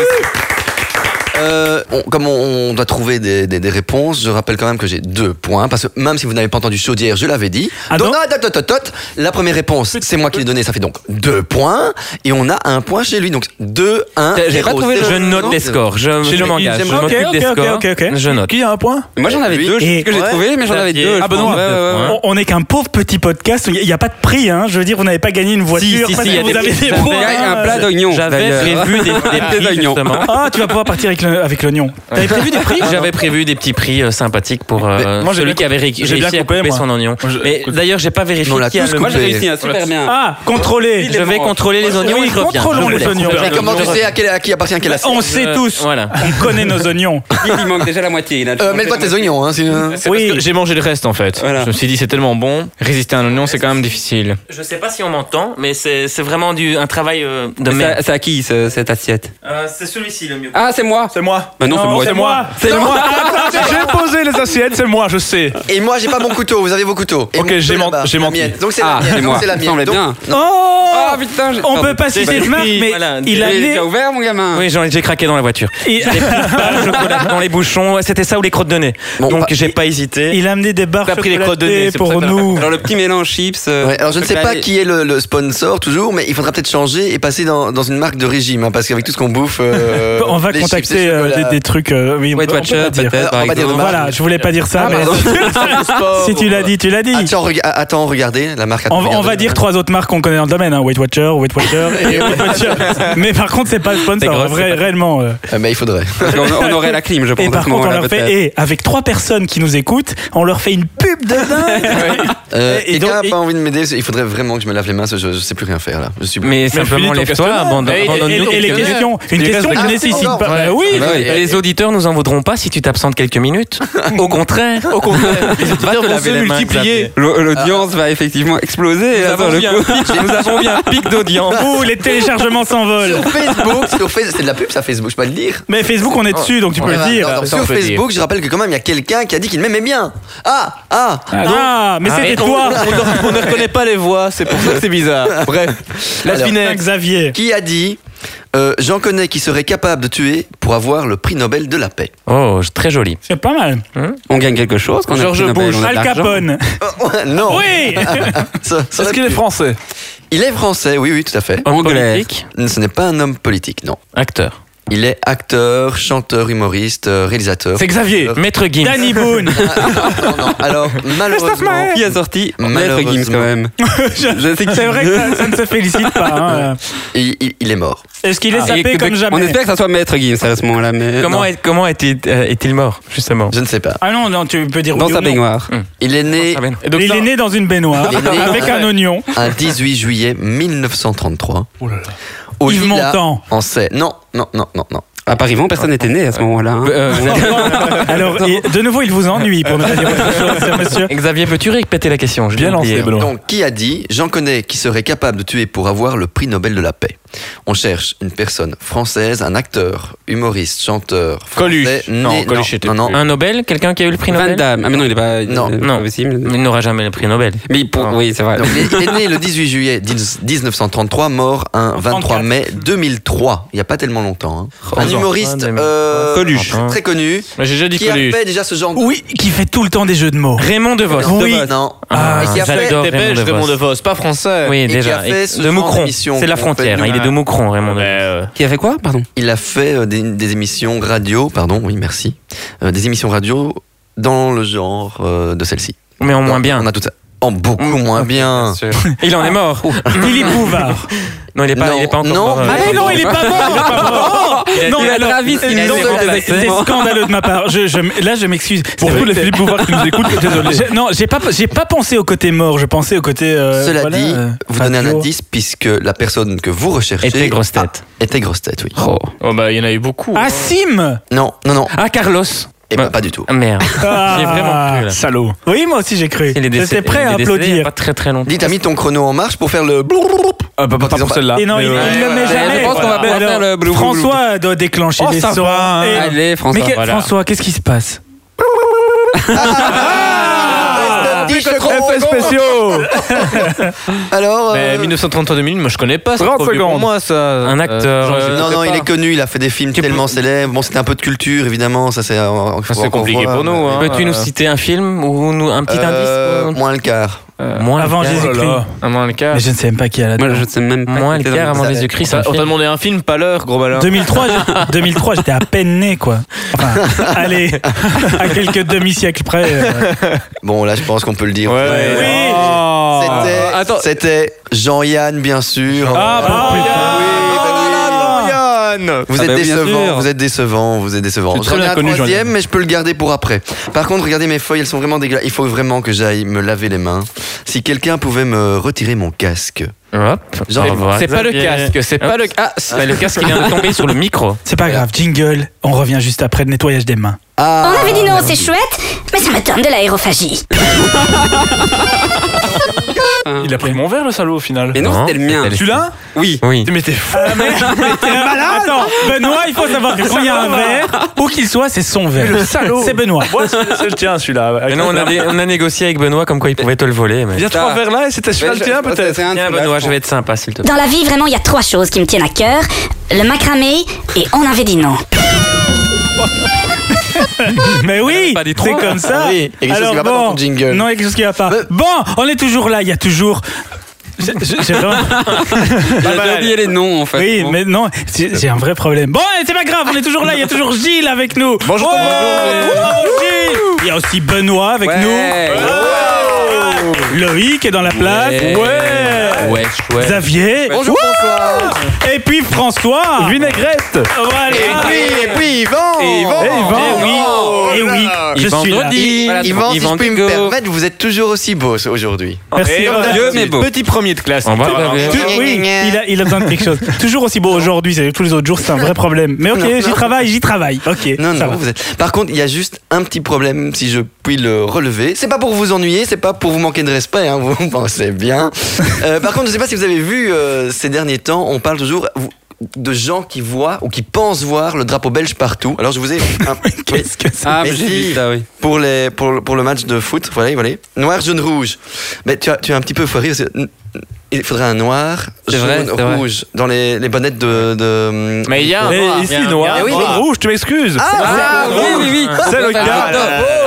Speaker 6: Euh, on- comme on, on doit trouver des, des- des réponses, je rappelle quand même que j'ai deux points, parce que même si vous n'avez pas entendu chaudière, je l'avais dit.
Speaker 1: Ah
Speaker 6: donc,
Speaker 1: non
Speaker 6: ah, tot, tot, tot, tot. la première réponse, c'est moi qui l'ai donnée, ça fait donc deux points, et on a un point chez lui, donc 2, 1,
Speaker 4: J'ai pas trouvé. Je note les scores. Je, je m'engage. Je
Speaker 1: Ok,
Speaker 4: m'occupe des
Speaker 1: ok, ok,
Speaker 4: scores.
Speaker 1: ok, ok.
Speaker 4: Je note.
Speaker 5: Qui a un point
Speaker 7: Moi, j'en avais
Speaker 6: Lui
Speaker 7: deux, je
Speaker 1: et-
Speaker 7: sais que j'ai
Speaker 6: Ouais.
Speaker 7: trouvé, mais j'en avais
Speaker 4: Xavier.
Speaker 7: deux.
Speaker 4: Ah,
Speaker 7: je
Speaker 4: Benoît.
Speaker 7: pense. Ouais, ouais, ouais.
Speaker 1: On- On n'est qu'un pauvre petit podcast. où Il n'y a, pas de prix. Hein. Je veux dire, vous n'avez pas gagné une voiture.
Speaker 4: si,
Speaker 1: parce
Speaker 4: si, il y
Speaker 1: que
Speaker 4: a
Speaker 1: vous
Speaker 4: des
Speaker 1: avez
Speaker 4: prix.
Speaker 1: des
Speaker 4: Ça
Speaker 1: points,
Speaker 7: On
Speaker 1: hein.
Speaker 7: un plat d'oignons.
Speaker 4: euh, J'avais
Speaker 7: d'ailleurs. (laughs)
Speaker 4: prévu des, des
Speaker 7: Des
Speaker 4: prix,
Speaker 7: oignons.
Speaker 4: justement.
Speaker 1: Ah, tu vas pouvoir partir avec le- avec l'oignon. T'avais prévu des prix
Speaker 4: J'avais prévu des petits prix euh, sympathiques pour euh,
Speaker 5: Mais moi, j'ai
Speaker 4: celui
Speaker 5: bien
Speaker 4: qui avait ré-
Speaker 5: j'ai bien
Speaker 4: réussi à
Speaker 5: coupé,
Speaker 4: couper
Speaker 5: moi.
Speaker 4: son oignon.
Speaker 5: Moi, je-
Speaker 4: Mais
Speaker 5: écoute,
Speaker 4: d'ailleurs, j'ai pas vérifié.
Speaker 6: on l'a
Speaker 4: qui a
Speaker 6: tous
Speaker 4: le-
Speaker 7: Moi, j'ai
Speaker 6: coupé.
Speaker 7: réussi, hein, super bien.
Speaker 1: Ah, contrôler.
Speaker 4: Je vais contrôler les oignons
Speaker 1: Oui,
Speaker 4: et je reviens.
Speaker 1: contrôlons les oignons.
Speaker 6: Mais comment tu sais à, quel- à qui appartient quelle assiette
Speaker 1: On sait
Speaker 4: Je-
Speaker 1: tous.
Speaker 4: Voilà.
Speaker 1: On connaît nos oignons.
Speaker 7: Il manque déjà la moitié. il a-
Speaker 6: euh, Mets pas tes oignons, hein, sinon-
Speaker 3: C'est parce que j'ai mangé le reste en fait.
Speaker 7: Voilà.
Speaker 3: Je me suis dit c'est tellement bon, résister à un oignon c'est quand même difficile.
Speaker 4: Je sais pas si on m'entend, mais c'est c'est vraiment du, un travail euh, de
Speaker 7: C'est
Speaker 4: merde.
Speaker 7: à- c'est à qui ce- cette assiette
Speaker 4: Euh, c'est celui-ci le mieux.
Speaker 7: Ah, c'est moi
Speaker 5: C'est moi.
Speaker 7: Bah non, c'est moi.
Speaker 1: c'est moi.
Speaker 7: C'est
Speaker 5: C'est
Speaker 7: moi.
Speaker 5: moi. Ah, J'ai posé les assiettes, c'est moi, je sais.
Speaker 6: Et moi, j'ai pas mon couteau, vous avez vos couteaux. Et
Speaker 5: Ok,
Speaker 6: mon
Speaker 5: j'ai
Speaker 6: couteau
Speaker 5: men-
Speaker 6: là-bas,
Speaker 5: j'ai
Speaker 6: la
Speaker 5: menti.
Speaker 6: mienne. Donc c'est la
Speaker 7: Ah,
Speaker 6: mienne.
Speaker 7: c'est
Speaker 6: donc
Speaker 7: moi.
Speaker 6: c'est la
Speaker 7: Il me
Speaker 6: mienne.
Speaker 7: semblait
Speaker 6: Donc-
Speaker 7: bien.
Speaker 1: Oh
Speaker 7: Ah putain, j'ai-
Speaker 1: On
Speaker 7: pardon.
Speaker 1: peut pas citer
Speaker 4: Bah,
Speaker 1: de marque,
Speaker 4: oui,
Speaker 1: mais
Speaker 4: voilà.
Speaker 1: il a
Speaker 7: Il est
Speaker 1: né.
Speaker 7: déjà ouvert, mon gamin
Speaker 4: Ah. Oui, j'en- j'ai craqué dans la voiture.
Speaker 1: il-
Speaker 4: Pas le chocolat dans les bouchons, c'était ça ou les crottes de nez.
Speaker 6: Bon,
Speaker 4: Donc
Speaker 6: bah,
Speaker 4: j'ai pas hésité.
Speaker 1: (laughs) Il a amené des barres
Speaker 3: T'as pris les crottes de
Speaker 1: chocolatées
Speaker 3: nez, c'est pour ça
Speaker 1: pour
Speaker 3: que t'as
Speaker 1: nous.
Speaker 7: Alors, le petit mélange chips. euh,
Speaker 6: Ouais, alors je ne sais pas
Speaker 7: chocolat et-
Speaker 6: qui est le, le sponsor toujours, mais il faudra peut-être changer et passer dans, dans une marque de régime, hein, parce qu'avec tout ce qu'on bouffe, euh,
Speaker 1: (laughs) On va
Speaker 6: les chips,
Speaker 1: contacter
Speaker 6: les
Speaker 1: euh,
Speaker 6: chocolats.
Speaker 1: des, des trucs. euh, oui, on
Speaker 7: Weight
Speaker 1: peut- on peut
Speaker 7: Watcher,
Speaker 1: pas dire.
Speaker 7: peut-être,
Speaker 6: Alors,
Speaker 7: par
Speaker 6: on va dire
Speaker 7: exemple.
Speaker 6: de marque.
Speaker 1: Voilà, je voulais pas dire ça,
Speaker 6: Ah,
Speaker 1: mais
Speaker 6: pardon.
Speaker 1: (laughs) Ah, si tu l'as dit, tu l'as dit.
Speaker 6: Ah, Attends, rega- attends, regardez la marque.
Speaker 1: On, va- on va dire trois autres marques qu'on connaît dans le domaine, hein, Weight Watcher, Weight Watcher, et Weight Watcher. Mais par contre, c'est pas le sponsor,
Speaker 4: grave,
Speaker 1: vrai-
Speaker 4: c'est pas-
Speaker 1: réellement. euh.
Speaker 6: trois. Ah, Mais il faudrait.
Speaker 7: parce qu'on- on, aurait la clim, je pense.
Speaker 1: Et
Speaker 7: à
Speaker 1: par
Speaker 7: ce
Speaker 1: contre, on
Speaker 7: moment-là,
Speaker 1: leur fait,
Speaker 7: peut-être.
Speaker 1: et avec trois personnes qui nous écoutent, on leur fait une pub de dingue.
Speaker 6: Euh,
Speaker 1: Et- et
Speaker 6: Quelqu'un
Speaker 1: donc-
Speaker 6: n'a pas envie de m'aider Il faudrait vraiment que je me lave les mains, parce que je, je sais plus rien faire là. Je suis.
Speaker 4: Mais simplement
Speaker 5: finis ton
Speaker 4: lève-toi,
Speaker 5: questionnaire.
Speaker 4: abandonne-
Speaker 3: Et- et-
Speaker 1: Et,
Speaker 4: abandonne-nous.
Speaker 1: et les
Speaker 4: quelques minutes.
Speaker 1: questions, une
Speaker 5: Il
Speaker 1: question
Speaker 5: reste
Speaker 1: qui
Speaker 6: des-
Speaker 1: nécessite
Speaker 6: Ah,
Speaker 1: pas. Bah oui,
Speaker 7: Ah, bah oui.
Speaker 4: Et Les auditeurs nous en voudront pas si tu t'absentes quelques minutes. Au contraire.
Speaker 3: Au contraire, les
Speaker 4: Va te
Speaker 3: auditeurs vont
Speaker 4: laver
Speaker 3: se
Speaker 4: les mains,
Speaker 3: multiplier.
Speaker 4: Xavier.
Speaker 7: L'au- L'audience va effectivement exploser. et là, dans le coup-
Speaker 4: nous avons bien un pic d'audience.
Speaker 1: Ouh, les téléchargements s'envolent.
Speaker 6: Sur Facebook, sur Face- c'est de la pub, ça Facebook, je peux pas le dire.
Speaker 1: Mais Facebook, on est dessus, donc tu peux
Speaker 6: Ouais,
Speaker 1: le
Speaker 6: bah,
Speaker 1: dire.
Speaker 6: non, non,
Speaker 3: ça, on
Speaker 6: sur
Speaker 3: peut le dire.
Speaker 6: Facebook, je rappelle que quand même, il y a quelqu'un qui a dit qu'il m'aimait bien. Ah,
Speaker 1: (laughs)
Speaker 6: ah,
Speaker 1: Ah, mais c'était
Speaker 3: Et on-
Speaker 1: toi,
Speaker 3: On, on ne reconnaît pas les voix, c'est pour ça que c'est bizarre. Bref, la
Speaker 6: Alors,
Speaker 1: putain,
Speaker 3: Spinex.
Speaker 1: Xavier.
Speaker 6: qui a dit euh, J'en connais qui serait capable de tuer pour avoir le prix Nobel de la paix.
Speaker 4: Oh, très joli.
Speaker 1: C'est pas mal.
Speaker 7: On gagne quelque chose. Quand on a
Speaker 3: George
Speaker 7: pris Nobel,
Speaker 3: Bush,
Speaker 7: on a de
Speaker 1: Al
Speaker 7: l'argent. (laughs)
Speaker 1: Capone.
Speaker 6: Oh, non.
Speaker 1: Oui
Speaker 6: Ça- ça
Speaker 5: Est-ce
Speaker 6: aurait
Speaker 5: qu'il est
Speaker 6: pu.
Speaker 5: français Ah.
Speaker 6: Il est français, oui, oui, tout à fait.
Speaker 7: Anglaise.
Speaker 4: Politique,
Speaker 6: Ce n'est pas un homme politique, non.
Speaker 4: acteur.
Speaker 6: Il est acteur, chanteur, humoriste, euh, réalisateur.
Speaker 5: C'est Xavier.
Speaker 4: Maître Gims.
Speaker 1: Danny Boone.
Speaker 6: Non, non. Alors,
Speaker 5: (laughs)
Speaker 6: malheureusement,
Speaker 7: Qui a sorti Maître
Speaker 6: Malheureusement.
Speaker 7: Gims quand même. Je sais que-
Speaker 1: C'est vrai que ça, ça ne se félicite pas. hein.
Speaker 6: il, il- il est mort.
Speaker 1: Est-ce qu'il est
Speaker 7: Et
Speaker 1: sapé
Speaker 7: que-
Speaker 1: comme
Speaker 7: Ah, On
Speaker 1: jamais
Speaker 7: espère que ça soit Maître Gims à ce moment-là. Mais
Speaker 4: Comment
Speaker 7: non.
Speaker 4: est- comment est-il euh, est-il mort justement
Speaker 6: Je ne sais pas.
Speaker 1: Ah non, non, tu peux dire
Speaker 7: Dans
Speaker 1: oui
Speaker 7: sa
Speaker 1: ou non.
Speaker 7: baignoire.
Speaker 6: Il est né
Speaker 5: Ah,
Speaker 4: Et
Speaker 1: Il est né dans une baignoire
Speaker 6: Il est né-
Speaker 1: avec un oignon.
Speaker 6: un 18 juillet 1933.
Speaker 5: Oh là là.
Speaker 6: Au
Speaker 1: Yves
Speaker 6: Lila,
Speaker 1: Montand.
Speaker 6: en Seine. Non, non, non, non, non.
Speaker 7: À Paris-Vent, personne n'était né à ce moment-là. hein.
Speaker 4: Euh,
Speaker 1: Alors, et de nouveau, il vous ennuie pour ne pas dire autre chose, ce monsieur.
Speaker 4: Xavier, peux-tu répéter la question Je
Speaker 5: Bien
Speaker 4: l'ai oublié.
Speaker 5: lancé, Benoît.
Speaker 6: Donc, qui a dit J'en connais qui serait capable de tuer pour avoir le prix Nobel de la paix. On cherche une personne française, un acteur, humoriste, chanteur. français,
Speaker 3: Coluche. Non,
Speaker 6: né-
Speaker 3: Coluche était
Speaker 6: non, non,
Speaker 4: Un Nobel Quelqu'un qui a eu le prix
Speaker 7: Van
Speaker 4: Nobel
Speaker 7: Damme. Ah mais non, il est pas.
Speaker 6: Non,
Speaker 7: il est pas
Speaker 4: non.
Speaker 7: possible.
Speaker 4: Il n'aura jamais le prix Nobel.
Speaker 7: Mais pour. Oui,
Speaker 4: Ah.
Speaker 7: c'est vrai.
Speaker 6: Donc, il est- il est né le 18 juillet 10- 1933, mort un 23
Speaker 1: 34.
Speaker 6: mai 2003. Il n'y a pas tellement longtemps. hein.
Speaker 4: Oh,
Speaker 6: Un
Speaker 4: non.
Speaker 6: humoriste
Speaker 4: Ouais, mais-
Speaker 6: euh,
Speaker 4: Coluche.
Speaker 6: très connu
Speaker 3: Mais J'ai déjà dit
Speaker 6: qui a
Speaker 3: Coluche.
Speaker 6: fait déjà ce genre de...
Speaker 1: Oui, qui fait tout le temps des jeux de mots.
Speaker 4: Raymond DeVos.
Speaker 6: Non,
Speaker 1: Oui.
Speaker 6: Non.
Speaker 1: Ah,
Speaker 6: et qui a fait,
Speaker 4: j'adore
Speaker 3: Des Belges, Raymond DeVos, pas français.
Speaker 4: Oui,
Speaker 6: qui
Speaker 4: déjà.
Speaker 6: a fait
Speaker 4: Et
Speaker 6: ce
Speaker 4: De
Speaker 6: genre
Speaker 4: Moucron.
Speaker 6: d'émission
Speaker 4: C'est la
Speaker 6: qu'on
Speaker 4: frontière.
Speaker 6: fait
Speaker 4: hein, Il est de Moucron, Raymond
Speaker 3: Mais,
Speaker 4: DeVos.
Speaker 3: euh,
Speaker 7: Qui a fait quoi Pardon.
Speaker 6: Il a fait euh, des, des émissions radio, pardon, oui, merci. Euh, des émissions radio dans le genre euh, de celle-ci.
Speaker 4: Mais en moins
Speaker 6: Dans-
Speaker 4: bien. Mmh.
Speaker 6: On a tout ça. En beaucoup moins bien.
Speaker 4: Il en est mort.
Speaker 1: Philippe Bouvard.
Speaker 4: Non, il est pas,
Speaker 6: Non,
Speaker 4: il est pas encore
Speaker 6: non,
Speaker 4: mort. euh,
Speaker 1: Ah mais non, il est pas mort. Il est pas mort. Non,
Speaker 7: il a
Speaker 1: alors,
Speaker 7: Travis, il a
Speaker 1: non,
Speaker 7: été
Speaker 1: c'est-
Speaker 7: remplacé.
Speaker 1: c'est scandaleux de ma part. Je, je- là, je m'excuse.
Speaker 5: Pour
Speaker 1: C'est
Speaker 5: tous
Speaker 1: vrai
Speaker 5: les
Speaker 1: que-
Speaker 5: Philippe Bouvard qui nous écoutent, désolé.
Speaker 1: J'ai- Non, j'ai pas, j'ai pas pensé au côté mort. Je pensais au côté. euh,
Speaker 6: Cela
Speaker 1: voilà,
Speaker 6: dit,
Speaker 1: euh,
Speaker 6: vous donnez un
Speaker 1: radio.
Speaker 6: indice puisque la personne que vous recherchez
Speaker 4: Était grosse tête.
Speaker 6: Ah, était grosse tête, oui.
Speaker 7: Oh.
Speaker 3: Oh bah il y en a eu beaucoup.
Speaker 1: Ah Sim.
Speaker 6: Non, non, non.
Speaker 4: Ah, Carlos.
Speaker 6: Eh ben, pas du tout.
Speaker 4: Ah, Merde.
Speaker 1: Ah.
Speaker 4: J'ai vraiment cru là.
Speaker 5: Salaud.
Speaker 1: Oui, moi aussi j'ai cru.
Speaker 4: Il est décédé-
Speaker 1: J'étais
Speaker 4: il
Speaker 1: prêt
Speaker 4: est
Speaker 1: à
Speaker 4: décédé Il y a
Speaker 1: applaudir.
Speaker 4: pas très très longtemps.
Speaker 6: Dis, t'as mis ton chrono en marche pour faire le. bloup
Speaker 5: Ah, bah, pas
Speaker 6: Quand ils ont
Speaker 5: pour
Speaker 6: pas- (laughs)
Speaker 5: celle-là.
Speaker 1: Et non,
Speaker 5: mais,
Speaker 1: il,
Speaker 5: euh,
Speaker 1: il le met
Speaker 7: Je
Speaker 1: jamais.
Speaker 7: pense qu'on va pouvoir
Speaker 1: Alors,
Speaker 7: faire le blou, blou, blou.
Speaker 1: François doit déclencher
Speaker 5: Oh,
Speaker 1: des
Speaker 5: ça
Speaker 1: sons.
Speaker 4: hein.
Speaker 5: va.
Speaker 1: Et-
Speaker 7: Allez,
Speaker 1: hein. Mais
Speaker 7: François.
Speaker 1: que-
Speaker 7: voilà.
Speaker 1: François, qu'est-ce qui se passe
Speaker 6: Ah, reste dix secondes.
Speaker 5: Effets spéciaux
Speaker 6: (laughs) Alors. euh,
Speaker 3: Mais 1933-2000, moi je connais pas. c'est
Speaker 5: 30
Speaker 3: trop vieux pour
Speaker 5: secondes.
Speaker 3: Moi, ça.
Speaker 4: Un acteur,
Speaker 3: genre, je
Speaker 4: euh,
Speaker 3: sais
Speaker 6: non, non,
Speaker 3: pas.
Speaker 6: il est connu, il a fait des films tellement célèbres. Bon, c'était un peu de culture, évidemment, ça c'est. euh,
Speaker 3: Enfin, C'est compliqué pour nous. hein.
Speaker 4: Peux-tu
Speaker 1: euh,
Speaker 4: nous citer un film ou nous- un petit indice euh, ou-
Speaker 6: Euh, Moins le quart.
Speaker 4: Moins le
Speaker 1: Avant
Speaker 4: quart.
Speaker 1: Jésus-Christ.
Speaker 3: Un moins le quart.
Speaker 1: Mais je ne sais même pas qui a la.
Speaker 7: Moi, je ne sais même pas.
Speaker 4: Moins
Speaker 7: qui
Speaker 4: le
Speaker 7: était
Speaker 4: quart
Speaker 7: dans-
Speaker 4: avant
Speaker 6: Ça-
Speaker 4: Jésus-Christ.
Speaker 5: Bah,
Speaker 3: Ça,
Speaker 4: un
Speaker 3: on t'a
Speaker 4: film.
Speaker 3: demandé un film, pas l'heure, gros malin.
Speaker 1: 2003, j'ai- 2003 j'étais à peine né, quoi. Enfin, allez, à quelques demi-siècles près. euh.
Speaker 6: Bon, là, je pense qu'on peut le dire.
Speaker 3: Ouais.
Speaker 1: Oui.
Speaker 6: C'était-
Speaker 7: attends.
Speaker 6: C'était Jean-Yann, bien sûr.
Speaker 1: Ah, bah,
Speaker 6: Oui,
Speaker 1: putain.
Speaker 6: bah oui.
Speaker 1: Ah,
Speaker 6: Antoine Vous
Speaker 7: Ah
Speaker 6: êtes
Speaker 7: bah oui, bien
Speaker 6: décevant,
Speaker 7: sûr.
Speaker 6: vous êtes décevant, vous êtes décevant.
Speaker 5: Je suis
Speaker 6: Je
Speaker 5: très
Speaker 6: reviens à
Speaker 5: bien connu,
Speaker 6: troisième,
Speaker 5: Jordan.
Speaker 6: mais je peux le garder pour après. Par contre, regardez mes feuilles, elles sont vraiment dégueulasses. Il faut vraiment que j'aille me laver les mains. Si quelqu'un pouvait me retirer mon casque.
Speaker 4: Hop.
Speaker 6: Genre,
Speaker 4: Au revoir.
Speaker 3: C'est pas le casque, c'est pas le
Speaker 4: Ah, c'est le casque qui vient de tomber sur le micro.
Speaker 1: C'est pas grave, jingle, on revient juste après le nettoyage des mains.
Speaker 6: Ah,
Speaker 8: On avait dit non, c'est chouette, mais ça me donne de l'aérophagie.
Speaker 5: Il a pris mon verre, le salaud, au final.
Speaker 7: Mais non,
Speaker 4: Non,
Speaker 7: c'était le mien.
Speaker 4: c'était
Speaker 5: Tu l'as
Speaker 7: (laughs) Oui.
Speaker 4: Oui.
Speaker 5: Ah. Mais t'es fou.
Speaker 1: malade Attends, Benoît, il faut savoir que quand il y a un verre, où qu'il soit, c'est son verre. C'est Benoît.
Speaker 5: Moi, c'est c'est le tien, celui-là.
Speaker 4: Mais non, on a, dé- on a négocié avec Benoît comme quoi il pouvait te le voler. Mais...
Speaker 5: Il y a trois verres là et c'était celui-là le tien, peut-être.
Speaker 4: Tiens, Benoît, je vais être sympa, s'il te plaît.
Speaker 8: Dans la vie, vraiment, il y a trois choses qui me tiennent à cœur. Le macramé et on avait dit non.
Speaker 1: Mais oui,
Speaker 4: Pas des
Speaker 1: c'est
Speaker 4: trois.
Speaker 1: comme ça.
Speaker 6: Oui, il y a quelque chose qui va pas dans ton jingle. Euh.
Speaker 1: Non, il y a quelque chose qui va pas.
Speaker 6: Mais-
Speaker 1: Bon, on est toujours là, il y a toujours... J'ai- j'ai- j'ai vraiment-
Speaker 7: J'ai oublié les noms en fait.
Speaker 1: Oui,
Speaker 7: Bon.
Speaker 1: mais non, j'ai j'ai un vrai problème. Bon, eh, c'est pas grave, on est toujours là, il y a toujours Gilles avec nous.
Speaker 5: Bonjour,
Speaker 1: Ouais,
Speaker 5: bonjour.
Speaker 1: bravo, Gilles. Il y a aussi Benoît avec
Speaker 7: Ouais.
Speaker 1: nous. Loïc est dans la place.
Speaker 7: Ouais.
Speaker 4: Ouais, chouette.
Speaker 1: Xavier.
Speaker 6: Bonjour, bonsoir.
Speaker 1: Et puis François.
Speaker 5: Ah. Vinaigrette.
Speaker 1: Voilà.
Speaker 6: Et puis, et puis, Yvan
Speaker 7: Et Yvan.
Speaker 1: Eh, Yvan. Eh oui, je
Speaker 4: Yvan
Speaker 1: suis là.
Speaker 4: Dodi. Voilà,
Speaker 6: Yvan, si je peux me
Speaker 4: Digo.
Speaker 6: permettre, vous êtes toujours aussi beau aujourd'hui.
Speaker 1: Merci.
Speaker 3: Et voilà.
Speaker 7: Vieux mais beau.
Speaker 3: Petit premier de classe.
Speaker 4: On va
Speaker 3: Voilà.
Speaker 4: regarder.
Speaker 1: Tu- Oui, il a, il a besoin de quelque chose. Toujours aussi beau aujourd'hui, c'est tous les autres jours, c'est un vrai problème. Mais ok, j'y travaille, j'y travaille. Ok,
Speaker 6: Non,
Speaker 1: ça
Speaker 6: non,
Speaker 1: va.
Speaker 6: vous êtes. Par contre, il y a juste un petit problème, si je puis le relever. C'est pas pour vous ennuyer, c'est pas pour vous manquer de respect, hein, vous (laughs) pensez bien. Euh, par contre, je sais pas si vous avez vu euh, ces derniers temps, on parle toujours vous- de gens qui voient ou qui pensent voir le drapeau belge partout. Alors, je vous
Speaker 1: (laughs)
Speaker 6: ai. un- oui,
Speaker 1: Qu'est-ce que c'est
Speaker 7: Ah, mais
Speaker 6: Mais
Speaker 7: j'ai
Speaker 6: si.
Speaker 7: vu ça, oui.
Speaker 6: pour, les, pour, le- pour le match de foot, voilà, voilà. Noir, jaune, rouge. Mais tu as, tu as un petit peu foiré parce que. Il faudrait un noir,
Speaker 7: C'est
Speaker 6: jaune,
Speaker 7: vrai, c'est vrai.
Speaker 6: rouge dans les, les bonnettes de. de-
Speaker 3: Mais il y a un
Speaker 5: Et
Speaker 3: noir.
Speaker 5: ici,
Speaker 3: Il y a un- il
Speaker 5: noir.
Speaker 3: y a un
Speaker 6: oui,
Speaker 5: jaune,
Speaker 6: mais-
Speaker 5: Eh rouge, tu m'excuses.
Speaker 7: Ah, oui, oui, oui.
Speaker 5: C'est le cas.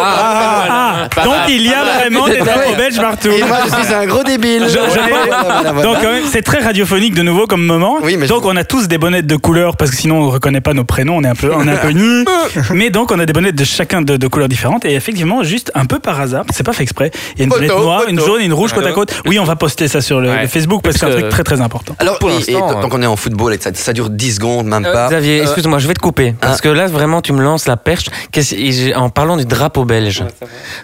Speaker 7: Ah,
Speaker 1: Ah, donc il y a vraiment des drapeaux belges partout.
Speaker 6: Et moi, je suis un gros débile. Voilà, voilà, voilà.
Speaker 1: Donc quand même, c'est très radiophonique de nouveau comme moment.
Speaker 6: Oui, mais je-
Speaker 1: donc on a tous des bonnettes de couleur parce que sinon on reconnaît pas nos prénoms, on est un peu, on est un peu
Speaker 6: (laughs)
Speaker 1: nus. Mais donc on a des bonnettes de chacun de, de couleurs différentes et effectivement juste un peu par hasard, c'est pas fait exprès. Il y a une
Speaker 6: Photo,
Speaker 1: bonnette noire, une
Speaker 6: photo.
Speaker 1: jaune, et une rouge côte à côte. Oui, on va poster ça sur le,
Speaker 4: Ouais.
Speaker 1: le Facebook parce que c'est un
Speaker 4: Parce
Speaker 1: truc
Speaker 4: que-
Speaker 1: très très important.
Speaker 6: Alors,
Speaker 4: Pour
Speaker 6: et- et
Speaker 4: l'instant,
Speaker 6: tant
Speaker 4: euh,
Speaker 6: qu'on est en football et que ça, ça dure 10 secondes, même
Speaker 4: Euh, ah.
Speaker 6: pas.
Speaker 4: Xavier,
Speaker 6: euh,
Speaker 4: excuse-moi, je vais te couper parce que là vraiment tu me lances la perche. Qu'est-ce- et j'ai- en parlant du drapeau belge,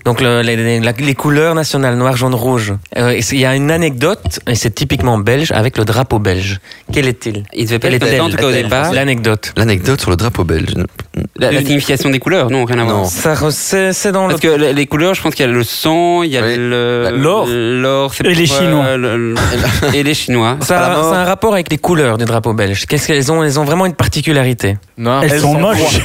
Speaker 4: donc le- les, la- les couleurs nationales noir, jaune, rouge. Euh, et c'est- Il y a une anecdote et c'est typiquement belge avec le drapeau belge. Quel est-il
Speaker 7: Il devait pas
Speaker 4: Quel
Speaker 7: être
Speaker 4: est-elle
Speaker 7: dedans, en tout cas au
Speaker 6: Elle est
Speaker 7: départ. La,
Speaker 4: L'anecdote.
Speaker 6: L'anecdote sur le drapeau belge.
Speaker 7: la signification des couleurs, non, rien à voir.
Speaker 6: Non.
Speaker 4: Ça re- c'est c'est dans le.
Speaker 7: Parce que les les couleurs, je pense qu'il y a le sang, il y a
Speaker 6: Oui.
Speaker 7: le
Speaker 1: L'or.
Speaker 7: l'or, c'est
Speaker 1: Et les
Speaker 7: pour, euh,
Speaker 1: Chinois.
Speaker 7: le- le- et les Chinois.
Speaker 4: Ça,
Speaker 6: Ah,
Speaker 4: ça a un rapport avec les couleurs du drapeau belge. Qu'est-ce qu'elles ont Elles ont vraiment une particularité.
Speaker 3: Noir.
Speaker 1: Elles, sont, moches.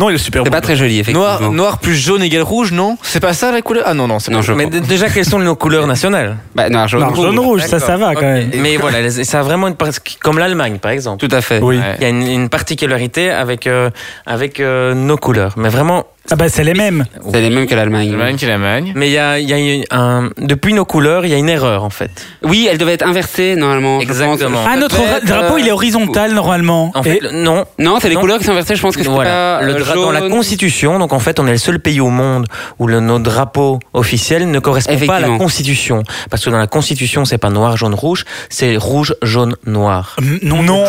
Speaker 5: Non, il est super
Speaker 7: C'est
Speaker 5: beau.
Speaker 7: pas très joli, effectivement.
Speaker 3: Noir, noir plus jaune égale rouge, non C'est pas ça la couleur Ah non, non, c'est
Speaker 7: Non,
Speaker 3: pas
Speaker 7: je
Speaker 4: Mais d- déjà, quelles sont nos couleurs nationales
Speaker 7: Bah, noir, jaune,
Speaker 1: (laughs) Non, jaune rouge, ça ça va quand même.
Speaker 4: Mais voilà, elles- ça a vraiment une parti- comme l'Allemagne par exemple.
Speaker 7: Tout à fait.
Speaker 1: Oui.
Speaker 7: Ouais.
Speaker 4: Il y a une, une particularité avec euh, avec euh, nos couleurs, mais vraiment.
Speaker 1: Ah bah c'est les mêmes.
Speaker 7: C'est les mêmes que l'Allemagne.
Speaker 3: L'Allemagne qui l'Allemagne.
Speaker 4: Mais il y a, il y a eu un depuis nos couleurs, il y a une erreur en fait.
Speaker 7: Oui, elle devait être inversée normalement. je pense.
Speaker 4: Exactement.
Speaker 1: Ah notre
Speaker 7: Peut-être,
Speaker 1: drapeau il est
Speaker 7: euh,
Speaker 1: horizontal normalement.
Speaker 4: En fait,
Speaker 1: Et-
Speaker 4: le- non.
Speaker 7: Non, c'est les
Speaker 4: Non.
Speaker 7: couleurs qui sont inversées. Je pense que c'est
Speaker 4: Voilà,
Speaker 7: pas
Speaker 4: le
Speaker 7: euh,
Speaker 4: dra- dans la
Speaker 7: jaune.
Speaker 4: Constitution, donc en fait, on est le seul pays au monde où le, nos drapeaux officiels ne correspondent pas à la
Speaker 7: Effectivement.
Speaker 4: Constitution, parce que dans la Constitution, c'est pas noir, jaune, rouge, c'est rouge, jaune, noir.
Speaker 1: Mm, Non non.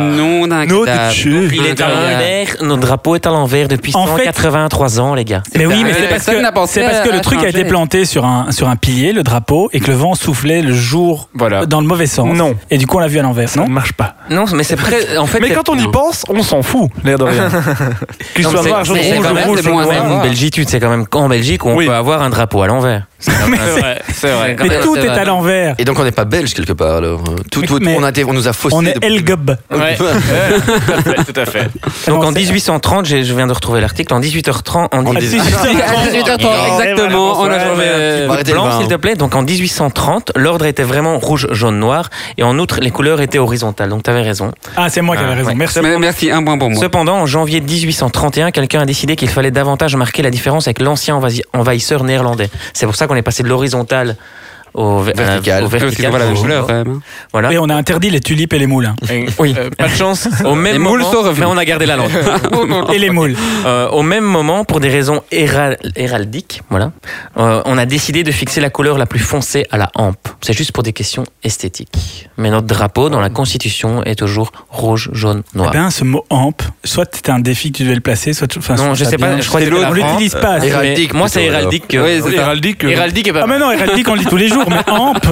Speaker 7: Non, d'un
Speaker 1: Non,
Speaker 7: cadavre.
Speaker 1: tu-
Speaker 4: Il est à l'envers, notre drapeau est à l'envers depuis
Speaker 1: En fait-
Speaker 4: 183 ans, les gars.
Speaker 1: Mais oui,
Speaker 7: dingue.
Speaker 1: mais c'est
Speaker 7: Ouais,
Speaker 1: parce
Speaker 7: personne n'a
Speaker 1: que,
Speaker 7: pensé
Speaker 1: c'est parce que
Speaker 7: à-
Speaker 1: le
Speaker 7: à
Speaker 1: truc a
Speaker 7: changer.
Speaker 1: été planté sur un, sur un pilier, le drapeau, et que le vent soufflait le jour
Speaker 3: Voilà.
Speaker 1: dans le mauvais sens.
Speaker 5: Non.
Speaker 1: Et du coup, on l'a vu à l'envers,
Speaker 5: Ça
Speaker 1: non
Speaker 5: ne marche pas.
Speaker 4: Non, mais c'est près. En fait,
Speaker 5: Mais
Speaker 4: c'est-
Speaker 5: quand on y pense, on s'en fout, l'air de rien. Qu'il
Speaker 4: Non, mais
Speaker 5: soit
Speaker 4: c'est-
Speaker 5: noir, jaune,
Speaker 4: c'est- c'est
Speaker 5: rouge,
Speaker 4: quand même-
Speaker 5: rouge,
Speaker 4: c'est
Speaker 5: jaune,
Speaker 4: quand
Speaker 5: noir.
Speaker 4: même une Belgitude, c'est quand même qu'en Belgique on
Speaker 5: Oui.
Speaker 4: peut avoir un drapeau à l'envers.
Speaker 1: Mais,
Speaker 3: C'est
Speaker 1: c'est-
Speaker 3: vrai, c'est vrai.
Speaker 1: mais
Speaker 7: (laughs)
Speaker 1: tout
Speaker 7: c'est
Speaker 1: est
Speaker 7: vrai.
Speaker 1: à l'envers.
Speaker 6: Et donc, on n'est pas belge quelque part, alors. euh, Tout, tout-
Speaker 1: Mais-
Speaker 6: on, a été- on nous a faussé.
Speaker 1: On est
Speaker 6: depuis-
Speaker 1: El Gob.
Speaker 3: Ouais, ouais, (laughs) tout à fait, tout à fait.
Speaker 4: Donc
Speaker 1: Non,
Speaker 4: en
Speaker 1: c'est-
Speaker 4: 1830, j'ai- je viens de retrouver l'article, en 1830, en
Speaker 1: Ah,
Speaker 4: 18...
Speaker 1: 18h30.
Speaker 7: Exactement. On a changé.
Speaker 6: Faut
Speaker 7: euh,
Speaker 6: arrêter le vin,
Speaker 4: Ah, Blanc, s'il te
Speaker 6: hein.
Speaker 4: plaît. Donc en 1830, l'ordre était vraiment rouge, jaune, noir. Et en outre, les couleurs étaient horizontales. Donc t'avais raison.
Speaker 1: Ah, c'est moi qui avais
Speaker 4: Ah,
Speaker 1: raison.
Speaker 4: ouais.
Speaker 1: Merci.
Speaker 7: Mais- Merci, un point pour moi.
Speaker 4: Cependant, en janvier 1831, quelqu'un a décidé qu'il fallait davantage marquer la différence avec l'ancien envasi- envahisseur néerlandais. C'est pour ça qu'on est passé de l'horizontal au, ver-
Speaker 6: Vertical.
Speaker 4: au
Speaker 7: Parce qu'ils ont pas la même couleur hein. quand même.
Speaker 4: Voilà.
Speaker 1: Et on a interdit les tulipes et les
Speaker 4: (laughs)
Speaker 1: moules. hein.
Speaker 4: Oui.
Speaker 3: Euh, pas de
Speaker 4: (laughs)
Speaker 3: chance.
Speaker 4: Au même
Speaker 7: Les moules
Speaker 4: moment,
Speaker 7: sont revenus.
Speaker 4: mais on a gardé la langue.
Speaker 1: Et les moules.
Speaker 4: (laughs) Euh, au même moment, pour des raisons héra- héraldiques, voilà, euh, on a décidé de fixer la couleur la plus foncée à la hampe. C'est juste pour des questions esthétiques. Mais notre drapeau dans la Constitution est toujours rouge, jaune,
Speaker 1: Eh
Speaker 4: noir.
Speaker 1: ben, ce mot amp, soit c'était un défi que tu devais le placer, soit. tu- enfin,
Speaker 4: Non, je
Speaker 1: ça
Speaker 4: sais pas,
Speaker 1: bien.
Speaker 4: je crois que
Speaker 1: C'est
Speaker 4: c'était
Speaker 1: l'autre. On
Speaker 4: la Euh,
Speaker 1: l'utilise pas.
Speaker 4: Mais
Speaker 1: assez.
Speaker 6: Héraldique,
Speaker 4: moi, Ah, c'est
Speaker 6: plutôt, alors.
Speaker 4: héraldique. euh,
Speaker 7: Oui, c'est ça.
Speaker 5: Héraldique, euh,
Speaker 3: Héraldique est pas
Speaker 1: Ah, mais non, héraldique, on le dit tous les jours, mais amp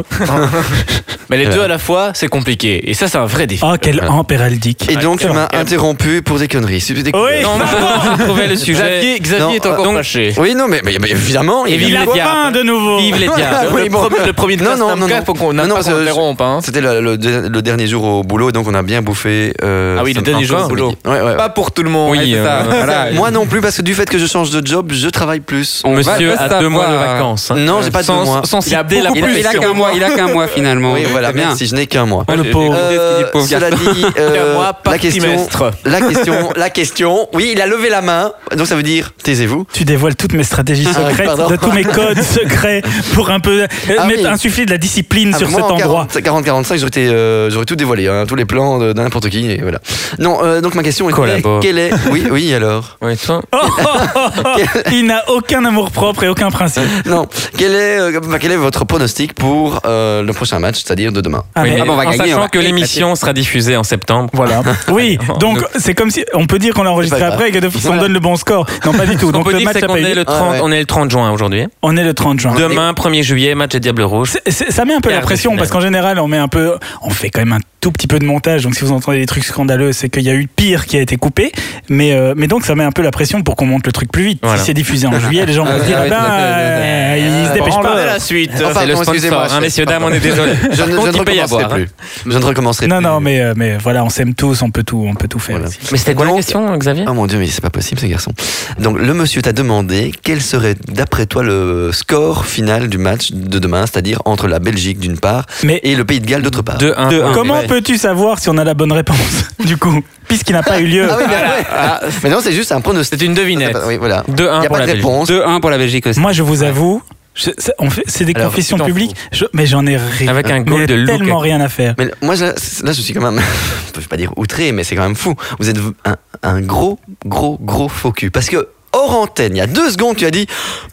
Speaker 3: Mais les
Speaker 6: Ouais.
Speaker 3: deux à la fois, c'est compliqué. Et ça, c'est un vrai défi.
Speaker 1: Oh, quel amp héraldique
Speaker 6: Et donc, tu m'as interrompu pour des conneries. Si tu t'écoutes-
Speaker 1: Oui.
Speaker 4: Non, mais (laughs) je trouvais le sujet.
Speaker 3: Xavier, Xavier
Speaker 6: Non,
Speaker 3: est encore
Speaker 6: donc-
Speaker 3: fâché.
Speaker 6: Oui, non, mais, mais- mais évidemment.
Speaker 4: Et
Speaker 6: il-
Speaker 1: Il
Speaker 4: vive
Speaker 1: a
Speaker 4: les
Speaker 1: faim
Speaker 4: diables.
Speaker 1: de nouveau
Speaker 4: Vive les
Speaker 6: Voilà,
Speaker 3: (laughs)
Speaker 4: diables.
Speaker 6: oui,
Speaker 3: le,
Speaker 6: bon.
Speaker 3: premier, le premier de
Speaker 6: Non,
Speaker 3: classe,
Speaker 6: non,
Speaker 3: c'est un
Speaker 6: non,
Speaker 3: cas,
Speaker 6: non.
Speaker 3: faut qu'on
Speaker 6: Non,
Speaker 3: n'a
Speaker 6: non,
Speaker 3: pas
Speaker 6: c'est-
Speaker 3: qu'on interrompe, hein.
Speaker 6: C'était le, le de- le dernier jour au boulot, donc on a bien bouffé. euh,
Speaker 3: Ah oui, le
Speaker 6: ce-
Speaker 3: dernier jour au
Speaker 6: encore,
Speaker 3: boulot.
Speaker 6: mais- Ouais, ouais.
Speaker 3: Pas pour tout le monde.
Speaker 4: Oui,
Speaker 3: Ouais, c'est ça.
Speaker 4: euh, voilà.
Speaker 6: Moi non plus, parce que du fait que je change de job, je travaille plus.
Speaker 7: On
Speaker 4: Monsieur
Speaker 7: va
Speaker 4: a
Speaker 7: le
Speaker 4: deux mois de
Speaker 7: savoir.
Speaker 4: vacances. hein.
Speaker 6: Non, j'ai pas de
Speaker 4: Sans-
Speaker 6: mois.
Speaker 4: Sans
Speaker 3: Il a
Speaker 4: citer la
Speaker 3: beaucoup
Speaker 7: Il a, il a
Speaker 4: profession.
Speaker 7: qu'un mois, il a qu'un mois finalement.
Speaker 6: Oui, voilà,
Speaker 7: C'est Eh bien.
Speaker 6: merci, je n'ai qu'un mois.
Speaker 1: Oh, le pauvre.
Speaker 6: Euh,
Speaker 7: Pauvre
Speaker 6: cela dit,
Speaker 1: (laughs)
Speaker 6: euh,
Speaker 3: Qu'un mois par
Speaker 6: la question,
Speaker 3: trimestre.
Speaker 6: la question, la question. Oui, il a levé la main, donc ça veut dire taisez-vous.
Speaker 1: Tu dévoiles toutes mes stratégies
Speaker 6: Ah,
Speaker 1: secrètes,
Speaker 6: pardon.
Speaker 1: de
Speaker 6: (laughs)
Speaker 1: tous mes codes secrets pour un peu euh,
Speaker 6: Ah
Speaker 1: mettre
Speaker 6: oui.
Speaker 1: insuffler de la discipline
Speaker 6: Ah,
Speaker 1: sur
Speaker 6: moi,
Speaker 1: cet
Speaker 6: en
Speaker 1: endroit.
Speaker 6: 40, 40-45, j'aurais été, euh, j'aurais tout dévoilé, hein, tous les plans de, de n'importe qui, et voilà. Non, euh, donc ma question était,
Speaker 4: Collabo.
Speaker 6: quelle est,
Speaker 4: (laughs)
Speaker 6: oui, oui, alors,
Speaker 4: Oui, toi,
Speaker 1: Oh, oh, oh, oh. (laughs) Il n'a aucun amour propre et aucun principe.
Speaker 6: non, quel est, euh, bah, quel est votre pronostic pour euh, le prochain match, c'est-à-dire de demain
Speaker 1: Ah,
Speaker 4: Oui, Ah,
Speaker 1: mais-
Speaker 7: Ah bon, on va
Speaker 4: en
Speaker 7: gagner, on
Speaker 4: sachant
Speaker 7: va
Speaker 4: que l'émission sera diffusée en septembre. (laughs)
Speaker 1: Voilà. Oui, donc
Speaker 4: Donc-
Speaker 1: c'est comme si on peut dire qu'on l'a enregistré
Speaker 6: C'est pas grave.
Speaker 1: après et que d'office on donne le bon score. Non,
Speaker 4: (laughs)
Speaker 1: pas du tout.
Speaker 4: Ce qu'on
Speaker 1: Donc
Speaker 4: peut
Speaker 1: le
Speaker 4: dire,
Speaker 1: match
Speaker 4: c'est
Speaker 1: a
Speaker 4: qu'on
Speaker 1: pas eu
Speaker 4: est
Speaker 1: lieu.
Speaker 4: le 30
Speaker 6: Ah ouais.
Speaker 4: on est le 30 juin aujourd'hui.
Speaker 1: On est le 30 juin.
Speaker 4: Demain, 1er juillet, match des Diables Rouges.
Speaker 1: C'est- c'est- ça met un peu
Speaker 4: Et
Speaker 1: la
Speaker 4: après,
Speaker 1: pression
Speaker 4: finalement.
Speaker 1: parce qu'en général on met un peu on fait quand même un tout petit peu de montage donc si vous entendez des trucs scandaleux c'est qu'il y a eu pire qui a été coupé mais euh, mais donc ça met un peu la pression pour qu'on monte le truc plus vite
Speaker 4: Voilà.
Speaker 1: si c'est diffusé en juillet les gens vont se dire
Speaker 7: Ah,
Speaker 1: ah ben
Speaker 7: ouais,
Speaker 1: euh, ils
Speaker 3: Ah,
Speaker 1: se dépêchent
Speaker 3: Branle
Speaker 1: pas
Speaker 3: la suite.
Speaker 6: Oh,
Speaker 4: C'est
Speaker 6: pardon,
Speaker 4: le
Speaker 6: excusez-moi,
Speaker 4: sponsor, hein,
Speaker 6: chef.
Speaker 4: messieurs, dames, on est désolé.
Speaker 6: Je, ne- je
Speaker 4: contre,
Speaker 6: ne
Speaker 4: il peut y
Speaker 6: recommencerai
Speaker 4: avoir, hein
Speaker 6: plus. Je ne recommencerai
Speaker 1: non
Speaker 6: plus.
Speaker 1: non mais euh, mais voilà on s'aime tous on peut tout on peut tout faire
Speaker 6: Voilà.
Speaker 4: Mais c'était quoi la
Speaker 6: Donc-
Speaker 4: question, Xavier
Speaker 6: Oh mon dieu, mais c'est pas possible, ce garçon. Donc, le monsieur t'a demandé quel serait, d'après toi, le score final du match de demain, c'est-à-dire entre la Belgique d'une part
Speaker 1: mais
Speaker 6: et le Pays de Galles d'autre part.
Speaker 4: 2-1.
Speaker 1: comment peux-tu savoir si on a la bonne réponse (laughs) du coup puisqu'il n'a pas eu lieu
Speaker 6: Ah oui, mais, ouais. mais non, c'est juste un pronostic. Ah, bah,
Speaker 4: C'est une devinette.
Speaker 6: Oui, voilà. Il
Speaker 4: 2-1
Speaker 6: n'y
Speaker 4: pour
Speaker 6: a pas
Speaker 4: la
Speaker 6: de
Speaker 4: Belgique.
Speaker 6: réponse.
Speaker 7: 2-1 pour la Belgique aussi.
Speaker 1: moi je vous avoue je- ça- on fait- c'est des
Speaker 6: Alors,
Speaker 1: confessions
Speaker 6: tu t'en
Speaker 1: publiques je- mais j'en ai rien
Speaker 4: Avec un goal
Speaker 1: Mais
Speaker 4: de Luke.
Speaker 1: tellement rien à faire
Speaker 6: Mais moi, je- là, je suis quand même, (laughs) je peux pas dire outré, mais c'est quand même fou. Vous êtes un, un gros, gros, gros faux cul. Parce que, hors antenne, il y a deux secondes, tu as dit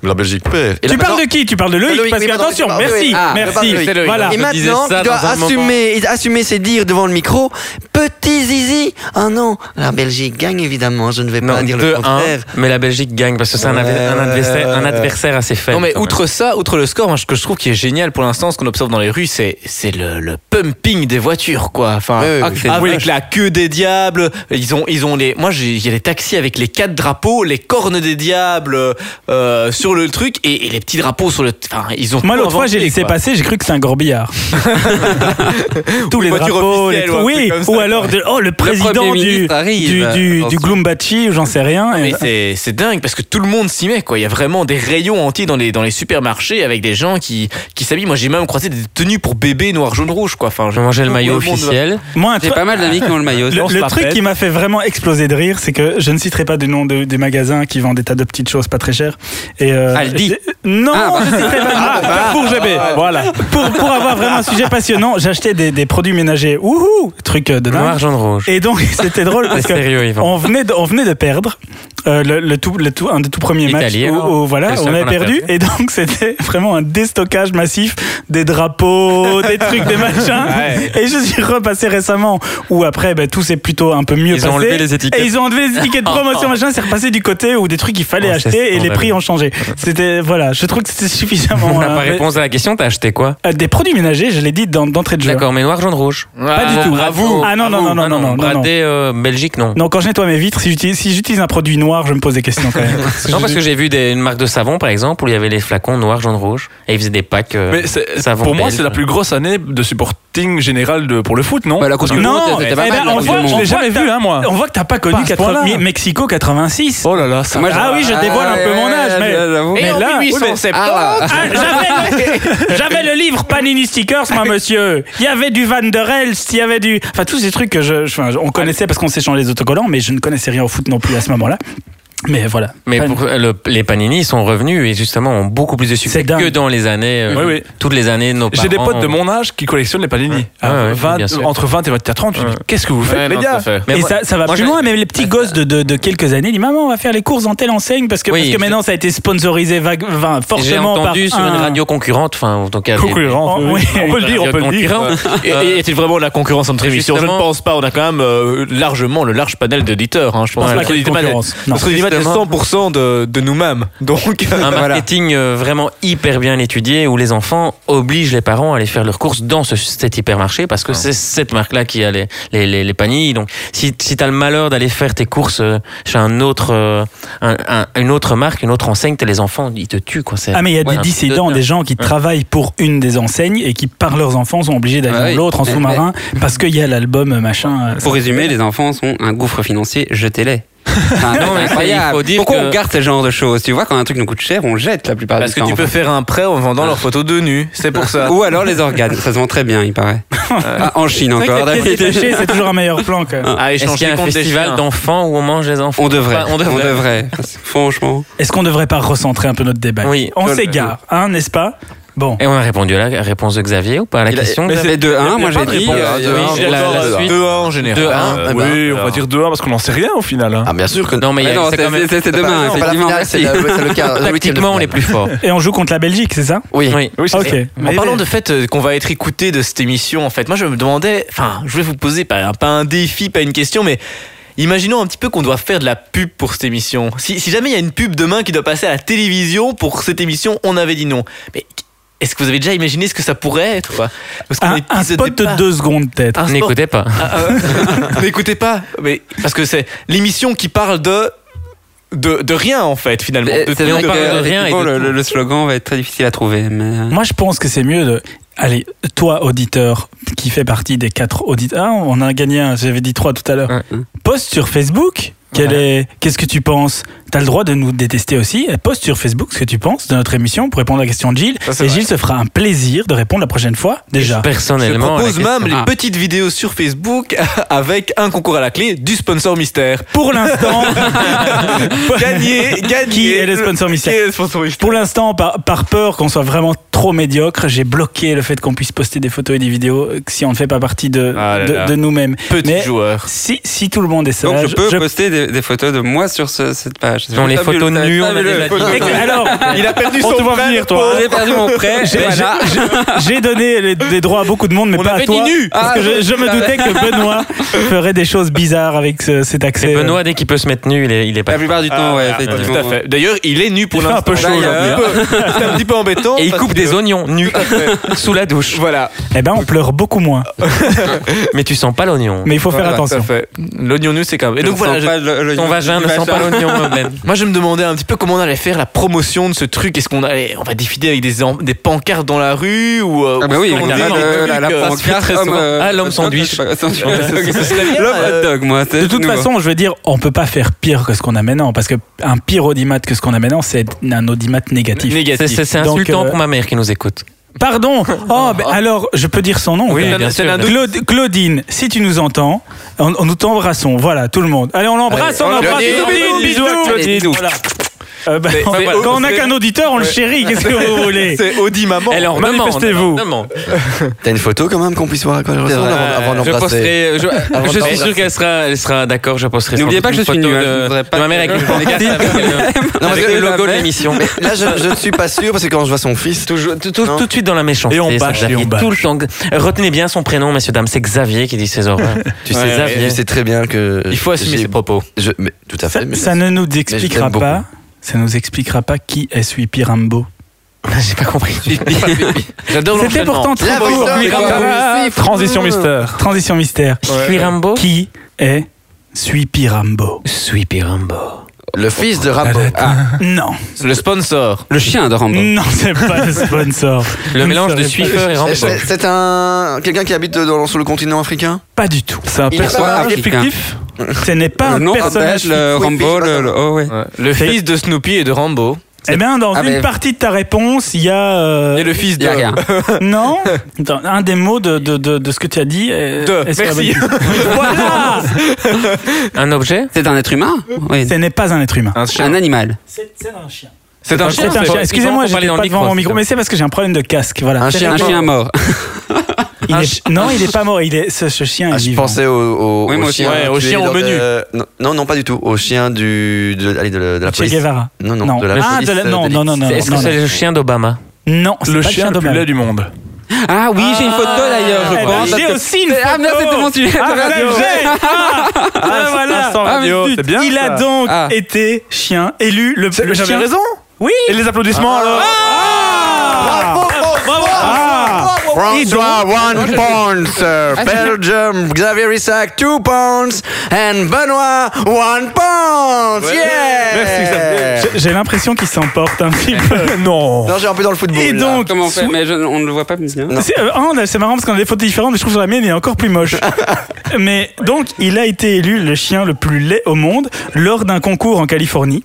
Speaker 6: la Belgique perd.
Speaker 1: tu
Speaker 6: Et là,
Speaker 1: parles
Speaker 6: maintenant-
Speaker 1: de qui Tu parles de Loïc,
Speaker 6: Loïc,
Speaker 1: Parce que
Speaker 6: mais pardon,
Speaker 1: attention,
Speaker 6: tu parles de
Speaker 1: merci,
Speaker 6: Loïc. Ah, je parle de
Speaker 1: merci.
Speaker 6: Loïc.
Speaker 1: Voilà.
Speaker 6: Et
Speaker 4: Je disais
Speaker 6: maintenant,
Speaker 4: ça
Speaker 6: il doit
Speaker 4: dans un moment.
Speaker 6: assumer, il doit assumer ses dires devant le micro. Petit zizi. Ah non, la Belgique gagne évidemment. Je ne vais pas
Speaker 4: Non,
Speaker 6: dire le
Speaker 4: 2-1,
Speaker 6: contraire.
Speaker 4: mais la Belgique gagne parce que c'est un, adver- un adversaire, un adversaire assez faible.
Speaker 3: Non mais
Speaker 4: quand même.
Speaker 3: outre ça, outre le score, moi ce que je trouve qui est génial pour l'instant, ce qu'on observe dans les rues, c'est c'est le, le pumping des voitures quoi. Enfin,
Speaker 6: Oui, oui,
Speaker 3: ah,
Speaker 6: oui.
Speaker 3: c'est avec la queue des diables, ils ont ils ont les, moi j'ai- il y a les taxis avec les quatre drapeaux, les cornes des diables euh, sur le truc et, et les petits drapeaux sur le, enfin ils ont.
Speaker 1: Moi,
Speaker 3: tout
Speaker 1: l'autre fois, j'ai
Speaker 3: inventé,
Speaker 1: laissé
Speaker 3: quoi.
Speaker 1: passer, j'ai cru que c'était un gorbillard. Tous
Speaker 3: Ou
Speaker 1: les
Speaker 3: une voiture
Speaker 1: drapeaux, les
Speaker 3: officielle,
Speaker 1: trucs.
Speaker 3: ou un truc
Speaker 1: Oui,
Speaker 3: comme ça,
Speaker 1: ou alors, de, oh, le président
Speaker 7: Premier
Speaker 1: du,
Speaker 7: ministre arrive.
Speaker 1: du, du,
Speaker 7: Attention.
Speaker 1: du Gloombachi, ou j'en sais rien.
Speaker 3: Mais
Speaker 1: Et-
Speaker 3: c'est- c'est dingue parce que tout le monde s'y met quoi. Il y a vraiment des rayons entiers dans les dans les supermarchés avec des gens qui qui s'habillent. Moi j'ai même croisé des tenues pour bébé noir jaune rouge quoi. Enfin,
Speaker 4: J'ai mangé le
Speaker 3: tout
Speaker 4: maillot
Speaker 3: monde va-
Speaker 4: officiel.
Speaker 1: Moi, un
Speaker 7: J'ai
Speaker 1: truc-
Speaker 7: pas mal d'amis qui ont le maillot.
Speaker 1: Le,
Speaker 7: on se
Speaker 1: le
Speaker 7: la
Speaker 1: truc
Speaker 7: pète.
Speaker 1: qui m'a fait vraiment exploser de rire, c'est que je ne citerai pas des noms de- des magasins qui vendent des tas de petites choses pas très chères. Et euh,
Speaker 7: Aldi.
Speaker 1: j'ai- Non, je citerai pas. pour GB. Voilà. Pour, pour avoir vraiment un sujet passionnant, j'achetais des, des produits ménagers. Ouhou, truc euh, de dingue.
Speaker 4: Noir, jaune, rouge.
Speaker 1: Et donc (laughs) c'était drôle
Speaker 4: C'est
Speaker 1: parce que
Speaker 4: sérieux, Yvan.
Speaker 1: on venait de, on venait de perdre euh, le, le tout, le tout, un des tout premiers matchs
Speaker 4: L'Italie,
Speaker 1: où,
Speaker 4: alors.
Speaker 1: où, voilà,
Speaker 4: C'est le
Speaker 1: on
Speaker 4: seul
Speaker 1: avait
Speaker 4: hein. qu'on a
Speaker 1: perdu
Speaker 4: perdu.
Speaker 1: et donc (laughs) c'était vraiment un déstockage massif des drapeaux, des trucs, des machins. Et je suis repassé récemment où après ben, tout s'est plutôt un peu mieux
Speaker 4: Ils
Speaker 1: passé.
Speaker 4: ont enlevé les étiquettes.
Speaker 1: Et ils ont enlevé les étiquettes promotion machin, c'est repassé du côté où des trucs qu'il fallait
Speaker 4: Oh, c'est
Speaker 1: acheter et les
Speaker 4: scandaleux.
Speaker 1: prix ont changé. C'était voilà, je trouve que c'était suffisamment.
Speaker 4: On n'a
Speaker 1: euh,
Speaker 4: pas
Speaker 1: mais-
Speaker 4: réponse à la question, t'as acheté quoi
Speaker 1: euh, des produits ménagers, je l'ai dit d'en- d'entrée de jeu.
Speaker 4: D'accord, mais noir, jaune, rouge.
Speaker 1: Pas
Speaker 3: Ah,
Speaker 1: du tout.
Speaker 3: Bravo.
Speaker 1: Ah non non non non non non. non, non.
Speaker 4: Bradé, euh, Belgique, non.
Speaker 1: Non, quand je nettoie mes vitres, si j'utilise, si j'utilise un produit noir, je me pose des questions
Speaker 4: (laughs)
Speaker 1: quand même. Parce que
Speaker 4: Non,
Speaker 1: je-
Speaker 4: parce que j'ai vu des, une marque de savon, par exemple, où il y avait les flacons noir, jaune, rouge. Et ils faisaient des packs. euh,
Speaker 5: Mais c'est-
Speaker 4: savon
Speaker 5: pour moi,
Speaker 4: belge.
Speaker 5: c'est la plus grosse année de supporting général de, pour le foot, non
Speaker 7: Bah, la Coupe du Monde,
Speaker 1: Non,
Speaker 7: c'était
Speaker 1: eh
Speaker 7: pas
Speaker 1: ben,
Speaker 7: mal. la
Speaker 1: on
Speaker 7: Coupe du
Speaker 1: voit-
Speaker 7: Monde.
Speaker 5: Je l'ai
Speaker 1: que
Speaker 5: jamais
Speaker 1: t'as-
Speaker 5: vu, hein, moi.
Speaker 1: On voit que t'as pas connu
Speaker 5: Pas à ce
Speaker 1: 80
Speaker 5: point-là.
Speaker 1: Mexico 86.
Speaker 5: Oh là là, ça.
Speaker 7: Moi,
Speaker 1: Ah oui, je dévoile un peu mon âge, mais-
Speaker 7: j'avoue.
Speaker 1: Mais
Speaker 3: Et en
Speaker 1: là-
Speaker 3: 1870,
Speaker 7: Ah,
Speaker 1: Ah, j'avais, j'avais le livre Panini Stickers, moi, monsieur. Il y avait du Van der Elst, il y avait du. Enfin, tous ces trucs que je, je- enfin, on connaissait parce qu'on s'échangeait les autocollants, mais je ne connaissais rien au foot non plus à ce moment-là. Mais voilà.
Speaker 4: Mais
Speaker 1: Pan-
Speaker 4: pour le- les panini ils sont revenus et justement ont beaucoup plus de succès
Speaker 1: C'est dingue.
Speaker 4: que dans les années. euh,
Speaker 5: Oui, oui.
Speaker 4: Toutes les années, nos parents.
Speaker 5: J'ai des potes de mon âge qui collectionnent les panini. À
Speaker 4: bah, Ouais, ouais,
Speaker 5: 20
Speaker 4: bien sûr.
Speaker 5: entre 20 et 24 ans, tu te dis,
Speaker 3: Ouais.
Speaker 5: qu'est-ce que vous faites,
Speaker 3: Ouais,
Speaker 5: les
Speaker 3: non,
Speaker 5: gars
Speaker 3: tout à fait.
Speaker 1: et
Speaker 4: moi-
Speaker 1: ça, ça va
Speaker 4: moi, Euh,
Speaker 1: plus
Speaker 4: j'ai-
Speaker 1: loin, même les petits gosses de, de, de quelques années disent Maman, on va faire les courses dans telle enseigne parce que,
Speaker 4: Oui,
Speaker 1: parce que
Speaker 4: je-
Speaker 1: maintenant ça a été sponsorisé vague, enfin,
Speaker 4: J'ai
Speaker 1: fortement par.
Speaker 4: entendu sur
Speaker 1: un-
Speaker 4: une radio concurrente, enfin, en tout cas. des-
Speaker 5: Concurrent,
Speaker 1: Oui.
Speaker 5: oui. On peut le dire, on peut le dire.
Speaker 4: concurrent.
Speaker 3: Et-
Speaker 4: Euh,
Speaker 3: et Est-il vraiment la concurrence entre émissions Je ne
Speaker 4: justement-
Speaker 3: pense pas. On a quand même euh, largement le large panel d'éditeurs. hein. Je pense
Speaker 1: pense pas
Speaker 3: que notre
Speaker 1: qu'il y ait de
Speaker 3: éditeur-
Speaker 1: concurrence. Non.
Speaker 3: notre éditeur est
Speaker 4: Justement.
Speaker 3: 100% de, de nous-mêmes. Donc,
Speaker 4: un
Speaker 3: voilà.
Speaker 4: marketing euh, vraiment hyper bien étudié où les enfants obligent les parents à aller faire leurs courses dans ce, cet hypermarché parce que c'est cette marque-là qui a les, les, les, les paniers. Donc, si, si tu as le malheur d'aller faire tes courses euh, chez un autre, euh, un- un- une autre marque, une autre enseigne, t'as les enfants, ils te tuent. Quoi. C'est-
Speaker 1: Ah mais il y a
Speaker 4: Ouais,
Speaker 1: des
Speaker 4: un truc de
Speaker 1: dissidents,
Speaker 4: dingue.
Speaker 1: des gens qui travaillent pour une des enseignes et qui par leurs enfants sont obligés d'aller
Speaker 7: Ah
Speaker 1: dans
Speaker 7: oui.
Speaker 1: l'autre en
Speaker 7: Mais-
Speaker 1: sous-marin parce qu'il y a l'album euh, machin. euh,
Speaker 7: Pour résumer, les enfants sont un gouffre financier, jetez-les. Enfin,
Speaker 4: Non, mais
Speaker 7: incroyable.
Speaker 4: il faut dire
Speaker 7: Pourquoi
Speaker 4: que-
Speaker 7: on garde ce genre de choses Tu vois, quand un truc nous coûte cher, on jette la plupart
Speaker 3: Parce
Speaker 7: du
Speaker 3: que
Speaker 7: temps.
Speaker 3: tu peux faire un prêt en vendant leurs photos de nu. C'est pour ça.
Speaker 7: Ou alors les organes, ça se vend très bien, il paraît. Ah, en Chine
Speaker 1: C'est vrai
Speaker 7: encore.
Speaker 1: que les pièces
Speaker 7: d'habitude.
Speaker 1: détachées, c'est toujours un meilleur plan. Quoi.
Speaker 3: Ah,
Speaker 4: Est-ce
Speaker 3: échange
Speaker 4: qu'il y a
Speaker 3: les
Speaker 4: un
Speaker 3: comptes des
Speaker 4: festival
Speaker 3: chiens.
Speaker 4: d'enfants où on mange les enfants
Speaker 7: On devrait,
Speaker 4: Enfin, on devrait.
Speaker 7: Franchement,
Speaker 1: Est-ce qu'on ne devrait pas recentrer un peu notre débat
Speaker 4: Oui.
Speaker 1: On s'égare, hein, n'est-ce pas Bon.
Speaker 4: Et on a répondu à la réponse de Xavier ou pas à la
Speaker 6: Il a-
Speaker 4: question
Speaker 7: mais c'est
Speaker 4: Xavier
Speaker 7: de 1,
Speaker 5: y a
Speaker 7: moi
Speaker 5: pas
Speaker 7: j'ai
Speaker 5: de
Speaker 7: dit.
Speaker 6: réponse.
Speaker 7: euh,
Speaker 6: De un,
Speaker 7: oui, la-
Speaker 6: d'accord,
Speaker 7: la
Speaker 6: euh,
Speaker 7: suite.
Speaker 6: suite.
Speaker 3: 2 en général.
Speaker 4: De un.
Speaker 6: Ah, bah,
Speaker 5: Oui, on va
Speaker 3: alors.
Speaker 5: dire 2-1 parce qu'on n'en sait rien au final. hein.
Speaker 6: Ah, bien sûr que
Speaker 4: Non, mais, il y
Speaker 7: Mais
Speaker 4: a-
Speaker 7: non,
Speaker 4: c'est
Speaker 7: c'est
Speaker 4: quand même-
Speaker 7: c'est- c'est
Speaker 6: C'est pas-
Speaker 7: demain,
Speaker 6: non, pas la
Speaker 7: effectivement.
Speaker 6: finale,
Speaker 7: merci.
Speaker 6: c'est le- c'est le quart- le huitième de
Speaker 4: tactiquement, on est
Speaker 6: finale.
Speaker 4: plus fort.
Speaker 1: Et on joue contre la Belgique, c'est ça
Speaker 6: Oui.
Speaker 4: Oui.
Speaker 5: Oui, c'est
Speaker 1: Ok.
Speaker 3: En
Speaker 1: Mais-
Speaker 3: parlant de fait euh, qu'on va être écouté de cette émission, en fait, moi je me demandais, enfin, je vais vous poser pas, un- pas un défi, pas une question, mais imaginons un petit peu qu'on doit faire de la pub pour cette émission. Si, si jamais il y a une pub demain qui doit passer à la télévision pour cette émission, on avait dit non. Mais est-ce que vous avez déjà imaginé ce que ça pourrait être quoi Parce qu'on
Speaker 1: un,
Speaker 3: est
Speaker 1: un
Speaker 3: pisse au
Speaker 1: spot de
Speaker 3: départ.
Speaker 1: deux secondes peut-être.
Speaker 3: Un spot-
Speaker 4: N'écoutez pas.
Speaker 3: Ah, (laughs) euh, N'écoutez pas, mais parce que c'est l'émission qui parle de de, de rien en fait finalement.
Speaker 7: Mais
Speaker 3: De-
Speaker 7: Euh, C'est
Speaker 3: de-
Speaker 7: vrai
Speaker 3: on parle
Speaker 7: que
Speaker 3: de rien et de
Speaker 7: effectivement, le-
Speaker 3: tout.
Speaker 7: le le slogan va être très difficile à trouver. mais, euh,
Speaker 1: Moi, je pense que c'est mieux de. Allez, toi, auditeur, qui fait partie des quatre auditeurs. Ah, on a gagné un, j'avais dit trois tout à l'heure.
Speaker 4: Ouais.
Speaker 3: mm.
Speaker 1: Poste sur Facebook. Quel est, qu'est-ce que tu penses T'as le droit de nous détester aussi. Poste sur Facebook ce que tu penses de notre émission pour répondre à la question de Gilles.
Speaker 3: Ça, c'est
Speaker 1: et
Speaker 3: vrai.
Speaker 1: Gilles se fera un plaisir de répondre la prochaine fois,
Speaker 3: (laughs)
Speaker 1: déjà.
Speaker 3: Je
Speaker 4: Personnellement,
Speaker 3: propose
Speaker 4: la question-
Speaker 3: même les
Speaker 7: Ah.
Speaker 3: petites vidéos sur Facebook (laughs) avec un concours à la clé du sponsor mystère.
Speaker 1: Pour l'instant,
Speaker 3: Gagné, gagné.
Speaker 1: (laughs) Qui est le sponsor
Speaker 3: Qui
Speaker 1: mystère
Speaker 3: est le sponsor mystère
Speaker 1: Pour l'instant, par, par peur qu'on soit vraiment trop médiocre, j'ai bloqué le fait qu'on puisse poster des photos et des vidéos euh, si on ne fait pas partie de,
Speaker 3: Ah là
Speaker 1: de,
Speaker 3: là.
Speaker 1: de nous-mêmes.
Speaker 3: Petit
Speaker 1: Mais-
Speaker 3: joueur.
Speaker 1: Si, si tout le monde est sage,
Speaker 7: Donc je peux
Speaker 1: je-
Speaker 7: poster des, des photos de moi sur ce- cette page.
Speaker 4: Dans les
Speaker 7: Fabuleux,
Speaker 4: photos
Speaker 7: t'as-
Speaker 4: nues, on
Speaker 7: t'as
Speaker 4: a
Speaker 7: vu le-
Speaker 4: déjà dit.
Speaker 7: photo-
Speaker 1: Mais que- alors,
Speaker 3: Il a perdu
Speaker 1: On
Speaker 3: son
Speaker 1: te voit
Speaker 3: frère,
Speaker 1: venir, toi. hein.
Speaker 3: pauvre.
Speaker 7: (laughs) J'ai perdu mon prêt.
Speaker 1: J'ai-
Speaker 7: voilà.
Speaker 1: j'ai donné les, des droits à beaucoup de monde, mais
Speaker 3: On
Speaker 1: pas à
Speaker 3: avait
Speaker 1: toi.
Speaker 3: dit nu. Ah,
Speaker 1: Parce que je, je me doutais que
Speaker 3: (laughs)
Speaker 1: Benoît ferait des choses bizarres avec ce- cet accès.
Speaker 4: Mais Benoît, dès qu'il peut se mettre nu, il est, il est pas.
Speaker 7: La plupart du temps, ouais,
Speaker 3: Ah,
Speaker 7: effectivement.
Speaker 3: Tout à fait. D'ailleurs, il est nu pour
Speaker 1: Il fait un
Speaker 3: l'instant.
Speaker 1: peu chaud
Speaker 7: D'ailleurs.
Speaker 3: aujourd'hui, hein. C'est un petit peu
Speaker 4: (laughs)
Speaker 3: embêtant.
Speaker 4: Et il
Speaker 3: parce
Speaker 4: coupe
Speaker 3: que-
Speaker 4: des oignons nus
Speaker 3: Tout à
Speaker 4: (laughs)
Speaker 3: fait.
Speaker 4: sous la douche.
Speaker 3: Voilà.
Speaker 1: Eh ben, on pleure beaucoup moins.
Speaker 4: Mais tu sens pas l'oignon.
Speaker 1: Mais il faut faire
Speaker 3: Voilà,
Speaker 1: attention.
Speaker 3: tout à fait. L'oignon nu, c'est quand même. Et
Speaker 7: Je
Speaker 3: donc
Speaker 7: ne
Speaker 3: voilà,
Speaker 7: sens
Speaker 3: je-
Speaker 7: pas le- le-
Speaker 4: Ton
Speaker 7: le-
Speaker 4: vagin ne
Speaker 7: du
Speaker 4: sent pas l'oignon, Ben.
Speaker 3: Moi, je me demandais un petit peu comment on allait faire la promotion de ce truc. Est-ce qu'on allait, on va défiler avec des, em- des pancartes dans la rue ou euh,
Speaker 7: Ah bah
Speaker 3: ou
Speaker 7: oui,
Speaker 3: est-ce qu'on
Speaker 7: on
Speaker 3: dit
Speaker 7: a
Speaker 3: des
Speaker 7: le-
Speaker 3: trucs,
Speaker 7: la, la
Speaker 3: euh,
Speaker 7: pancarte, homme, euh,
Speaker 4: Ah, l'homme
Speaker 7: hot dog,
Speaker 4: sandwich.
Speaker 7: je sais pas, sandwich.
Speaker 3: ce serait bien,
Speaker 7: L'homme
Speaker 3: euh,
Speaker 7: hot dog, moi. c'est
Speaker 1: De toute
Speaker 7: nouveau.
Speaker 1: façon, je veux dire, on peut pas faire pire que ce qu'on a maintenant, parce que un pire audimat que ce qu'on a maintenant, c'est un audimat négatif.
Speaker 4: C'est-
Speaker 3: (laughs) négatif.
Speaker 4: C'est c'est
Speaker 1: Donc,
Speaker 4: insultant
Speaker 1: euh,
Speaker 4: pour ma mère qui nous écoute. (laughs)
Speaker 1: Pardon. Oh, ben alors, je peux dire son nom.
Speaker 4: Oui,
Speaker 1: quand même.
Speaker 4: bien
Speaker 3: c'est
Speaker 4: sûr.
Speaker 3: l'un de-
Speaker 1: Claude- Claudine, si tu nous entends, on, on nous t'embrassons. Voilà, tout le monde. Allez, on l'embrasse, on
Speaker 7: Allez,
Speaker 1: l'embrasse.
Speaker 7: Claudine,
Speaker 1: Bisous,
Speaker 7: bisous,
Speaker 1: bisous, à
Speaker 7: Claudine.
Speaker 1: Claudine. Voilà. Euh, bah,
Speaker 3: Mais-
Speaker 1: on-
Speaker 3: mais-
Speaker 1: quand on n'a
Speaker 3: c'est-
Speaker 1: qu'un auditeur, on le chérit. Qu'est-ce que vous voulez
Speaker 3: C'est Audi maman.
Speaker 4: Elle en
Speaker 1: manifestez-vous.
Speaker 4: demande, elle en demande.
Speaker 6: T'as une photo quand même qu'on puisse voir à quoi elle ressemble avant, avant de
Speaker 4: Je
Speaker 6: l'embrasser.
Speaker 4: posterai.
Speaker 6: Avant
Speaker 4: Je, je suis
Speaker 6: d'embrasser.
Speaker 4: sûr qu'elle sera, elle sera d'accord. Je posterai. sans
Speaker 7: N'oubliez
Speaker 4: doute
Speaker 7: pas que
Speaker 4: une
Speaker 7: je suis
Speaker 4: photo
Speaker 7: nu, hein, je
Speaker 4: de,
Speaker 7: voudrais
Speaker 4: de
Speaker 7: pas
Speaker 4: ma mère avec
Speaker 7: que-
Speaker 4: une pancarte avec le-
Speaker 6: Non, parce
Speaker 4: avec
Speaker 6: que
Speaker 4: le
Speaker 6: la
Speaker 4: logo de
Speaker 6: mère-
Speaker 4: l'émission.
Speaker 6: Là, je, je ne suis pas sûr parce que quand je vois son fils,
Speaker 4: Toujours, tout, tout-
Speaker 6: Non.
Speaker 4: tout de suite dans la méchanceté.
Speaker 1: Et on
Speaker 4: ça,
Speaker 1: bâche, et
Speaker 4: Xavier,
Speaker 1: on bâche.
Speaker 4: tout le temps. Retenez bien son prénom, messieurs, dames. C'est Xavier qui dit ses horreurs.
Speaker 6: tu
Speaker 4: Ouais,
Speaker 6: sais,
Speaker 4: Xavier.
Speaker 6: tu sais très bien que.
Speaker 3: Il faut assumer
Speaker 6: j'ai-
Speaker 3: ses propos.
Speaker 6: je- mais, tout à fait.
Speaker 1: ça,
Speaker 6: mais-
Speaker 1: ça ne nous
Speaker 6: je
Speaker 1: expliquera
Speaker 6: t'aime
Speaker 1: pas. Ça nous expliquera pas qui est Suipi Rambo.
Speaker 4: (laughs) J'ai pas compris.
Speaker 3: J'adore
Speaker 1: C'était
Speaker 3: l'enchaînement.
Speaker 1: pourtant très
Speaker 6: La
Speaker 1: court.
Speaker 6: putain, mais
Speaker 1: Voilà.
Speaker 6: quoi,
Speaker 5: Transition mystère.
Speaker 1: Transition mystère.
Speaker 4: Je suis Rambo.
Speaker 1: Qui est Suipi Rambo
Speaker 4: Je suis Rambo.
Speaker 6: Le fils de Rambo. Ah,
Speaker 1: Non,
Speaker 3: le sponsor.
Speaker 7: Le chien de Rambo.
Speaker 1: non, c'est pas le sponsor.
Speaker 4: Le
Speaker 1: Vous ne
Speaker 4: mélange
Speaker 1: savez
Speaker 4: de
Speaker 1: pas.
Speaker 4: Suiffeur et Rambo.
Speaker 6: Ah, c'est c'est un quelqu'un qui habite dans, sur le continent africain.
Speaker 1: Pas du tout.
Speaker 5: C'est un
Speaker 6: Il est pas
Speaker 5: personnage
Speaker 7: africain.
Speaker 5: fictif.
Speaker 1: Ce n'est pas
Speaker 7: Le
Speaker 1: un
Speaker 7: nom
Speaker 1: personnage.
Speaker 7: s'appelle, euh, le
Speaker 6: fictif.
Speaker 7: Rambo. le- le- oh, ouais.
Speaker 3: Le fils de Snoopy et de Rambo.
Speaker 1: Eh bien, dans
Speaker 9: Ah,
Speaker 1: une
Speaker 9: mais-
Speaker 1: partie de ta réponse, il y a. euh,
Speaker 3: Et le fils
Speaker 9: Il y
Speaker 3: de.
Speaker 9: a rien.
Speaker 1: (laughs) Non Attends, Un des mots de, de, de, de ce que tu as dit. est-
Speaker 3: De.
Speaker 1: est-ce que-
Speaker 3: Merci.
Speaker 1: voilà
Speaker 4: Un objet
Speaker 9: C'est un être humain Oui.
Speaker 1: Ce n'est pas un être humain.
Speaker 3: Un chien.
Speaker 9: Un animal.
Speaker 1: C'est un chien.
Speaker 3: C'est un chien.
Speaker 1: C'est un
Speaker 3: c'est-
Speaker 1: chien. Excusez-moi,
Speaker 4: Ils ont
Speaker 1: j'étais
Speaker 4: parlé dans
Speaker 1: pas
Speaker 4: le
Speaker 1: devant
Speaker 4: micro,
Speaker 1: mon micro,
Speaker 4: c'est
Speaker 1: mais c'est parce que j'ai un problème de casque. Voilà.
Speaker 6: Un
Speaker 1: C'est-
Speaker 6: chien
Speaker 9: Un
Speaker 6: mort.
Speaker 9: chien mort.
Speaker 1: il
Speaker 9: Ah,
Speaker 1: est- Non, il est pas mort. Il est ce, ce chien.
Speaker 6: Ah,
Speaker 1: est
Speaker 6: je
Speaker 1: vivant.
Speaker 6: pensais au, au,
Speaker 9: Oui, moi aussi.
Speaker 6: chien.
Speaker 3: Ouais, au
Speaker 6: tué
Speaker 3: chien au
Speaker 6: lors de-
Speaker 3: menu.
Speaker 6: euh, Non, Non, non, pas du tout. Au chien du, de, allez, de, la- de la
Speaker 1: Che
Speaker 6: police.
Speaker 1: Guevara.
Speaker 6: Non, non,
Speaker 1: Non.
Speaker 6: de la
Speaker 1: Ah,
Speaker 6: police.
Speaker 1: de la-
Speaker 6: euh,
Speaker 1: non,
Speaker 6: d'élite.
Speaker 1: non, non, non,
Speaker 4: Est-ce que
Speaker 1: non,
Speaker 4: c'est
Speaker 1: non.
Speaker 4: le chien d'Obama
Speaker 1: Non, c'est
Speaker 5: Le
Speaker 1: pas
Speaker 5: chien le plus
Speaker 1: d'Obama.
Speaker 5: laid du monde.
Speaker 9: Ah oui, j'ai une photo d'ailleurs, je
Speaker 1: Eh ben,
Speaker 9: pense.
Speaker 1: J'ai aussi une photo.
Speaker 9: Ah merde, c'était mon sujet de
Speaker 1: Ah,
Speaker 9: radio.
Speaker 1: j'ai- ah, ah, voilà.
Speaker 5: Instant radio,
Speaker 1: zut.
Speaker 5: c'est bien,
Speaker 1: Il a
Speaker 5: ça.
Speaker 1: donc
Speaker 9: Ah.
Speaker 1: été chien élu le, le
Speaker 5: J'avais
Speaker 1: chien.
Speaker 5: raison
Speaker 1: Oui.
Speaker 5: Et les applaudissements alors
Speaker 1: Ah. Ah.
Speaker 6: François, one pound, sir. Belgium, Xavier Isaac, two pounds. And Benoît, one pound. Yeah!
Speaker 5: Merci, Xavier.
Speaker 1: J'ai- J'ai l'impression qu'il s'emporte un petit peu.
Speaker 5: Non
Speaker 6: Non, j'ai un peu dans le football.
Speaker 1: Et
Speaker 6: là.
Speaker 1: donc,
Speaker 9: Comment on fait
Speaker 1: sous-
Speaker 9: Mais je- on ne le voit pas
Speaker 7: (laughs)
Speaker 9: bien.
Speaker 1: C'est euh, oh, là, c'est marrant parce qu'on a des photos différentes, mais je trouve que sur la mienne, il est encore plus moche. mais donc, il a été élu le chien le plus laid au monde lors d'un concours en Californie.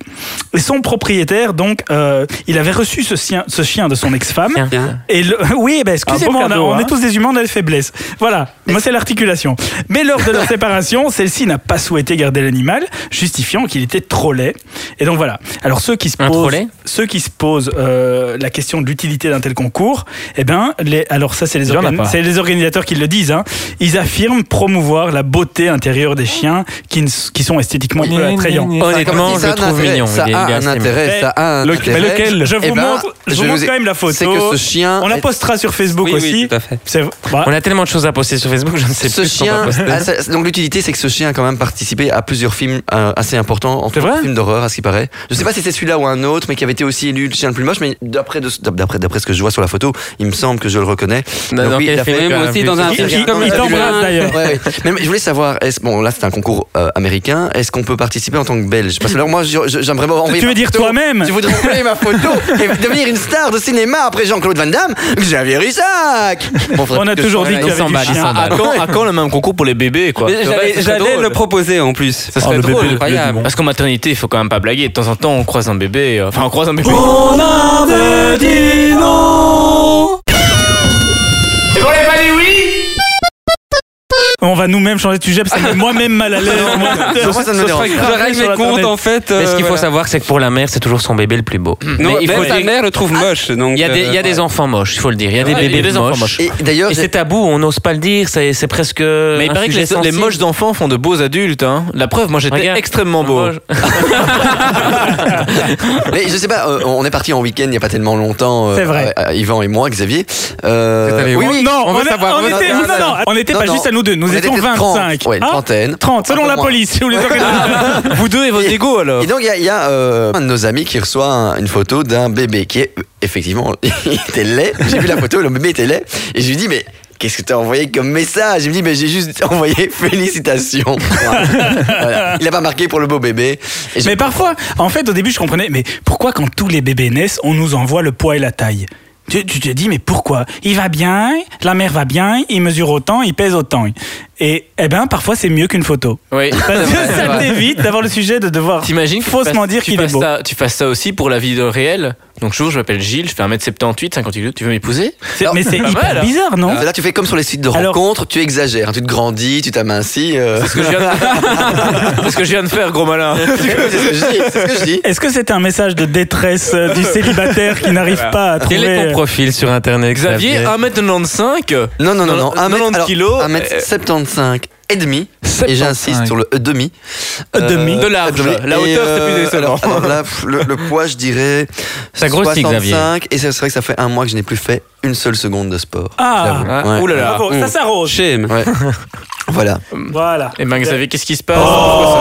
Speaker 1: Et son propriétaire, donc, euh, il avait reçu ce chien, ce chien de son ex-femme.
Speaker 4: Tiens.
Speaker 1: Et le- (laughs) oui, eh ben, excusez-moi,
Speaker 5: Un
Speaker 1: on,
Speaker 5: beau
Speaker 1: a-
Speaker 5: cadeau,
Speaker 1: on
Speaker 5: hein.
Speaker 1: est tous des humains, on a des faiblesses. Voilà, moi c'est l'articulation. Mais lors de leur séparation, celle-ci n'a pas souhaité garder l'animal, justifiant qu'il était trop laid. Et donc voilà. Alors ceux qui se
Speaker 4: Un trop
Speaker 1: posent,
Speaker 4: laid
Speaker 1: ceux qui se posent euh, la question de l'utilité d'un tel concours, eh ben, les, alors ça c'est les,
Speaker 5: Il y en a
Speaker 1: organi-
Speaker 5: pas.
Speaker 1: c'est les organisateurs qui le disent. Hein. Ils affirment promouvoir la beauté intérieure des chiens qui, ne s- qui sont esthétiquement peu attrayants.
Speaker 4: Honnêtement, je
Speaker 6: Ça a
Speaker 4: le
Speaker 6: un
Speaker 4: trouve
Speaker 6: intérêt,
Speaker 4: mignon.
Speaker 6: Ça
Speaker 4: il est
Speaker 6: a un
Speaker 4: assez mignon.
Speaker 6: intérêt, ça a un
Speaker 5: Le-
Speaker 6: intérêt.
Speaker 5: mais lequel
Speaker 1: Je vous
Speaker 6: Eh ben,
Speaker 1: montre, je
Speaker 6: je
Speaker 1: vous
Speaker 6: vous
Speaker 1: montre
Speaker 6: ai-
Speaker 1: quand même la photo.
Speaker 6: C'est que ce chien.
Speaker 1: on la
Speaker 6: est-
Speaker 1: postera sur Facebook
Speaker 9: Oui,
Speaker 1: aussi.
Speaker 9: oui, tout à fait.
Speaker 1: C'est- bah,
Speaker 4: On a tellement de choses à poster sur Facebook, je ne sais
Speaker 6: Ce
Speaker 4: plus ce qu'on va
Speaker 6: chien,
Speaker 4: poster.
Speaker 6: ah, ça- donc l'utilité c'est que ce chien a quand même participé à plusieurs films euh, assez importants, en
Speaker 5: C'est vrai
Speaker 6: films d'horreur à ce qui paraît. Je sais pas si c'est celui-là ou un autre, mais qui avait été aussi élu le chien le plus moche, mais d'après de- d'après d'après ce que je vois sur la photo, il me semble que je le reconnais.
Speaker 4: Dans-
Speaker 6: Donc
Speaker 4: dans
Speaker 6: oui,
Speaker 4: quel
Speaker 6: il a
Speaker 4: film
Speaker 6: fait-
Speaker 4: tu as
Speaker 9: Moi aussi,
Speaker 4: vu
Speaker 9: dans
Speaker 4: ça
Speaker 9: un
Speaker 1: Il-
Speaker 9: film.
Speaker 1: il-
Speaker 9: comme
Speaker 1: il
Speaker 9: ça.
Speaker 1: t'embrasse d'ailleurs.
Speaker 6: (laughs) Ouais, ouais. Mais je voulais savoir, est-ce bon là c'est un concours euh, américain, est-ce qu'on peut participer en tant que Belge Parce que alors moi je- je- j'aimerais envoyer.
Speaker 1: Tu veux
Speaker 6: ma
Speaker 1: dire
Speaker 6: photo.
Speaker 1: toi-même
Speaker 6: Tu voudrais envoyer
Speaker 1: (laughs)
Speaker 6: ma photo et devenir une star de cinéma après Jean-Claude Van Damme Xavier Isaac. Bon, faudrait
Speaker 1: On a
Speaker 6: que-
Speaker 1: toujours dit qu'il y
Speaker 4: il
Speaker 1: avait des
Speaker 4: s'emballe, il
Speaker 1: chiens.
Speaker 3: À quand, à quand le même concours pour les bébés, quoi
Speaker 9: Mais
Speaker 3: Tu vois,
Speaker 9: j'allais-
Speaker 3: ça serait
Speaker 9: J'allais
Speaker 3: drôle.
Speaker 9: le proposer en plus.
Speaker 3: Ça serait
Speaker 5: Oh, le bébé
Speaker 3: drôle.
Speaker 5: le plus
Speaker 9: incroyable.
Speaker 3: Parce qu'en maternité, il faut quand même pas blaguer. De temps en temps, on croise un bébé. euh, Enfin, on croise un bébé.
Speaker 2: Et bon les paris, oui
Speaker 1: On va nous-mêmes changer de sujet parce que ça me met moi-même mal à l'aise.
Speaker 6: Moi, ça ne me dérange pas.
Speaker 9: Je règle
Speaker 1: sur
Speaker 9: mes comptes
Speaker 1: Internet.
Speaker 9: en fait.
Speaker 4: Mais ce
Speaker 9: euh,
Speaker 4: qu'il faut
Speaker 9: voilà.
Speaker 4: savoir, c'est que pour la mère, c'est toujours son bébé le plus beau.
Speaker 9: Non,
Speaker 4: mais il faut
Speaker 9: même sa
Speaker 4: dire-
Speaker 9: mère le
Speaker 7: Ah,
Speaker 9: trouve moche. Donc
Speaker 4: Il y a des, il y a des enfants moches, il faut le dire. Il y a des
Speaker 3: Ouais, il y a
Speaker 4: bébés
Speaker 3: des enfants
Speaker 4: moches.
Speaker 3: moches.
Speaker 6: Et d'ailleurs,
Speaker 4: Et
Speaker 6: j'ai-
Speaker 4: c'est tabou, on n'ose pas le dire, c'est c'est presque.
Speaker 3: Mais il paraît que les, les moches enfants font de beaux adultes. Hein. La preuve, moi j'étais
Speaker 4: Regarde.
Speaker 3: extrêmement beau.
Speaker 6: Mais je sais pas, euh, on est parti en week-end il n'y a pas tellement longtemps. euh,
Speaker 1: C'est vrai.
Speaker 6: euh, Yvan et moi, Xavier. Euh,
Speaker 9: Vous savez
Speaker 6: oui,
Speaker 9: où
Speaker 6: oui.
Speaker 1: Non,
Speaker 9: on
Speaker 1: on
Speaker 9: veut
Speaker 1: a-
Speaker 9: savoir,
Speaker 1: on
Speaker 9: on veut
Speaker 1: était-
Speaker 9: savoir.
Speaker 1: non, non, on n'était pas
Speaker 6: Non, non.
Speaker 1: juste à nous deux, nous
Speaker 6: On
Speaker 1: étions
Speaker 6: était
Speaker 1: 25.
Speaker 6: 30, ouais, une
Speaker 1: Ah,
Speaker 6: trentaine.
Speaker 1: 30, selon
Speaker 6: Un peu
Speaker 1: la
Speaker 6: moins.
Speaker 1: police
Speaker 6: (laughs)
Speaker 1: ou les organisateurs.
Speaker 3: Vous deux et vos égaux alors.
Speaker 6: Et donc, il y a, il y a, euh, un de nos amis qui reçoit un- une photo d'un bébé qui est, effectivement, (laughs) il était laid. J'ai vu la photo, le bébé était laid. Et je lui dis, mais qu'est-ce que t'as envoyé comme message Il me dit, mais j'ai juste envoyé (laughs) félicitations. Voilà. Il a pas marqué pour le beau bébé. Et j'ai-
Speaker 1: mais parfois, en fait, au début, je comprenais, mais pourquoi quand tous les bébés naissent, on nous envoie le poids et la taille tu, tu te dis, mais pourquoi Il va bien, la mère va bien, il mesure autant, il pèse autant. Et eh ben, parfois, c'est mieux qu'une photo.
Speaker 3: (laughs) Oui.
Speaker 1: Parce que ça t'évite d'avoir le sujet de devoir
Speaker 3: Ah, T'imagines que tu
Speaker 1: faussement
Speaker 3: fasses-
Speaker 1: dire
Speaker 3: tu
Speaker 1: qu'il est
Speaker 3: fasses
Speaker 1: beau.
Speaker 3: ça- tu fasses ça aussi pour la vie de réel. Donc, jour, je m'appelle Gilles, je fais 1m78, 50 kg. Tu veux m'épouser
Speaker 1: C'est- Mais c'est
Speaker 3: Pas
Speaker 1: hyper
Speaker 3: mal. hein.
Speaker 1: bizarre, non
Speaker 6: Ah, Là, tu fais comme sur les sites de
Speaker 1: Alors-
Speaker 6: rencontres, tu exagères, hein, tu te grandis, tu t'amincis. euh.
Speaker 3: C'est ce que je viens de- (laughs) C'est ce que je viens de faire, gros malin.
Speaker 6: (laughs) C'est ce que je dis, c'est ce que je dis.
Speaker 1: Est-ce que c'est un message de détresse euh, du célibataire qui n'arrive pas à trouver euh,
Speaker 4: Quel est ton profil sur internet,
Speaker 3: Xavier, 1m95
Speaker 6: Non, non, non, non.
Speaker 3: Non,
Speaker 6: 1 mètre,
Speaker 3: 90
Speaker 6: alors,
Speaker 3: kilos,
Speaker 6: 1 mètre
Speaker 3: euh,
Speaker 6: 75 et demi. Et j'insiste sur le e demi. E
Speaker 1: euh, demi
Speaker 3: de large. La
Speaker 6: Et, euh,
Speaker 3: hauteur, c'est plus décevant.
Speaker 6: alors, alors là, pff, le, le poids, je dirais
Speaker 4: Ça grossit,
Speaker 6: 65. Et c'est vrai que ça fait un mois que je n'ai plus fait une seule seconde de sport.
Speaker 1: Ah,
Speaker 6: J'avoue. Ouais.
Speaker 3: Ouh là là.
Speaker 1: bravo, ça s'arrose.
Speaker 9: Shame.
Speaker 3: (laughs)
Speaker 6: Ouais. voilà.
Speaker 1: Voilà.
Speaker 3: Eh ben, Xavier, qu'est-ce qui se passe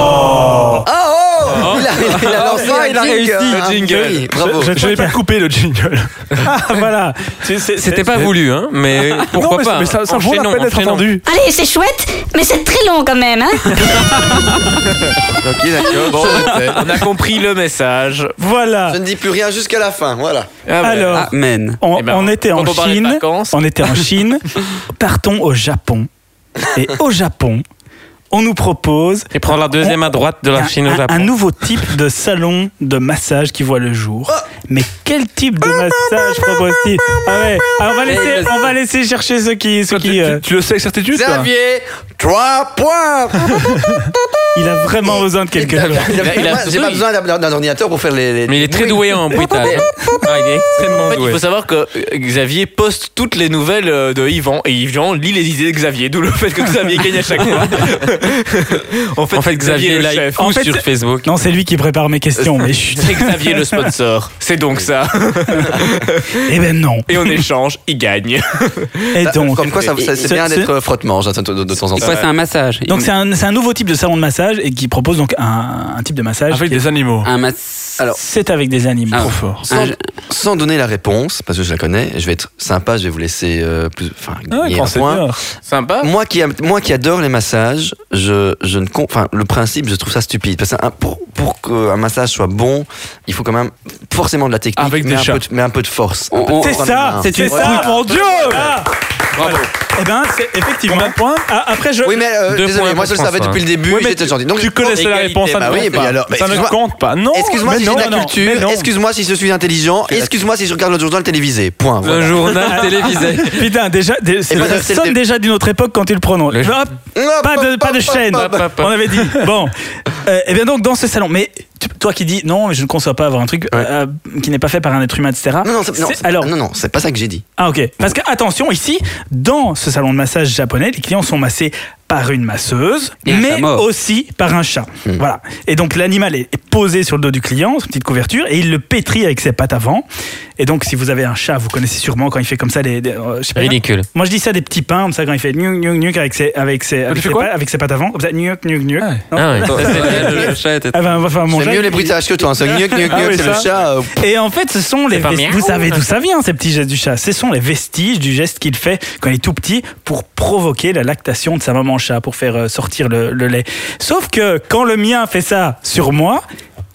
Speaker 6: Oh, oh, Il a, il
Speaker 3: Ah,
Speaker 6: a lancé un
Speaker 9: il a
Speaker 6: jingle,
Speaker 9: réussi,
Speaker 6: hein.
Speaker 3: le jingle.
Speaker 6: Oui, bravo.
Speaker 1: Je- je-
Speaker 5: Je l'ai pas coupé le jingle.
Speaker 1: (laughs) ah, voilà. Tu- c'est-
Speaker 4: C'était pas voulu, hein, mais pourquoi
Speaker 5: non, mais,
Speaker 4: pas
Speaker 5: mais ça, ça vaut la
Speaker 4: Enchaînons,
Speaker 5: peine d'être
Speaker 4: enchaînons.
Speaker 5: entendu.
Speaker 8: Allez, c'est chouette, mais c'est très long quand même, hein
Speaker 3: (laughs)
Speaker 6: Ok, d'accord.
Speaker 3: Bon,
Speaker 6: Je le sais.
Speaker 3: on a compris le message.
Speaker 1: Voilà.
Speaker 6: Je ne dis plus rien jusqu'à la fin. Voilà.
Speaker 3: Ah ouais.
Speaker 1: Alors,
Speaker 9: Amen.
Speaker 1: on,
Speaker 3: Eh ben,
Speaker 1: on était
Speaker 3: quand
Speaker 1: en
Speaker 3: on parlait de
Speaker 1: Chine.
Speaker 3: vacances.
Speaker 1: On était en Chine. Partons au Japon. Et au Japon, on nous propose
Speaker 4: Et prendre la deuxième à droite de la
Speaker 1: un-
Speaker 4: Chine au
Speaker 1: un- un
Speaker 4: Japon.
Speaker 1: nouveau type de salon de massage qui voit le jour. Mais quel type de massage propose-t-il ah ouais. Ah, on, va laisser, on va laisser chercher ceux qui... Ceux
Speaker 5: Toi, tu,
Speaker 1: qui euh,
Speaker 5: tu- tu le sais avec certitude toi
Speaker 6: Xavier, 3 points
Speaker 1: il a vraiment besoin de quelque chose.
Speaker 3: il a-
Speaker 6: J'ai pas besoin d'un d'un ordinateur pour faire les. les-
Speaker 4: Mais il est très doué en bruitage. (laughs) Ah, il est extrêmement
Speaker 3: En fait, il
Speaker 4: doué.
Speaker 3: faut savoir que euh, Xavier poste toutes les nouvelles euh, de Yvan et Yvan lit les idées de Xavier, d'où le fait que Xavier gagne à chaque fois. en, fait,
Speaker 4: En fait, Xavier
Speaker 3: est le
Speaker 4: like
Speaker 3: chef.
Speaker 4: tout
Speaker 1: En fait,
Speaker 4: sur
Speaker 1: c'est- (laughs)
Speaker 4: Facebook.
Speaker 1: Non, c'est lui qui prépare mes questions, mais chut.
Speaker 3: C'est Xavier le sponsor. C'est donc ça.
Speaker 1: Eh ben non.
Speaker 3: Et on échange, il gagne.
Speaker 1: Et donc,
Speaker 6: Bah, Comme quoi, ça- ça- c'est
Speaker 1: ce-
Speaker 6: bien
Speaker 1: ce-
Speaker 6: d'être frottement j'attends de de temps en
Speaker 7: Et
Speaker 6: temps.
Speaker 7: quoi, c'est un massage. Il-
Speaker 1: Donc c'est un, c'est un nouveau type de salon de massage et qui propose donc un, un type de
Speaker 3: Ah
Speaker 1: massage.
Speaker 5: Avec
Speaker 1: qui est-
Speaker 5: des animaux.
Speaker 7: un massage.
Speaker 6: Alors,
Speaker 1: C'est avec des animaux.
Speaker 7: Ah.
Speaker 5: Trop fort.
Speaker 6: Sans,
Speaker 7: Ah, je-
Speaker 6: Euh, sans donner la réponse, parce que je la connais, je vais être sympa, je vais vous laisser euh, plus, enfin,
Speaker 1: Ah,
Speaker 6: gagner un point.
Speaker 7: Bah.
Speaker 3: Sympa.
Speaker 6: Moi qui, aime- moi qui adore les massages, je, je ne com- enfin, le principe, je trouve ça stupide. Parce que un- pour, pour qu'un massage soit bon, il faut quand même forcément de la technique,
Speaker 5: Avec
Speaker 6: mais,
Speaker 5: des
Speaker 6: un
Speaker 5: chats.
Speaker 6: peu de, mais un peu de force. un
Speaker 7: On-
Speaker 6: peu de
Speaker 7: on-
Speaker 1: C'est
Speaker 6: force
Speaker 1: ça,
Speaker 6: dans les mains.
Speaker 1: c'est une
Speaker 6: Voilà.
Speaker 1: couille, mon Dieu Bravo. Eh ben, c'est effectivement. un point Après, je.
Speaker 6: Oui, mais euh,
Speaker 4: Deux
Speaker 6: désolé,
Speaker 4: points
Speaker 6: moi je le
Speaker 4: pour
Speaker 6: savais
Speaker 4: François,
Speaker 6: depuis le début,
Speaker 5: Oui, mais
Speaker 6: j'étais gentil. Donc,
Speaker 5: tu connaissais la
Speaker 3: égalité,
Speaker 5: réponse, ça
Speaker 6: bah
Speaker 5: ne
Speaker 6: oui,
Speaker 5: compte
Speaker 6: mais
Speaker 5: pas.
Speaker 6: alors, bah,
Speaker 5: ça ne
Speaker 6: excuse-moi.
Speaker 5: compte pas.
Speaker 1: Oh,
Speaker 5: Non,
Speaker 6: Excuse-moi
Speaker 5: mais
Speaker 6: si j'ai
Speaker 5: non,
Speaker 6: de la
Speaker 5: non, non. Mais
Speaker 6: culture,
Speaker 5: non.
Speaker 6: excuse-moi si je suis intelligent, excuse-moi si je regarde le journal télévisé.
Speaker 1: Euh,
Speaker 6: Point. voilà.
Speaker 4: Le
Speaker 1: (laughs)
Speaker 4: journal télévisé.
Speaker 1: Putain, déjà, dé- c'est-
Speaker 6: ben,
Speaker 1: ça
Speaker 6: c'est-
Speaker 1: sonne
Speaker 6: c'est-
Speaker 1: déjà d'une autre époque quand tu le prononces.
Speaker 4: Le-
Speaker 1: Hop, pas de, pas de chaîne.
Speaker 4: hop, hop, hop.
Speaker 1: On avait dit. Bon. Euh, eh bien, donc, dans ce salon. Mais tu- toi qui dis non, mais je ne conçois pas avoir un truc euh, qui n'est pas fait par un être humain, etc.
Speaker 6: Non, non, c'est- non,
Speaker 1: C'est-
Speaker 6: c'est-
Speaker 1: alors-
Speaker 6: non, non, c'est pas ça que j'ai dit.
Speaker 1: Ah ok. Parce que attention, ici, dans ce salon de massage japonais, les clients sont massés par une masseuse,
Speaker 7: Et un chat
Speaker 1: mais
Speaker 7: mort.
Speaker 1: aussi par un chat. Voilà. Et donc l'animal est est posé sur le dos du client, sur une petite couverture, et il le pétrit avec ses pattes avant. Et donc si vous avez un chat, vous connaissez sûrement quand il fait comme ça les... les- euh, je sais pas.
Speaker 4: Ridicule.
Speaker 1: Moi je dis ça des petits pains, comme ça quand il fait gnouk gnouk gnouk avec ses, avec ses, avec ses,
Speaker 5: fais quoi
Speaker 1: pattes, avec ses pattes avant, comme ça gnouk gnouk gnouk. Non
Speaker 4: Ah
Speaker 7: Oh,
Speaker 4: (laughs) ouais.
Speaker 9: Le chat était.
Speaker 1: Ah ben, on va faire mon
Speaker 6: C'est
Speaker 1: chat,
Speaker 6: mieux les
Speaker 1: il-
Speaker 6: bruitages
Speaker 1: (laughs)
Speaker 6: que toi, hein, c'est gnuc, gnuc,
Speaker 1: Ah
Speaker 6: gnuc,
Speaker 1: oui,
Speaker 6: c'est le
Speaker 1: ça.
Speaker 6: chat. euh,
Speaker 1: Et en fait, ce sont les
Speaker 4: pas
Speaker 1: ves-
Speaker 4: miaou.
Speaker 1: vous savez d'où ça vient ces petits gestes du chat. Ce sont les vestiges du geste qu'il fait quand il est tout petit pour provoquer la lactation de sa maman chat pour faire euh, sortir le, le lait. Sauf que quand le mien fait ça sur moi,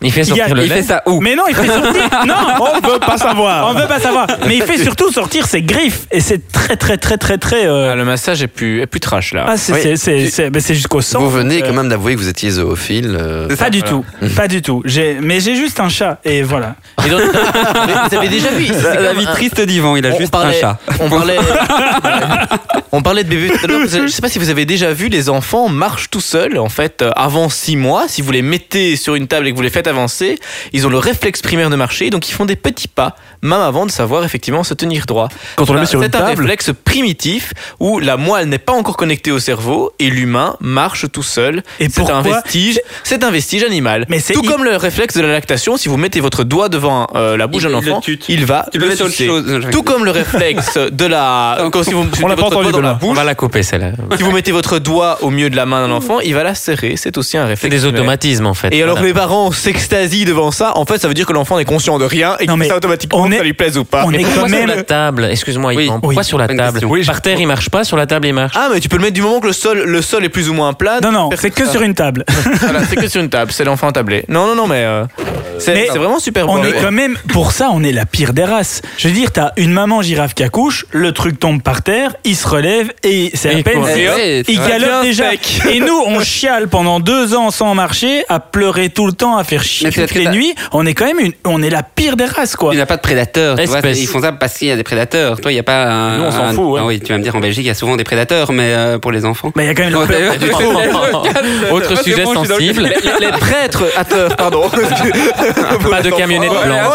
Speaker 4: Il fait
Speaker 1: Il y a-
Speaker 4: sortir le
Speaker 1: il
Speaker 4: lait.
Speaker 1: fait
Speaker 7: ça où
Speaker 1: mais non, il fait sortir. (laughs) non, on veut pas savoir. On veut pas savoir. Mais il fait surtout sortir ses griffes et c'est très très très très très. euh,
Speaker 3: Ah, le massage est plus, est plus trash là.
Speaker 1: Ah, c'est
Speaker 6: Oui.
Speaker 1: c'est- c'est- c'est- mais c'est jusqu'au sang.
Speaker 6: Vous venez
Speaker 1: Euh,
Speaker 6: quand même d'avouer que vous étiez zoophile. euh,
Speaker 1: Pas du tout, pas du tout. J'ai- Mais j'ai juste un chat et voilà.
Speaker 3: Et donc- Mais vous avez déjà vu. c'est
Speaker 7: La, la
Speaker 3: comme
Speaker 7: vie
Speaker 3: un-
Speaker 7: triste d'Yvan, il a
Speaker 3: on
Speaker 7: juste
Speaker 3: parlait-
Speaker 7: un chat.
Speaker 3: On parlait, on parlait de bébés tout à l'heure. Je sais pas si vous avez déjà vu, les enfants marchent tout seuls, en fait, euh, avant 6 mois. Si vous les mettez sur une table et que vous les faites avancer, ils ont le réflexe primaire de marcher, donc ils font des petits pas, même avant de savoir effectivement se tenir droit.
Speaker 5: Quand on le met sur
Speaker 3: C'est
Speaker 5: une
Speaker 3: un
Speaker 5: table.
Speaker 3: réflexe primitif où la moelle n'est pas encore connectée au cerveau et l'humain marche tout seul.
Speaker 1: Et
Speaker 3: C'est un
Speaker 1: pourquoi-
Speaker 3: vestige, c'est un vestige animal.
Speaker 1: Mais c'est
Speaker 3: tout
Speaker 1: hy-
Speaker 3: comme le réflexe de la lactation, si vous mettez votre doigt devant euh, la bouche
Speaker 7: Il
Speaker 3: d'un
Speaker 7: le
Speaker 3: enfant,
Speaker 7: tute.
Speaker 3: il va
Speaker 7: Tu le mets sur le
Speaker 3: sucer.
Speaker 7: chose. Non, je
Speaker 3: Tout comme le réflexe de la.
Speaker 7: Non,
Speaker 3: Quand si vous mettez
Speaker 5: on l'a pas
Speaker 3: votre doigt
Speaker 5: entendu,
Speaker 3: dans la
Speaker 5: Benoît.
Speaker 4: On
Speaker 3: bouche,
Speaker 4: va la couper celle-là.
Speaker 3: si vous mettez votre doigt au milieu de la main d'un enfant, il va la serrer. C'est aussi un
Speaker 4: C'est
Speaker 3: réflexe.
Speaker 4: des automatismes en fait.
Speaker 3: Et alors que
Speaker 4: Voilà.
Speaker 3: les parents s'extasient devant ça, en fait, ça veut dire que l'enfant n'est conscient de rien et
Speaker 1: Non,
Speaker 3: que
Speaker 1: mais
Speaker 3: ça automatiquement,
Speaker 1: on est-
Speaker 3: ça lui plaise ou pas.
Speaker 1: On est quand
Speaker 4: Pourquoi sur
Speaker 1: même.
Speaker 4: la table Excuse-moi,
Speaker 7: Oui,
Speaker 4: Yvan.
Speaker 7: oui.
Speaker 4: Pourquoi sur la
Speaker 7: Bonne
Speaker 4: table
Speaker 7: question.
Speaker 5: Oui, je-
Speaker 4: Par terre, il marche pas, sur la table, il marche.
Speaker 3: Ah, mais tu peux le mettre du moment que le sol, le sol est plus ou moins plat.
Speaker 1: Non, non, c'est que sur une table.
Speaker 3: (laughs) Voilà, c'est que sur une table, c'est l'enfant tablé. Non, non, non, mais euh,
Speaker 1: Mais
Speaker 3: c'est c'est vraiment super
Speaker 1: On
Speaker 3: beau.
Speaker 1: est quand même, pour ça, on est la pire des races. Je veux dire, t'as une maman girafe qui accouche, le truc tombe par terre, il se relève et c'est à
Speaker 4: Et
Speaker 1: peine.
Speaker 4: quoi.
Speaker 1: Et hop,
Speaker 7: Ouais,
Speaker 1: il
Speaker 7: ouais.
Speaker 1: galope
Speaker 3: Tiens,
Speaker 1: déjà.
Speaker 3: sec.
Speaker 1: Et nous, on chiale pendant deux ans sans marcher, à pleurer tout le temps, à faire chier
Speaker 7: Mais c'est
Speaker 1: toutes
Speaker 7: parce que
Speaker 1: les
Speaker 7: t'as-
Speaker 1: nuits. On est quand même une, on est la pire des races, quoi.
Speaker 7: Il n'y a pas de prédateurs. tu vois,
Speaker 4: Espèce.
Speaker 7: ils font ça parce qu'il y a des prédateurs. Toi, il n'y a pas un.
Speaker 5: Nous, on s'en
Speaker 7: un-
Speaker 5: fout, ouais.
Speaker 7: Ah oui, tu vas me dire en Belgique, il y a souvent des prédateurs, mais euh, pour les enfants.
Speaker 1: Mais il y a quand même Ah, la
Speaker 7: Quand
Speaker 1: peur.
Speaker 4: (laughs)
Speaker 7: t'as-
Speaker 1: (laughs) Ah,
Speaker 4: Autre sujet sensible.
Speaker 3: Les prêtres à peur,
Speaker 6: (laughs)
Speaker 3: pardon.
Speaker 4: Pas de camionnette blanche.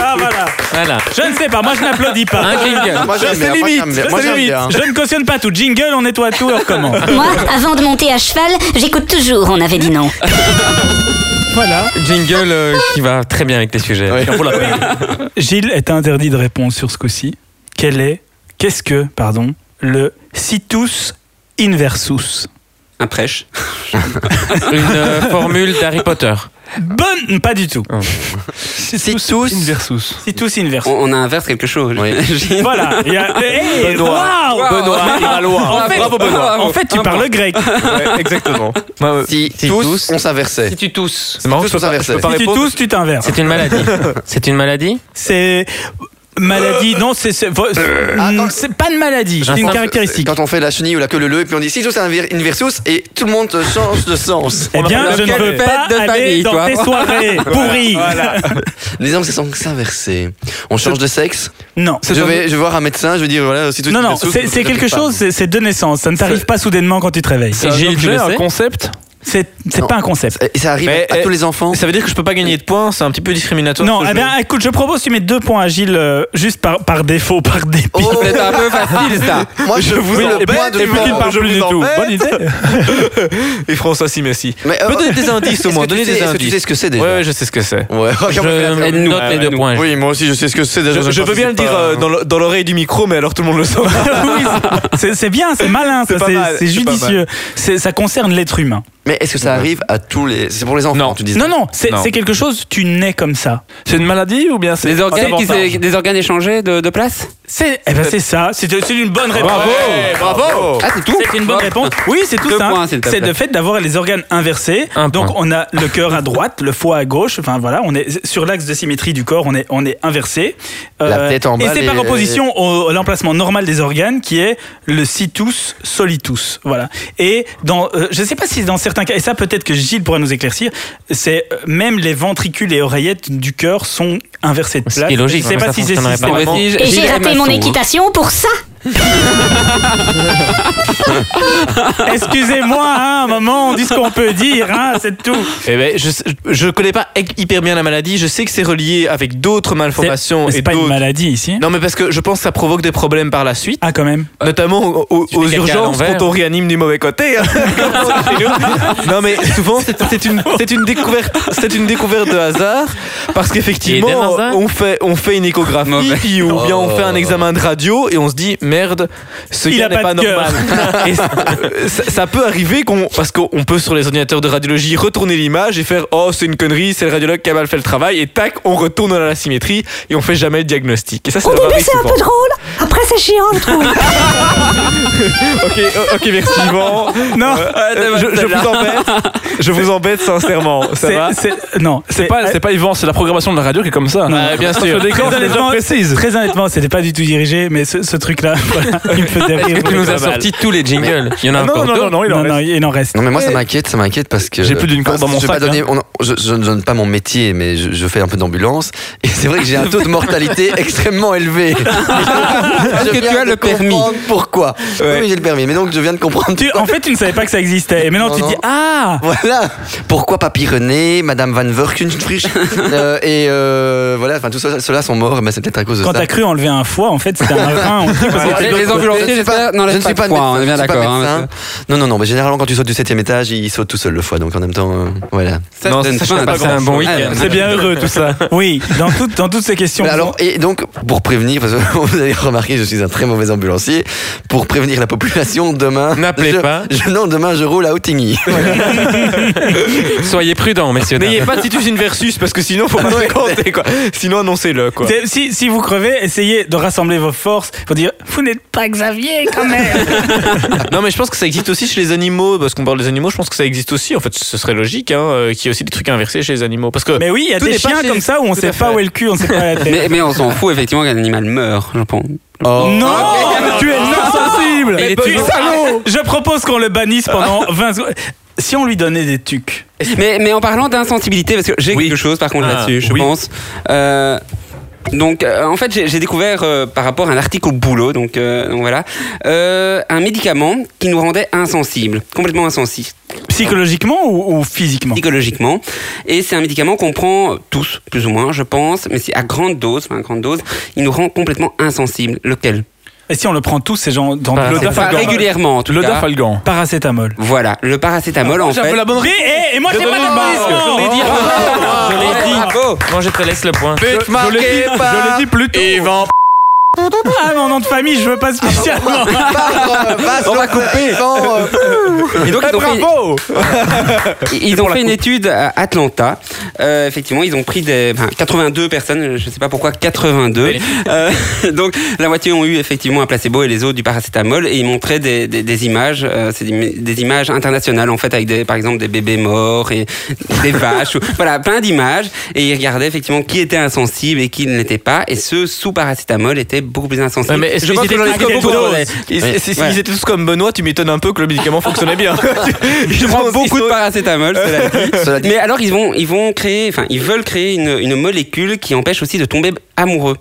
Speaker 1: Ah, voilà.
Speaker 4: Voilà.
Speaker 1: Je ne sais pas, moi je n'applaudis pas.
Speaker 4: Un jingle.
Speaker 6: Moi j'aime bien, moi, j'aime bien, moi, j'aime bien.
Speaker 1: Je ne cautionne pas tout. Jingle, on nettoie tout, on recommence.
Speaker 8: Moi, avant de monter à cheval, j'écoute toujours On avait dit non.
Speaker 1: Voilà.
Speaker 4: Jingle euh, qui va très bien avec les sujets.
Speaker 6: Ouais.
Speaker 1: Gilles est interdit de réponse sur ce coup-ci. Quel est, qu'est-ce que, pardon, le situs inversus
Speaker 7: Un prêche.
Speaker 4: (laughs) Une euh, formule d'Harry Potter.
Speaker 1: Bonne, pas du tout.
Speaker 6: Si tous,
Speaker 5: Versus.
Speaker 1: Situs inversus.
Speaker 7: On, on inverse quelque
Speaker 9: (laughs)
Speaker 7: chose. j'imagine.
Speaker 1: Voilà. Il y a- Hey,
Speaker 3: Benoît.
Speaker 1: waouh
Speaker 3: Benoît, il va loin.
Speaker 1: Ah, En fait, ah,
Speaker 3: Bravo, Benoît.
Speaker 1: En fait, tu parles grec.
Speaker 3: exactement.
Speaker 6: si tous, on s'inversait.
Speaker 4: Si tu tousses.
Speaker 3: C'est marrant,
Speaker 6: Tous, on s'inversait.
Speaker 3: pas
Speaker 1: Si tu
Speaker 3: répondre.
Speaker 1: tousses, tu t'inverses.
Speaker 4: C'est une maladie. C'est une maladie
Speaker 1: C'est Maladie, non, c'est c'est- vo-
Speaker 6: Attends.
Speaker 1: c'est pas une maladie, c'est une
Speaker 6: Quand-
Speaker 1: caractéristique.
Speaker 6: Quand on fait la chenille ou la queue leu et puis on dit si je joue, c'est un vir- une versus et tout le monde euh, change
Speaker 1: (laughs)
Speaker 6: de sens.
Speaker 1: Eh bien,
Speaker 5: On a
Speaker 1: je ne
Speaker 5: fait
Speaker 1: veux
Speaker 5: une
Speaker 1: pas
Speaker 9: fête de
Speaker 1: aller
Speaker 9: famille,
Speaker 1: dans
Speaker 9: toi.
Speaker 1: tes soirées pourries.
Speaker 6: Disons que c'est sens inversé. On change de sexe.
Speaker 1: Non.
Speaker 6: Je vais, je vais voir un médecin, je vais dire voilà, si tout
Speaker 1: Non, non, c'est c'est quelque chose, c'est c'est de naissance. Ça ne t'arrive pas soudainement quand tu te réveilles.
Speaker 5: C'est un
Speaker 3: Gilles, tu
Speaker 5: objet,
Speaker 3: le sais
Speaker 5: un concept
Speaker 1: C'est c'est
Speaker 6: Non.
Speaker 1: pas un concept.
Speaker 6: Et ça arrive
Speaker 3: Mais,
Speaker 6: à
Speaker 3: eh,
Speaker 6: tous les enfants.
Speaker 3: Ça veut dire que je peux pas gagner de points, c'est un petit peu discriminatoire.
Speaker 1: Non,
Speaker 3: ce
Speaker 1: eh
Speaker 3: jeu.
Speaker 1: bien, écoute, je propose tu mets deux points à Gilles, euh, juste par, par défaut, par dépit.
Speaker 6: Oh,
Speaker 9: C'est un peu facile ça.
Speaker 6: (laughs) moi je vous
Speaker 3: Oui, eh
Speaker 6: le
Speaker 3: et puis-
Speaker 6: point de
Speaker 3: et puis
Speaker 6: fort,
Speaker 3: qu'il parle
Speaker 6: je
Speaker 3: plus
Speaker 6: vous
Speaker 3: du
Speaker 6: en
Speaker 3: tout.
Speaker 6: mets.
Speaker 3: Bonne idée. et François, si, merci.
Speaker 6: Mais, euh,
Speaker 3: Peut donner des indices au
Speaker 6: (laughs) est-ce
Speaker 3: moins,
Speaker 6: que tu
Speaker 3: donnez
Speaker 6: sais-
Speaker 3: des
Speaker 6: est-ce que
Speaker 3: indices.
Speaker 6: Tu sais ce que c'est
Speaker 3: Ouais,
Speaker 6: déjà
Speaker 3: ouais, je sais ce que c'est.
Speaker 6: Ouais, regarde,
Speaker 3: Je
Speaker 9: Aide-nous,
Speaker 3: note les deux
Speaker 9: aide-nous.
Speaker 3: points.
Speaker 6: Oui, moi aussi je sais ce que c'est déjà.
Speaker 3: Je, je veux bien le dire
Speaker 6: hein.
Speaker 3: euh, dans le- dans l'oreille du micro, mais alors tout le monde le sent.
Speaker 1: Oui, c'est- c'est bien, c'est malin, ça,
Speaker 3: C'est pas
Speaker 1: c'est
Speaker 3: mal,
Speaker 1: c'est
Speaker 3: c'est pas
Speaker 1: judicieux. C'est- Ça concerne l'être humain.
Speaker 6: Mais est-ce que ça arrive à tous les. C'est pour les enfants,
Speaker 3: Non.
Speaker 6: tu disais
Speaker 1: Non, non, c'est
Speaker 3: Non.
Speaker 1: c'est quelque chose, tu nais comme ça.
Speaker 5: C'est une maladie ou bien c'est.
Speaker 9: Des organes, qui
Speaker 5: avantage.
Speaker 9: s'est- des organes échangés de, de place
Speaker 1: C'est eh ben, c'est ça, c'est c'est une bonne réponse.
Speaker 3: (laughs) Bravo
Speaker 6: Ah, c'est tout
Speaker 1: C'est une bonne réponse. Oui, c'est tout
Speaker 9: Deux
Speaker 1: simple.
Speaker 9: points, s'il te
Speaker 1: C'est
Speaker 9: plaît.
Speaker 1: le fait d'avoir les organes inversés.
Speaker 3: Un
Speaker 1: Donc
Speaker 3: point.
Speaker 1: on a le cœur à droite, le foie à gauche. Enfin voilà, on est sur l'axe de symétrie du corps, on est on est inversé. Euh,
Speaker 6: La tête en bas,
Speaker 1: Et c'est par
Speaker 6: les-
Speaker 1: opposition au à l'emplacement normal des organes qui est le situs solitus. Voilà. Et dans euh, je sais pas si dans certains cas et ça peut-être que Gilles pourra nous éclaircir, c'est euh, même les ventricules et oreillettes du cœur sont inversés de
Speaker 4: Ce qui
Speaker 1: place.
Speaker 4: est logique,
Speaker 1: Je sais
Speaker 4: mais
Speaker 1: pas
Speaker 4: ça
Speaker 1: si c'est
Speaker 4: fonctionnerait pas.
Speaker 7: (laughs)
Speaker 1: systématique.
Speaker 9: Vraiment.
Speaker 8: Et j'ai raté
Speaker 9: hein.
Speaker 7: hein.
Speaker 8: mon équitation pour ça.
Speaker 1: Excusez-moi, hein, maman, on dit ce qu'on peut dire, hein, c'est tout.
Speaker 3: Eh ben, je, je connais pas hyper bien la maladie, je sais que c'est relié avec d'autres malformations
Speaker 1: C'est- C'est
Speaker 3: et
Speaker 1: pas une
Speaker 3: d'autres.
Speaker 1: maladie ici.
Speaker 3: Non mais parce que je pense que ça provoque des problèmes par la suite,
Speaker 1: Ah, quand même.
Speaker 3: notamment aux, aux-
Speaker 4: Tu fais
Speaker 3: aux
Speaker 4: caca à
Speaker 3: urgences
Speaker 4: l'envers.
Speaker 3: quand on réanime du mauvais côté. hein. Chez nous. non mais souvent c'est c'est une c'est une découverte c'est une découverte de hasard parce
Speaker 4: Et des
Speaker 3: qu'effectivement
Speaker 4: hasards.
Speaker 3: on fait on fait une échographie
Speaker 9: Mauvais.
Speaker 3: puis ou bien on fait un
Speaker 6: Oh.
Speaker 3: examen de radio et on se dit merde ce
Speaker 1: Il
Speaker 3: gars
Speaker 1: a
Speaker 3: n'est
Speaker 1: pas
Speaker 3: pas,
Speaker 1: de cœur.
Speaker 3: normal. Et ça, ça- ça peut arriver qu'on parce qu'on peut sur les ordinateurs de radiologie retourner l'image et faire oh c'est une connerie c'est le radiologue qui a mal fait le travail et tac on retourne à la symétrie et on fait jamais le diagnostic. Et ça ça
Speaker 8: Au
Speaker 3: doit
Speaker 8: début,
Speaker 3: arriver
Speaker 8: c'est un
Speaker 3: souvent.
Speaker 8: peu drôle. Après, c'est chiant, je trouve.
Speaker 3: Ok, euh, ok, merci Yvan.
Speaker 1: Non,
Speaker 3: Euh, je, je vous embête. Je vous embête sincèrement. Ça
Speaker 1: c'est-
Speaker 3: va
Speaker 1: c'est- Non, c'est
Speaker 5: C'est pas, c'est pas Yvan, c'est la programmation de la radio qui est comme ça.
Speaker 1: Eh. Non.
Speaker 3: Euh, Bien
Speaker 5: Je
Speaker 3: sûr.
Speaker 5: déconne, c'est des heures précises.
Speaker 1: Très honnêtement, c'était pas du tout dirigé, mais ce, ce truc-là, voilà, il me faisait rire.
Speaker 4: Tu nous as
Speaker 3: Pas mal.
Speaker 4: sorti tous les jingles. Il y en a
Speaker 5: Ah, Non,
Speaker 4: encore
Speaker 5: non,
Speaker 4: d'autres.
Speaker 5: non, non, il en
Speaker 1: Non, non,
Speaker 5: reste.
Speaker 1: il en reste.
Speaker 6: Non mais moi ça m'inquiète, ça m'inquiète parce que
Speaker 5: J'ai plus d'une corde dans mon
Speaker 6: je vais pas
Speaker 5: sac,
Speaker 9: hein.
Speaker 6: donner- on- je, je ne donne pas mon métier, mais je, je fais un peu d'ambulance et c'est vrai que j'ai un taux
Speaker 9: (laughs)
Speaker 6: de mortalité extrêmement élevé. Parce
Speaker 9: que tu as le permis.
Speaker 6: Pourquoi Oui, j'ai le permis. Mais donc je viens de comprendre.
Speaker 1: Tu- en fait, tu ne savais pas que ça existait. Et maintenant,
Speaker 6: Non,
Speaker 1: tu te dis
Speaker 6: non.
Speaker 1: Ah
Speaker 6: Voilà. Pourquoi Papy René, Madame
Speaker 9: (laughs)
Speaker 6: Van Verkunstrisch euh, et euh, voilà, enfin tout ça, ceux-là sont morts. Mais c'est peut-être à cause de
Speaker 1: Quand
Speaker 6: ça.
Speaker 1: t'as cru enlever un foie, en fait, c'était un rein. on dit, parce que
Speaker 9: Ouais,
Speaker 1: c'était de
Speaker 9: Ah, les
Speaker 1: l'autre
Speaker 9: ambulanciers,
Speaker 6: Je ne suis
Speaker 9: j'espère,
Speaker 6: pas-
Speaker 9: n'enlèvent
Speaker 6: je ne
Speaker 9: pas
Speaker 6: suis
Speaker 9: de
Speaker 6: pas
Speaker 9: poing, on est bien
Speaker 6: médecin, je suis pas
Speaker 9: d'accord, hein,
Speaker 6: médecin.
Speaker 9: parce
Speaker 6: Non, non, non, mais généralement quand tu sautes du septième étage, il saute tout seul le foie, donc en même temps, euh, voilà.
Speaker 9: Ça
Speaker 3: Non,
Speaker 9: te donne
Speaker 3: ça change
Speaker 9: faim,
Speaker 3: pas
Speaker 9: c'est un
Speaker 3: grand-chose.
Speaker 9: bon week-end.
Speaker 6: Ouais,
Speaker 1: côté. C'est bien heureux, tout ça. Oui, dans, toutes- dans toutes ces questions.
Speaker 6: Mais alors, et donc, pour prévenir, parce que (laughs) vous avez remarqué, je suis un très mauvais ambulancier, pour prévenir la population, demain.
Speaker 4: N'appelez
Speaker 6: je-
Speaker 4: pas.
Speaker 6: je- non, demain, je roule à Outigny.
Speaker 4: Soyez prudents, messieurs. dames.
Speaker 3: N'ayez pas de Titus Inversus parce que sinon faut pas se compter quoi. Sinon annoncez-le quoi.
Speaker 1: C'est- Si, si vous crevez, essayez de rassembler vos forces. Faut dire, vous n'êtes pas Xavier quand même.
Speaker 3: Non mais je pense que ça existe aussi chez les animaux parce qu'on parle des animaux. Je pense que ça existe aussi. En fait, ce serait logique hein, euh, qu'il y ait aussi des trucs inversés chez les animaux parce que.
Speaker 1: Mais oui, il y a
Speaker 3: Tout
Speaker 1: des
Speaker 3: n'est pas
Speaker 1: chiens
Speaker 3: chez-
Speaker 1: comme ça où on
Speaker 3: Tout
Speaker 1: sait
Speaker 3: à
Speaker 1: pas
Speaker 3: fait.
Speaker 1: où est le cul, on sait pas la tête.
Speaker 9: Mais, mais on s'en fout effectivement qu'un animal meurt, je pense.
Speaker 1: Non,
Speaker 9: oh.
Speaker 1: (laughs) tu es insensible.
Speaker 4: Il est
Speaker 1: Tu es
Speaker 4: toujours-
Speaker 1: salaud. Je propose qu'on le bannisse pendant 20 secondes. Si on lui donnait des tucs.
Speaker 9: Mais, mais en parlant d'insensibilité, parce que j'ai quelque chose par contre
Speaker 3: Ah,
Speaker 9: là-dessus, je
Speaker 3: oui.
Speaker 9: pense. Euh, donc, euh, en fait, j'ai j'ai découvert euh, par rapport à un article au boulot, donc, euh, donc voilà, euh, un médicament qui nous rendait insensibles, complètement insensibles
Speaker 1: Psychologiquement ou, ou physiquement
Speaker 9: psychologiquement. Et c'est un médicament qu'on prend tous, plus ou moins, je pense, mais c'est à grande dose, enfin, à grande dose, il nous rend complètement insensibles. Lequel
Speaker 1: Et si on le prend tous, ces gens dans
Speaker 4: Bah,
Speaker 1: le
Speaker 4: c'est
Speaker 9: Enfin,
Speaker 1: dafalgan
Speaker 9: régulièrement, en tout
Speaker 5: Le
Speaker 9: cas.
Speaker 5: Dafalgan.
Speaker 1: Paracétamol.
Speaker 9: Voilà, le paracétamol, en fait.
Speaker 1: bonne Et, et- et moi, j'ai pas (laughs)
Speaker 4: Je l'ai dit.
Speaker 1: d'arrondissement.
Speaker 9: Oh,
Speaker 4: Je l'ai dit. Moi, je te laisse le point.
Speaker 5: Je l'ai dit, je l'ai dit plus tôt.
Speaker 1: Ah, mon nom de famille, je veux pas spécialement.
Speaker 6: On va couper.
Speaker 7: Et donc, ils ont fait-
Speaker 3: Bravo
Speaker 7: (laughs) Ils ont fait une étude à Atlanta. Euh, effectivement, ils ont pris des, enfin, 82 personnes, je ne sais pas pourquoi 82. Euh, (laughs) donc, la moitié ont eu effectivement un placebo et les autres du paracétamol. Et ils montraient des, des, des images, euh, c'est des, des images internationales en fait, avec des, par exemple des bébés morts et des vaches. ou- voilà, plein d'images. Et ils regardaient effectivement qui était insensible et qui ne l'était pas. Et ceux sous paracétamol étaient beaucoup plus insensibles.
Speaker 3: Ouais, Euh, mais je
Speaker 7: Ils
Speaker 3: pense
Speaker 7: étaient
Speaker 3: que j'en ai
Speaker 7: à
Speaker 3: fait
Speaker 7: quelle
Speaker 3: beaucoup.
Speaker 7: dose
Speaker 3: Ils,
Speaker 7: Ouais.
Speaker 3: si- si-
Speaker 7: Ouais.
Speaker 3: ils étaient tous comme Benoît, tu m'étonnes un peu que le médicament fonctionnait bien.
Speaker 7: (laughs) Je
Speaker 3: Ils
Speaker 7: prends
Speaker 3: ont-
Speaker 7: beaucoup
Speaker 3: ils
Speaker 7: de (laughs)
Speaker 3: ont-
Speaker 7: paracétamol, cela dit.
Speaker 6: Cela dit.
Speaker 7: Mais alors, ils vont, ils vont créer, enfin, ils veulent créer une, une molécule qui empêche aussi de tomber amoureux.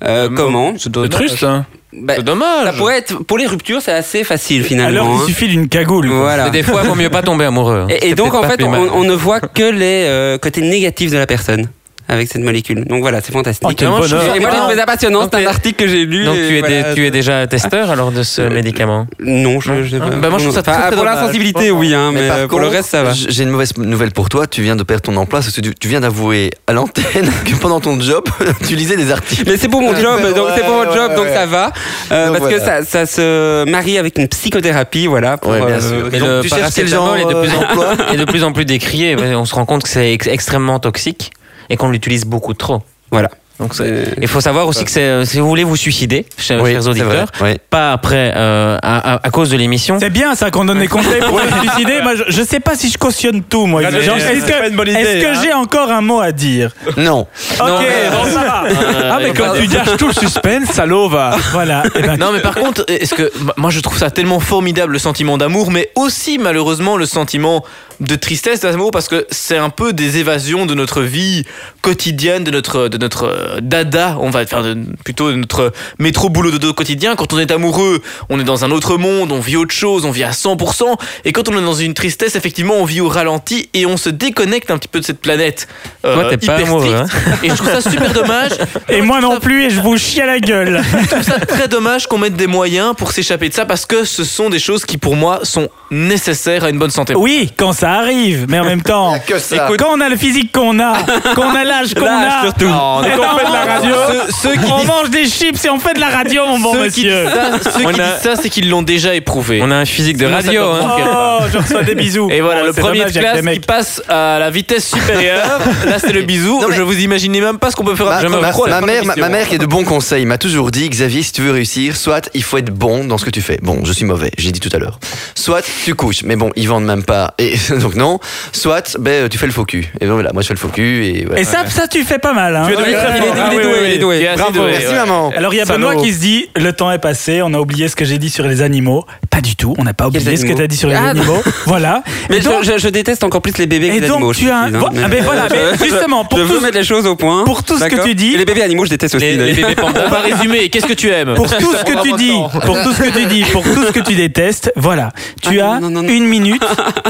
Speaker 4: Ah,
Speaker 7: Euh, comment
Speaker 5: C'est triste,
Speaker 4: hein.
Speaker 5: ça.
Speaker 7: Bah,
Speaker 3: C'est dommage.
Speaker 7: ça pourrait être, Pour les ruptures, c'est assez facile
Speaker 1: Alors,
Speaker 7: finalement.
Speaker 1: il suffit d'une cagoule.
Speaker 7: hein.
Speaker 1: quoi.
Speaker 7: Voilà.
Speaker 4: Mais des fois, il vaut mieux pas tomber amoureux. hein.
Speaker 7: Et, et
Speaker 4: C'est
Speaker 7: donc,
Speaker 4: peut-être
Speaker 7: en
Speaker 4: pas
Speaker 7: fait,
Speaker 4: plus
Speaker 7: on,
Speaker 4: mal.
Speaker 7: on ne voit que les euh, côtés négatifs de la personne avec cette molécule. Donc voilà, c'est fantastique.
Speaker 1: Oh, quel
Speaker 7: Vraiment, je-
Speaker 1: bonheur.
Speaker 7: et moi, j'ai trouvé ça passionnant.
Speaker 4: Donc,
Speaker 7: C'est un
Speaker 4: t'es-
Speaker 7: article que j'ai lu.
Speaker 4: Ah. Donc,
Speaker 7: et
Speaker 4: tu es,
Speaker 7: voilà,
Speaker 4: dé- tu es déjà testeur alors de ce médicament
Speaker 7: Non, je. je-
Speaker 4: Ah, bah, moi, je trouve ça
Speaker 7: Enfin,
Speaker 4: très, très
Speaker 7: Pour
Speaker 4: dommage.
Speaker 7: l'insensibilité, oui, hein, mais,
Speaker 6: par
Speaker 7: euh, pour le
Speaker 6: contre,
Speaker 7: reste, ça va.
Speaker 6: j- J'ai une mauvaise nouvelle pour toi. Tu viens de perdre ton emploi. parce que tu, tu viens d'avouer à l'antenne (laughs) que pendant ton job, tu lisais des articles.
Speaker 7: Mais c'est pour mon
Speaker 6: Ouais,
Speaker 7: job,
Speaker 6: ouais,
Speaker 7: donc c'est pour mon
Speaker 6: ouais,
Speaker 7: job,
Speaker 6: ouais,
Speaker 7: donc
Speaker 6: ouais.
Speaker 7: ça va. Euh,
Speaker 6: Donc
Speaker 7: parce que
Speaker 6: voilà.
Speaker 7: ça, ça se marie avec une psychothérapie, voilà. Pour,
Speaker 6: Ouais, bien
Speaker 7: euh,
Speaker 6: sûr.
Speaker 4: Mais
Speaker 6: Donc,
Speaker 4: le
Speaker 6: tu cherches quel genre euh,
Speaker 4: paracétamol est de plus en (laughs)
Speaker 6: emploi
Speaker 4: est de plus en plus décrié. Mais On se rend compte que c'est ex- extrêmement toxique et qu'on l'utilise beaucoup trop.
Speaker 7: Voilà.
Speaker 4: Donc, c'est-
Speaker 7: euh,
Speaker 4: il faut savoir aussi que c'est- euh, si vous voulez vous suicider, chers,
Speaker 6: Oui,
Speaker 4: chers
Speaker 6: c'est vrai.
Speaker 4: auditeurs,
Speaker 6: Ouais.
Speaker 4: pas après euh, à, à- à cause de l'émission.
Speaker 1: C'est bien ça qu'on donne des conseils pour les suicider. Moi, je, je sais pas si je cautionne tout, moi.
Speaker 5: Regardez,
Speaker 1: Genre,
Speaker 5: c'est
Speaker 1: Est-ce
Speaker 5: pas une bonne
Speaker 1: que,
Speaker 5: idée,
Speaker 1: est-ce que
Speaker 5: hein.
Speaker 1: j'ai encore un mot à dire
Speaker 6: Non.
Speaker 4: Non,
Speaker 1: Ok,
Speaker 4: mais-
Speaker 1: bon, ça (laughs) va.
Speaker 4: Euh,
Speaker 5: Ah, mais quand tu gâches tout le suspense, salaud va.
Speaker 1: Voilà. Eh ben,
Speaker 3: (laughs) Non
Speaker 4: (laughs)
Speaker 3: mais par contre, est-ce que bah, moi je trouve ça tellement formidable le sentiment d'amour, mais aussi malheureusement le sentiment de tristesse d'amour parce que c'est un peu des évasions de notre vie quotidienne, de notre de notre euh, dada, on va faire plutôt de notre métro boulot dodo quotidien. Quand on est amoureux, on est dans un autre monde, on vit autre chose, on vit à 100%. Et quand on est dans une tristesse, effectivement, on vit au ralenti et on se déconnecte un petit peu de cette planète. euh,
Speaker 4: Toi, t'es pas
Speaker 3: hyper
Speaker 4: amoureux, hein.
Speaker 3: stricte. Et je trouve ça super dommage.
Speaker 4: (laughs)
Speaker 1: et moi non plus, et je vous chie à la gueule.
Speaker 3: Je trouve ça très dommage qu'on mette des moyens pour s'échapper de ça parce que ce sont des choses qui pour moi sont nécessaires à une bonne santé.
Speaker 1: Oui, quand ça arrive, mais en même temps.
Speaker 6: Que ça.
Speaker 1: Écoute, quand on a le physique qu'on a, qu'on a l'âge qu'on a,
Speaker 3: surtout.
Speaker 1: eh ben, (laughs) on, mange-
Speaker 3: Ceux, ceux qui
Speaker 1: on
Speaker 3: disent,
Speaker 1: mange des chips et on fait de la radio, mon bon
Speaker 3: ceux qui
Speaker 1: monsieur.
Speaker 3: disent ça, ceux qui
Speaker 4: On a-
Speaker 3: disent ça, c'est qu'ils l'ont déjà éprouvé.
Speaker 4: On a un physique de
Speaker 3: Sinon, ça
Speaker 4: radio.
Speaker 3: commence.
Speaker 4: hein.
Speaker 1: Oh, je reçois des bisous.
Speaker 3: Et voilà,
Speaker 1: Oh,
Speaker 3: le
Speaker 1: c'est
Speaker 3: premier de
Speaker 1: dommage, il y a que
Speaker 3: classe
Speaker 1: des
Speaker 3: qui
Speaker 1: mecs.
Speaker 3: passe à la vitesse supérieure. Là, c'est le bisou.
Speaker 6: Non, mais-
Speaker 3: Je vous imaginez même pas ce qu'on peut faire.
Speaker 6: Ma,
Speaker 3: Je me
Speaker 6: Bah, ma-
Speaker 3: crois à la fin
Speaker 6: ma
Speaker 3: de
Speaker 6: mère, ma,
Speaker 3: l'émission.
Speaker 6: ma mère qui est de bons conseils m'a toujours dit Xavier, si tu veux réussir, soit il faut être bon dans ce que tu fais. Bon, je suis mauvais, j'ai dit tout à l'heure. Soit tu couches, mais bon, ils vendent même pas, et (laughs) donc non. Soit ben tu fais le faux cul. Et donc voilà, moi je fais le faux cul et voilà.
Speaker 1: Et ça, ça, tu fais pas mal. Hein.
Speaker 3: Tu es devenu
Speaker 1: Ouais.
Speaker 3: très fort.
Speaker 1: Ah
Speaker 3: Ah
Speaker 1: oui,
Speaker 3: oui,
Speaker 1: oui,
Speaker 3: oui,
Speaker 1: oui.
Speaker 3: oui. Tu es assez
Speaker 6: Bravo.
Speaker 3: doué,
Speaker 6: Merci
Speaker 3: ouais.
Speaker 6: maman.
Speaker 1: Alors il y a
Speaker 3: Salaud.
Speaker 1: Benoît qui se dit le temps est passé, on a oublié ce que j'ai dit sur les animaux. Pas du tout, on n'a pas oublié
Speaker 7: Quels
Speaker 1: ce que
Speaker 7: animaux
Speaker 1: t'as dit sur les
Speaker 7: Ah,
Speaker 1: animaux. Voilà.
Speaker 7: Mais
Speaker 1: et donc,
Speaker 7: je, je- je déteste encore plus les bébés que
Speaker 1: et
Speaker 7: les
Speaker 1: donc,
Speaker 7: animaux. je
Speaker 1: tu as un-
Speaker 7: précise, hein,
Speaker 1: Vo- ah, ben voilà, mais justement, pour
Speaker 7: je veux
Speaker 1: tous-
Speaker 7: mettre les choses au point.
Speaker 1: pour tout ce que
Speaker 7: D'accord
Speaker 1: tu dis-
Speaker 7: Et les bébés animaux, je déteste aussi.
Speaker 3: Les, les
Speaker 7: d'ailleurs.
Speaker 3: bébés pandas. (laughs) On va résumer. Qu'est-ce que tu aimes
Speaker 1: pour tout ce que tu dis, pour tout ce que tu dis, pour tout ce que tu détestes, voilà. Tu
Speaker 7: Ah,
Speaker 1: as
Speaker 7: non, non, non.
Speaker 1: une
Speaker 7: (laughs)
Speaker 1: minute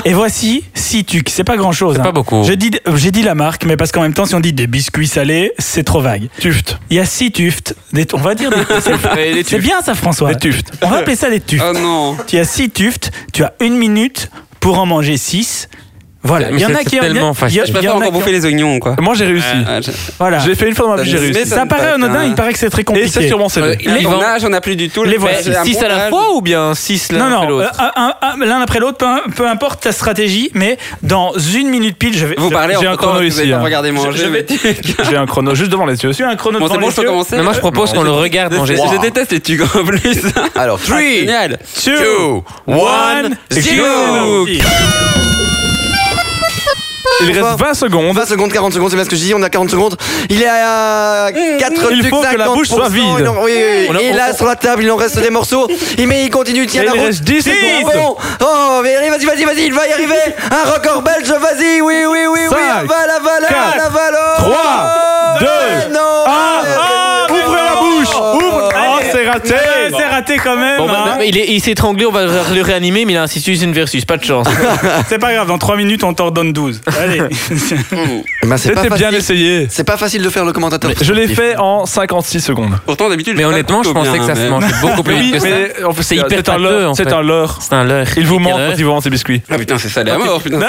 Speaker 1: et voici si tu c'est pas grand chose.
Speaker 4: C'est pas beaucoup.
Speaker 1: J'ai dit j'ai dit la marque, mais parce qu'en même temps si on dit des biscuits salés, c'est trop vague.
Speaker 5: Tuft.
Speaker 1: Il y a six tuftes. Des, on va dire des, c'est-
Speaker 3: Et les
Speaker 1: c'est
Speaker 3: tubes.
Speaker 1: bien ça François.
Speaker 5: Des tuftes.
Speaker 1: On va appeler ça des tuftes.
Speaker 7: Oh non.
Speaker 1: Tu as 6 tuftes, tu as une minute pour en manger 6. Voilà,
Speaker 4: Mais
Speaker 1: il y en
Speaker 4: c'est
Speaker 1: a qui
Speaker 4: tellement facile.
Speaker 7: Je préfère encore bouffer les oignons, quoi.
Speaker 5: Moi, j'ai réussi.
Speaker 7: Ah, je-
Speaker 1: Voilà.
Speaker 5: J'ai fait une fois dans ma vie, j'ai
Speaker 7: Mais
Speaker 5: réussi.
Speaker 7: ça
Speaker 1: Ça
Speaker 7: me
Speaker 1: paraît
Speaker 7: passe,
Speaker 1: anodin,
Speaker 7: hein.
Speaker 1: il paraît que c'est très
Speaker 5: Et c'est
Speaker 1: compliqué.
Speaker 5: sur mon CV.
Speaker 7: Là,
Speaker 3: Les
Speaker 7: ton
Speaker 3: vents-
Speaker 7: âge, on n'a plus du tout.
Speaker 1: Les
Speaker 7: Mais
Speaker 1: voilà.
Speaker 7: c'est un
Speaker 3: 6
Speaker 7: bon
Speaker 3: à la
Speaker 7: âge.
Speaker 3: fois ou bien 6 l'un
Speaker 1: Non,
Speaker 3: après
Speaker 1: non, euh,
Speaker 3: l'autre
Speaker 1: un- un- un- l'un après l'autre, peu, peu importe ta stratégie, mais dans une minute pile, je vais.
Speaker 7: Vous
Speaker 1: je-
Speaker 7: parlez en
Speaker 5: j'ai un
Speaker 7: même temps,
Speaker 5: chrono
Speaker 7: vous
Speaker 5: ici,
Speaker 7: avez pas
Speaker 5: hein.
Speaker 7: regardé manger.
Speaker 5: je
Speaker 7: mais-
Speaker 5: J'ai un chrono juste devant les yeux.
Speaker 1: Tu as un chrono
Speaker 7: Bon,
Speaker 1: devant
Speaker 7: c'est bon,
Speaker 1: les
Speaker 7: je peux
Speaker 1: yeux.
Speaker 7: commencer.
Speaker 4: Mais moi, je propose qu'on le regarde manger.
Speaker 7: Je déteste les tucs en plus.
Speaker 6: Alors, three,
Speaker 7: Génial.
Speaker 6: two,
Speaker 1: One, zero.
Speaker 5: Il reste 20 secondes.
Speaker 6: 20 secondes, 40 secondes, c'est bien ce que je dis, on a 40 secondes. Il est à 4
Speaker 5: Il faut que la bouche soit vide.
Speaker 6: Il en- oui, oui, oui. Et là, sur la table, il en reste des morceaux. Il, mais il continue, tiens
Speaker 5: Et
Speaker 6: la
Speaker 5: il
Speaker 6: route.
Speaker 5: reste
Speaker 6: Dix.
Speaker 5: 10 secondes.
Speaker 6: Oh, mais allez, vas-y, vas-y, vas-y, il va y arriver. Un record belge, vas-y, oui, oui, oui, oui.
Speaker 5: Cinq,
Speaker 6: Aval, aval, aval,
Speaker 5: quatre,
Speaker 6: aval. oh.
Speaker 5: trois,
Speaker 6: Ouais,
Speaker 5: deux,
Speaker 6: non.
Speaker 5: un.
Speaker 1: Ah,
Speaker 6: Ouais,
Speaker 5: Ouvrez la bouche. Ouvre. Oh, c'est raté.
Speaker 1: C'est raté quand même.
Speaker 3: Bon, bah,
Speaker 1: hein.
Speaker 3: il est- il s'est étranglé, on va le réanimer, mais il a un situs une versus, pas de chance.
Speaker 1: C'est pas grave, dans 3 minutes, on t'en redonne 12. Allez.
Speaker 6: Eh ben, c'est pas
Speaker 5: C'était bien
Speaker 6: facile.
Speaker 5: essayé.
Speaker 6: C'est pas facile de faire le commentateur.
Speaker 5: Je l'ai fait en 56 secondes.
Speaker 9: Pourtant, d'habitude,
Speaker 4: Mais honnêtement, je pensais que ça se mangeait beaucoup plus vite que ça.
Speaker 5: mais en fait,
Speaker 4: C'est hyper
Speaker 5: c'est un
Speaker 4: pâteux, en
Speaker 5: leurre. C'est
Speaker 4: fait.
Speaker 5: un leurre.
Speaker 4: C'est un leurre.
Speaker 5: Il vous
Speaker 4: Quelle
Speaker 5: ment quand
Speaker 4: heure
Speaker 5: il vous rend ses biscuits.
Speaker 9: Ah putain, c'est ça, la mort, putain.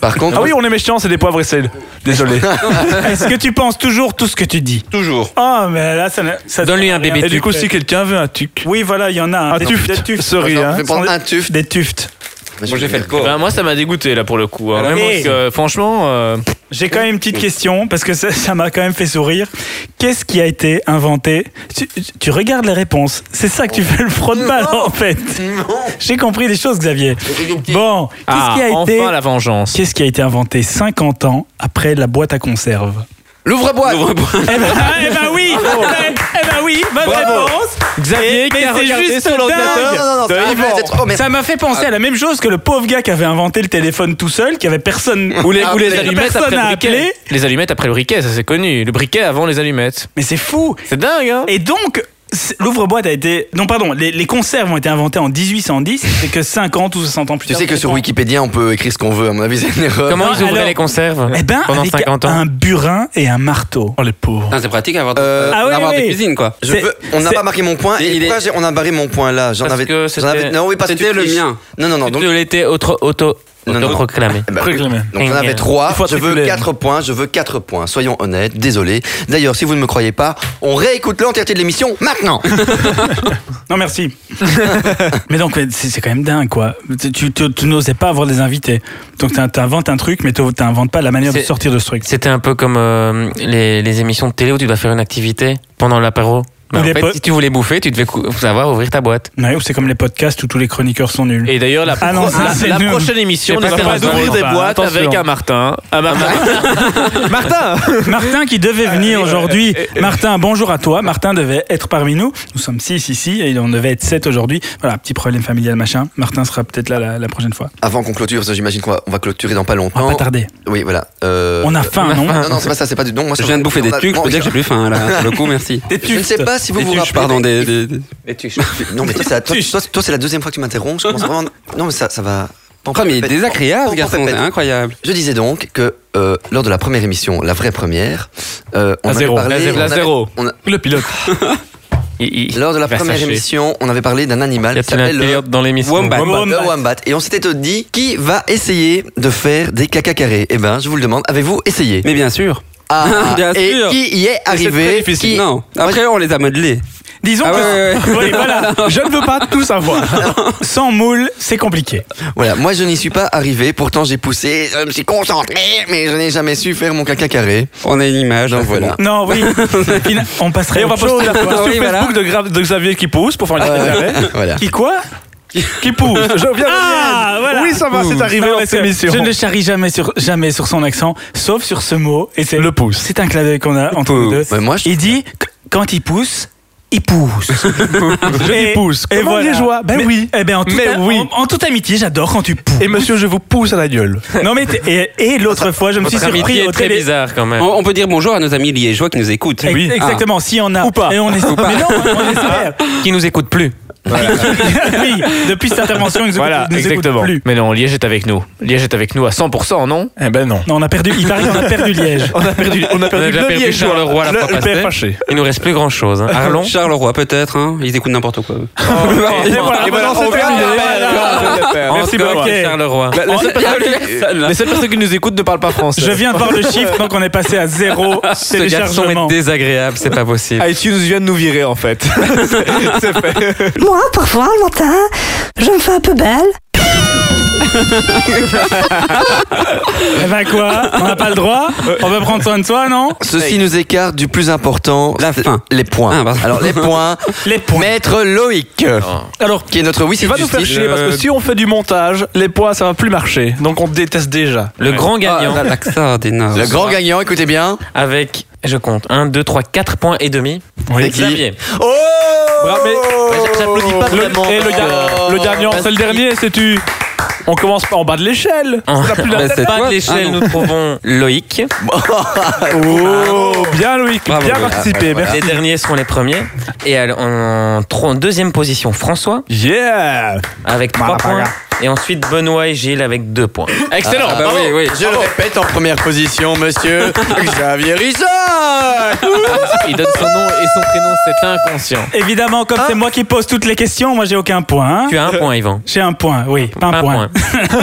Speaker 6: Par contre,
Speaker 5: Ah oui, on est méchants, c'est des poivres et sel.
Speaker 1: (laughs)
Speaker 5: Désolé.
Speaker 1: Est-ce que tu penses toujours tout ce que tu dis
Speaker 9: Toujours.
Speaker 1: Ah, mais là, ça. ne- ça
Speaker 4: Donne-lui un bébé
Speaker 5: Et du coup, si
Speaker 1: c'est.
Speaker 5: quelqu'un veut un tuc,
Speaker 1: Oui, voilà, il y en a.
Speaker 5: un
Speaker 1: Des- des
Speaker 5: tuft,
Speaker 1: tufts.
Speaker 5: cerise,
Speaker 6: Attends,
Speaker 5: hein.
Speaker 6: je vais prendre
Speaker 1: Sans-
Speaker 6: un tuft.
Speaker 1: Des tufts.
Speaker 9: Bon, j'ai fait le
Speaker 3: Eh
Speaker 9: corps.
Speaker 3: ben, moi, ça m'a dégoûté, là, pour le coup. hein.
Speaker 1: Ah,
Speaker 3: Vraiment,
Speaker 1: oui.
Speaker 3: parce que, franchement, euh,
Speaker 1: J'ai quand même une petite question, parce que ça ça m'a quand même fait sourire. Qu'est-ce qui a été inventé tu, tu regardes les réponses. C'est ça que tu fais le front de balle, en fait. J'ai compris des choses, Xavier. Bon, qu'est-ce
Speaker 3: ah,
Speaker 1: qui a
Speaker 3: enfin
Speaker 1: été.
Speaker 3: la vengeance.
Speaker 1: Qu'est-ce qui a été inventé 50 ans après la boîte à conserve
Speaker 6: l'ouvre-boîte.
Speaker 1: Eh ben, eh ben oui Eh ben- Eh ben oui Bonne réponse
Speaker 3: Xavier qui a
Speaker 1: c'est
Speaker 3: regardé
Speaker 1: juste
Speaker 3: sur
Speaker 6: Non,
Speaker 3: l'ordinateur.
Speaker 6: non, non,
Speaker 3: de
Speaker 6: ça
Speaker 3: Yvan.
Speaker 6: va, c'est trop- Oh, mais-
Speaker 1: Ça m'a fait penser à la même chose que le pauvre gars qui avait inventé le téléphone tout seul, qui avait personne.
Speaker 3: Ou les, ou les
Speaker 1: Personne
Speaker 3: allumettes
Speaker 1: n'a
Speaker 3: après le
Speaker 1: appelé.
Speaker 3: briquet. Les allumettes après le briquet, ça c'est connu. Le briquet avant les allumettes.
Speaker 1: Mais c'est fou
Speaker 3: C'est dingue, hein
Speaker 1: Et donc, c'est- l'ouvre-boîte a été. Non, pardon, les, les conserves ont été inventées en
Speaker 5: (laughs)
Speaker 1: 1810, c'est que 50 ou 60 ans plus
Speaker 6: Tu
Speaker 1: tard.
Speaker 6: sais que sur
Speaker 1: Wiki
Speaker 6: Wikipédia, on peut écrire ce qu'on veut. À mon avis, c'est une erreur.
Speaker 4: Comment
Speaker 1: Non,
Speaker 4: ils ouvraient
Speaker 1: alors-
Speaker 4: les conserves
Speaker 1: Eh ben,
Speaker 4: pendant
Speaker 1: avec
Speaker 4: 50 ans
Speaker 1: un burin et un marteau.
Speaker 5: Oh les pauvres.
Speaker 9: Putain, C'est pratique à avoir
Speaker 6: Euh,
Speaker 1: Ah oui,
Speaker 9: d'avoir
Speaker 1: oui.
Speaker 9: des cuisines, quoi.
Speaker 6: Je
Speaker 1: C'est-
Speaker 6: veux- on n'a
Speaker 1: c'est-
Speaker 6: pas marqué mon point.
Speaker 9: il
Speaker 6: Et
Speaker 9: est-
Speaker 6: pourquoi j'ai- on a barré mon point là J'en
Speaker 4: Parce
Speaker 6: avais.
Speaker 4: que
Speaker 6: j'en avais-
Speaker 4: c'était-
Speaker 6: Non, oui, parce que
Speaker 9: c'était
Speaker 6: tu
Speaker 9: le
Speaker 6: triches.
Speaker 9: mien.
Speaker 6: Non, non, non. Donc,
Speaker 4: Tu l'étais auto, auto,
Speaker 6: Non, non.
Speaker 4: proclamé.
Speaker 6: eh ben,
Speaker 5: Réclamé.
Speaker 6: donc j'en avais
Speaker 4: Il
Speaker 6: trois.
Speaker 5: faut
Speaker 6: Je veux
Speaker 5: articuler.
Speaker 6: quatre points. Je veux quatre points. Soyons honnêtes. Désolé. D'ailleurs, si vous ne me croyez pas, on réécoute l'entièreté de l'émission maintenant.
Speaker 1: Non, merci. mais donc, mais c'est c'est quand même dingue, quoi. Tu, tu- tu- tu n'osais pas avoir des invités. Donc, t'in- t'inventes un truc, mais t'in- t'inventes pas la manière de
Speaker 4: C'est-
Speaker 1: sortir de ce truc.
Speaker 4: C'était un peu comme euh, les, les émissions de télé où tu dois faire une activité pendant l'apéro. Bah,
Speaker 1: Ou
Speaker 4: en
Speaker 1: les po-
Speaker 4: fait, si tu voulais bouffer, tu devais cou- savoir ouvrir ta boîte.
Speaker 1: Ouais, ou c'est comme les podcasts où tous les chroniqueurs sont nuls.
Speaker 3: Et d'ailleurs, la,
Speaker 1: Ah non, ça,
Speaker 3: la-
Speaker 1: c'est
Speaker 3: la
Speaker 1: nul.
Speaker 3: prochaine émission,
Speaker 1: C'est
Speaker 3: nous
Speaker 1: pas
Speaker 3: allons
Speaker 1: grave,
Speaker 3: ouvrir
Speaker 1: non,
Speaker 3: des
Speaker 1: pas,
Speaker 3: boîtes
Speaker 1: attention. Ah,
Speaker 3: avec un Martin. Un Martin. Martin
Speaker 1: Martin qui devait venir aujourd'hui. Martin, bonjour à toi. Martin devait être parmi nous. Nous sommes six ici et on devait être sept aujourd'hui. Voilà, petit problème familial, machin. Martin sera peut-être là la, la prochaine fois.
Speaker 6: Avant qu'on clôture, parce que j'imagine qu'on va, on va clôturer dans pas
Speaker 1: On va
Speaker 6: longtemps.
Speaker 1: pas tarder.
Speaker 6: Oui, voilà. Euh,
Speaker 1: On a faim, non
Speaker 6: Non, non, c'est pas ça. C'est pas du. Non, moi, ça-
Speaker 9: Je viens de bouffer des
Speaker 6: on a-
Speaker 9: tucs, je
Speaker 6: bon,
Speaker 9: peux dire que j'ai plus faim, là. Pour le coup, merci.
Speaker 1: Des
Speaker 6: Je ne sais pas si vous
Speaker 9: Des
Speaker 6: vous
Speaker 9: tuches,
Speaker 6: rappelez.
Speaker 9: pardon, des. des- des-
Speaker 6: Non, mais toi, c'est la- toi, toi, toi, c'est la deuxième fois que tu m'interromps. Je commence vraiment. Non, mais ça, ça va.
Speaker 9: Oh, mais il est
Speaker 6: Pan-
Speaker 9: désagréable,
Speaker 6: pan-
Speaker 9: ce garçon,
Speaker 6: pan-
Speaker 9: c'est
Speaker 6: pan-
Speaker 7: hein.
Speaker 9: incroyable.
Speaker 6: Je disais donc que euh, lors de la première émission, la vraie première, euh, on
Speaker 3: La
Speaker 6: avait
Speaker 3: zéro,
Speaker 6: parlé.
Speaker 3: la zéro,
Speaker 6: on
Speaker 3: la
Speaker 6: avait-
Speaker 3: zéro.
Speaker 6: on a-
Speaker 3: Le pilote. Il- il-
Speaker 6: lors de la
Speaker 3: il va
Speaker 6: première
Speaker 3: sacher.
Speaker 6: émission, on avait parlé d'un animal
Speaker 4: Il y
Speaker 6: qui
Speaker 4: a-t-il un
Speaker 6: s'appelle le
Speaker 4: pilote dans l'émission
Speaker 9: Wombat.
Speaker 6: le wombat. Et on s'était dit qui va essayer de faire des caca carrés. Eh ben, je vous le demande, avez-vous essayé
Speaker 9: Mais bien sûr.
Speaker 6: Ah,
Speaker 9: Bien
Speaker 6: Et
Speaker 9: sûr.
Speaker 6: qui y est
Speaker 9: très
Speaker 6: arrivé
Speaker 9: difficile.
Speaker 6: Qui-
Speaker 9: Non. Après, on les a modelés.
Speaker 1: Disons
Speaker 9: Ah
Speaker 1: que.
Speaker 9: ouais, ouais,
Speaker 1: Oui, voilà.
Speaker 9: (laughs)
Speaker 1: Je ne veux pas tout savoir. Sans moule, c'est compliqué.
Speaker 6: Voilà, moi je n'y suis pas arrivé. Pourtant, j'ai poussé, je me suis concentré, mais je n'ai jamais su faire mon caca carré.
Speaker 9: On a une image.
Speaker 6: Donc
Speaker 9: hein, c'est
Speaker 6: voilà.
Speaker 1: (laughs) Non,
Speaker 9: (laughs)
Speaker 1: oui. Fina- on passerait
Speaker 5: Et on
Speaker 1: à
Speaker 5: va
Speaker 1: autre chose.
Speaker 5: poster la photo
Speaker 9: Ah
Speaker 5: sur
Speaker 9: oui, voilà. Ah
Speaker 5: Facebook de, Gra- de Xavier qui pousse pour faire une carré.
Speaker 6: Euh, (laughs) voilà.
Speaker 1: Qui quoi
Speaker 5: Qui pousse (laughs) Je viens de
Speaker 1: Ah, voilà.
Speaker 5: Oui, ça va, c'est arrivé
Speaker 1: Non,
Speaker 5: dans
Speaker 1: parce
Speaker 5: cette
Speaker 1: que
Speaker 5: émission.
Speaker 1: Je ne le charrie jamais sur, jamais sur son accent, sauf sur ce mot. Et c'est
Speaker 5: Le pouce.
Speaker 1: C'est un clin d'œil qu'on a entre nous deux.
Speaker 6: Ouais, moi, je-
Speaker 1: Il dit qu- quand il pousse. Il
Speaker 5: (laughs)
Speaker 1: pousse.
Speaker 5: dis pousse.
Speaker 1: Et
Speaker 5: Comment
Speaker 1: voilà.
Speaker 5: liégeois Ben
Speaker 1: Mais-
Speaker 5: oui.
Speaker 1: Eh ben en, toute,
Speaker 5: Mais
Speaker 1: en-
Speaker 5: oui.
Speaker 1: en, toute amitié, j'adore quand tu pousses.
Speaker 5: Et monsieur, je vous pousse à la gueule.
Speaker 1: Non mais t'es- et, et l'autre fois, je me suis
Speaker 4: Votre
Speaker 1: surpris
Speaker 4: amitié
Speaker 1: au
Speaker 4: est très
Speaker 1: télé-
Speaker 4: bizarre quand même.
Speaker 9: On, on peut dire bonjour à nos amis liégeois qui nous écoutent.
Speaker 1: Ex- Exactement, si on a
Speaker 5: Ah. Ou pas. Ah.
Speaker 1: Et on espère. Mais non, on
Speaker 4: (laughs)
Speaker 1: espère.
Speaker 4: Qui nous écoute plus.
Speaker 1: (laughs) oui, depuis cette intervention, ils nous
Speaker 3: Voilà,
Speaker 1: écoutent- nous écoutent
Speaker 3: exactement.
Speaker 1: plus.
Speaker 3: Mais non, Liège est avec nous. Liège est avec nous à 100%, non
Speaker 5: Eh ben non.
Speaker 1: Non, on a perdu. Il paraît qu'on a perdu Liège.
Speaker 5: On a perdu, on
Speaker 4: On
Speaker 5: a
Speaker 4: a
Speaker 5: perdu
Speaker 4: déjà
Speaker 5: le
Speaker 4: perdu
Speaker 5: liégeois.
Speaker 4: Charles Leroy la
Speaker 5: Le-
Speaker 4: fois
Speaker 5: le
Speaker 4: passée.
Speaker 5: père fâché.
Speaker 4: Il nous reste plus grand chose. Hein.
Speaker 9: (laughs)
Speaker 4: Arlon,
Speaker 9: Charles Roy, peut-être, hein. Ils écoutent n'importe quoi. eux.
Speaker 5: Et
Speaker 4: Ah,
Speaker 5: voilà,
Speaker 4: bah
Speaker 5: maintenant, c'est terminé.
Speaker 3: Ah, bah,
Speaker 1: Merci
Speaker 4: Encore
Speaker 1: beaucoup.
Speaker 4: Charles Leroy.
Speaker 9: Oh,
Speaker 3: Les seules personnes qui nous écoutent ne parlent pas français.
Speaker 1: Je viens de voir le chiffre, donc on est passé à zéro
Speaker 4: Ce garçon est
Speaker 1: téléchargement.
Speaker 4: désagréable, c'est pas possible.
Speaker 3: iTunes vient de nous virer en fait. c'est fait.
Speaker 10: Moi, parfois, le matin, je me fais un peu belle.
Speaker 1: Eh ben quoi On n'a pas le droit On peut prendre soin de soi, non
Speaker 6: Ceci nous écarte du plus important,
Speaker 9: La
Speaker 6: c'est-
Speaker 9: fin.
Speaker 6: les points.
Speaker 9: Ah, pardon.
Speaker 6: Alors les points,
Speaker 1: Les points.
Speaker 6: maître Loïc,
Speaker 1: Alors,
Speaker 6: qui est notre oui
Speaker 5: Tu
Speaker 6: c'est
Speaker 5: vas nous faire
Speaker 6: justice.
Speaker 5: chier parce que
Speaker 4: Euh,
Speaker 5: si on fait du montage, les poids ça va plus marcher. Donc on te
Speaker 1: (laughs)
Speaker 5: déteste déjà.
Speaker 4: Le grand gagnant
Speaker 9: Ah, l'accent des Nords.
Speaker 6: Le grand gagnant, écoutez bien.
Speaker 4: avec, je compte, 1, 2, 3, 4 points et demi.
Speaker 6: C'est qui
Speaker 4: Xavier.
Speaker 6: Oh
Speaker 5: Bravo.
Speaker 6: Ouais,
Speaker 3: J'applaudis pas
Speaker 5: Le-
Speaker 3: vraiment.
Speaker 5: et le,
Speaker 6: parce
Speaker 5: ga-
Speaker 6: que-
Speaker 5: le gagnant, c'est le dernier, c'est tu. On commence par en bas de l'échelle. On a plus la
Speaker 4: Mais
Speaker 5: tête.
Speaker 4: c'est
Speaker 5: Bas de
Speaker 4: toi.
Speaker 5: l'échelle.
Speaker 4: Ah non. Nous trouvons Loïc.
Speaker 5: Oh, bien Loïc, bien
Speaker 4: Loïc.
Speaker 5: participé.
Speaker 1: Ah.
Speaker 5: Merci.
Speaker 4: Les derniers seront les premiers. Et alors, en, tro- en deuxième position, François
Speaker 5: Yeah
Speaker 4: avec 3
Speaker 5: Malapaga.
Speaker 4: points. Et ensuite, Benoît et Gilles avec 2 points.
Speaker 3: Excellent.
Speaker 7: bah oui, oui.
Speaker 6: Je le répète en première
Speaker 1: (laughs)
Speaker 6: position, monsieur Xavier Rissol
Speaker 3: (laughs) Il donne son nom et son prénom, c'est inconscient.
Speaker 1: Évidemment, comme c'est moi qui pose toutes les questions, moi j'ai aucun point. hein.
Speaker 4: Tu as un point, Yvan.
Speaker 1: J'ai un point, oui, pas un,
Speaker 4: Pas un
Speaker 1: point.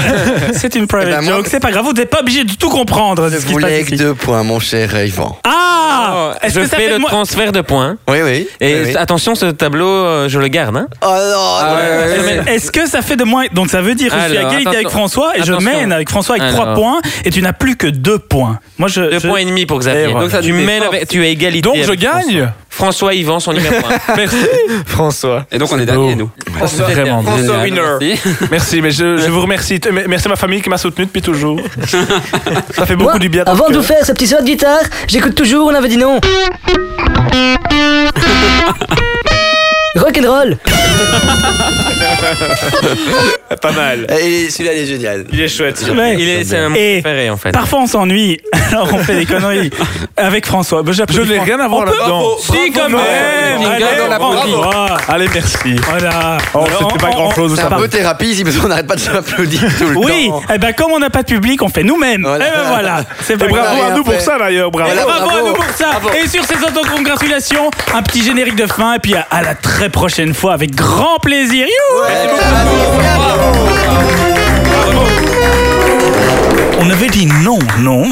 Speaker 1: (laughs) c'est une private
Speaker 6: Eh ben, moi-
Speaker 1: joke, c'est pas grave, vous n'êtes pas obligé de tout comprendre de
Speaker 6: Je
Speaker 1: ce qui se passe
Speaker 6: voulais que
Speaker 1: ici.
Speaker 6: deux points, mon cher Yvan.
Speaker 1: Ah
Speaker 4: Oh, Je
Speaker 1: Est-ce que ça
Speaker 4: fais
Speaker 1: fait
Speaker 4: le
Speaker 1: de moi...
Speaker 4: transfert de points.
Speaker 6: Oui, oui.
Speaker 4: Et
Speaker 6: oui, oui.
Speaker 4: attention, ce tableau, euh, je le garde. Hein.
Speaker 6: Oh non,
Speaker 4: ouais, ouais, ouais.
Speaker 1: Est-ce que ça fait de moi Donc ça veut dire que je suis à
Speaker 4: Alors,
Speaker 1: égalité avec
Speaker 4: attention.
Speaker 1: François et je
Speaker 4: Attention.
Speaker 1: mène avec François avec trois
Speaker 4: Alors.
Speaker 1: points et tu n'as plus que deux points. Moi je.
Speaker 4: 2
Speaker 1: je-
Speaker 4: points et demi pour Xavier.
Speaker 1: Et voilà.
Speaker 4: Donc, ça, tu,
Speaker 7: tu
Speaker 4: mènes
Speaker 7: t'efforces.
Speaker 4: avec- tu as égalité.
Speaker 5: Donc je
Speaker 4: avec
Speaker 5: gagne
Speaker 4: François, Yvan sont numéro 1.
Speaker 3: François.
Speaker 7: Et donc on est dernier, nous.
Speaker 5: François, vraiment.
Speaker 7: Génial,
Speaker 3: winner.
Speaker 7: merci.
Speaker 5: Merci, mais je, je vous remercie. Te- mais- Merci à ma famille qui m'a soutenu
Speaker 1: (laughs)
Speaker 5: depuis toujours. Ça fait beaucoup
Speaker 10: Moi,
Speaker 5: du bien.
Speaker 10: Avant de vous faire ce petit saut de guitare, j'écoute toujours, on avait dit non. Rock'n'roll
Speaker 5: Pas mal.
Speaker 6: Et celui-là, il est génial.
Speaker 5: Il est chouette.
Speaker 1: Ouais.
Speaker 4: Il est, c'est un
Speaker 1: Et-
Speaker 4: préféré, en fait.
Speaker 1: Parfois on s'ennuie, (laughs) alors on fait des conneries avec François. Ben,
Speaker 5: Je
Speaker 1: j'applaudis
Speaker 5: n'ai
Speaker 1: François.
Speaker 5: rien à voir
Speaker 1: On peut-
Speaker 5: là-dedans.
Speaker 1: Si quand
Speaker 5: bravo.
Speaker 1: même.
Speaker 7: Jingle
Speaker 1: Allez,
Speaker 7: dans la
Speaker 1: bravo.
Speaker 7: police.
Speaker 1: Voilà.
Speaker 5: Allez, merci.
Speaker 1: Voilà.
Speaker 5: Oh,
Speaker 1: Alors,
Speaker 5: c'était pas
Speaker 1: on-
Speaker 5: grand-chose,
Speaker 1: on-
Speaker 6: C'est
Speaker 5: ça
Speaker 6: un
Speaker 1: ça
Speaker 6: peu thérapie ici parce qu'on n'arrête pas de s'applaudir tout le
Speaker 1: Oui,
Speaker 6: temps.
Speaker 1: eh ben comme on n'a pas de public, on fait nous-mêmes.
Speaker 6: Voilà.
Speaker 1: Eh ben voilà, c'est pas
Speaker 5: Et bravo
Speaker 1: grave.
Speaker 5: à nous pour ça d'ailleurs,
Speaker 1: Et
Speaker 5: bravo.
Speaker 6: Voilà,
Speaker 1: Eh, bravo,
Speaker 6: bravo.
Speaker 1: à nous pour ça. Et sur ces autocongratulations, un petit générique de fin et puis à, à la très prochaine fois avec grand plaisir. Youhou on avait dit non, non.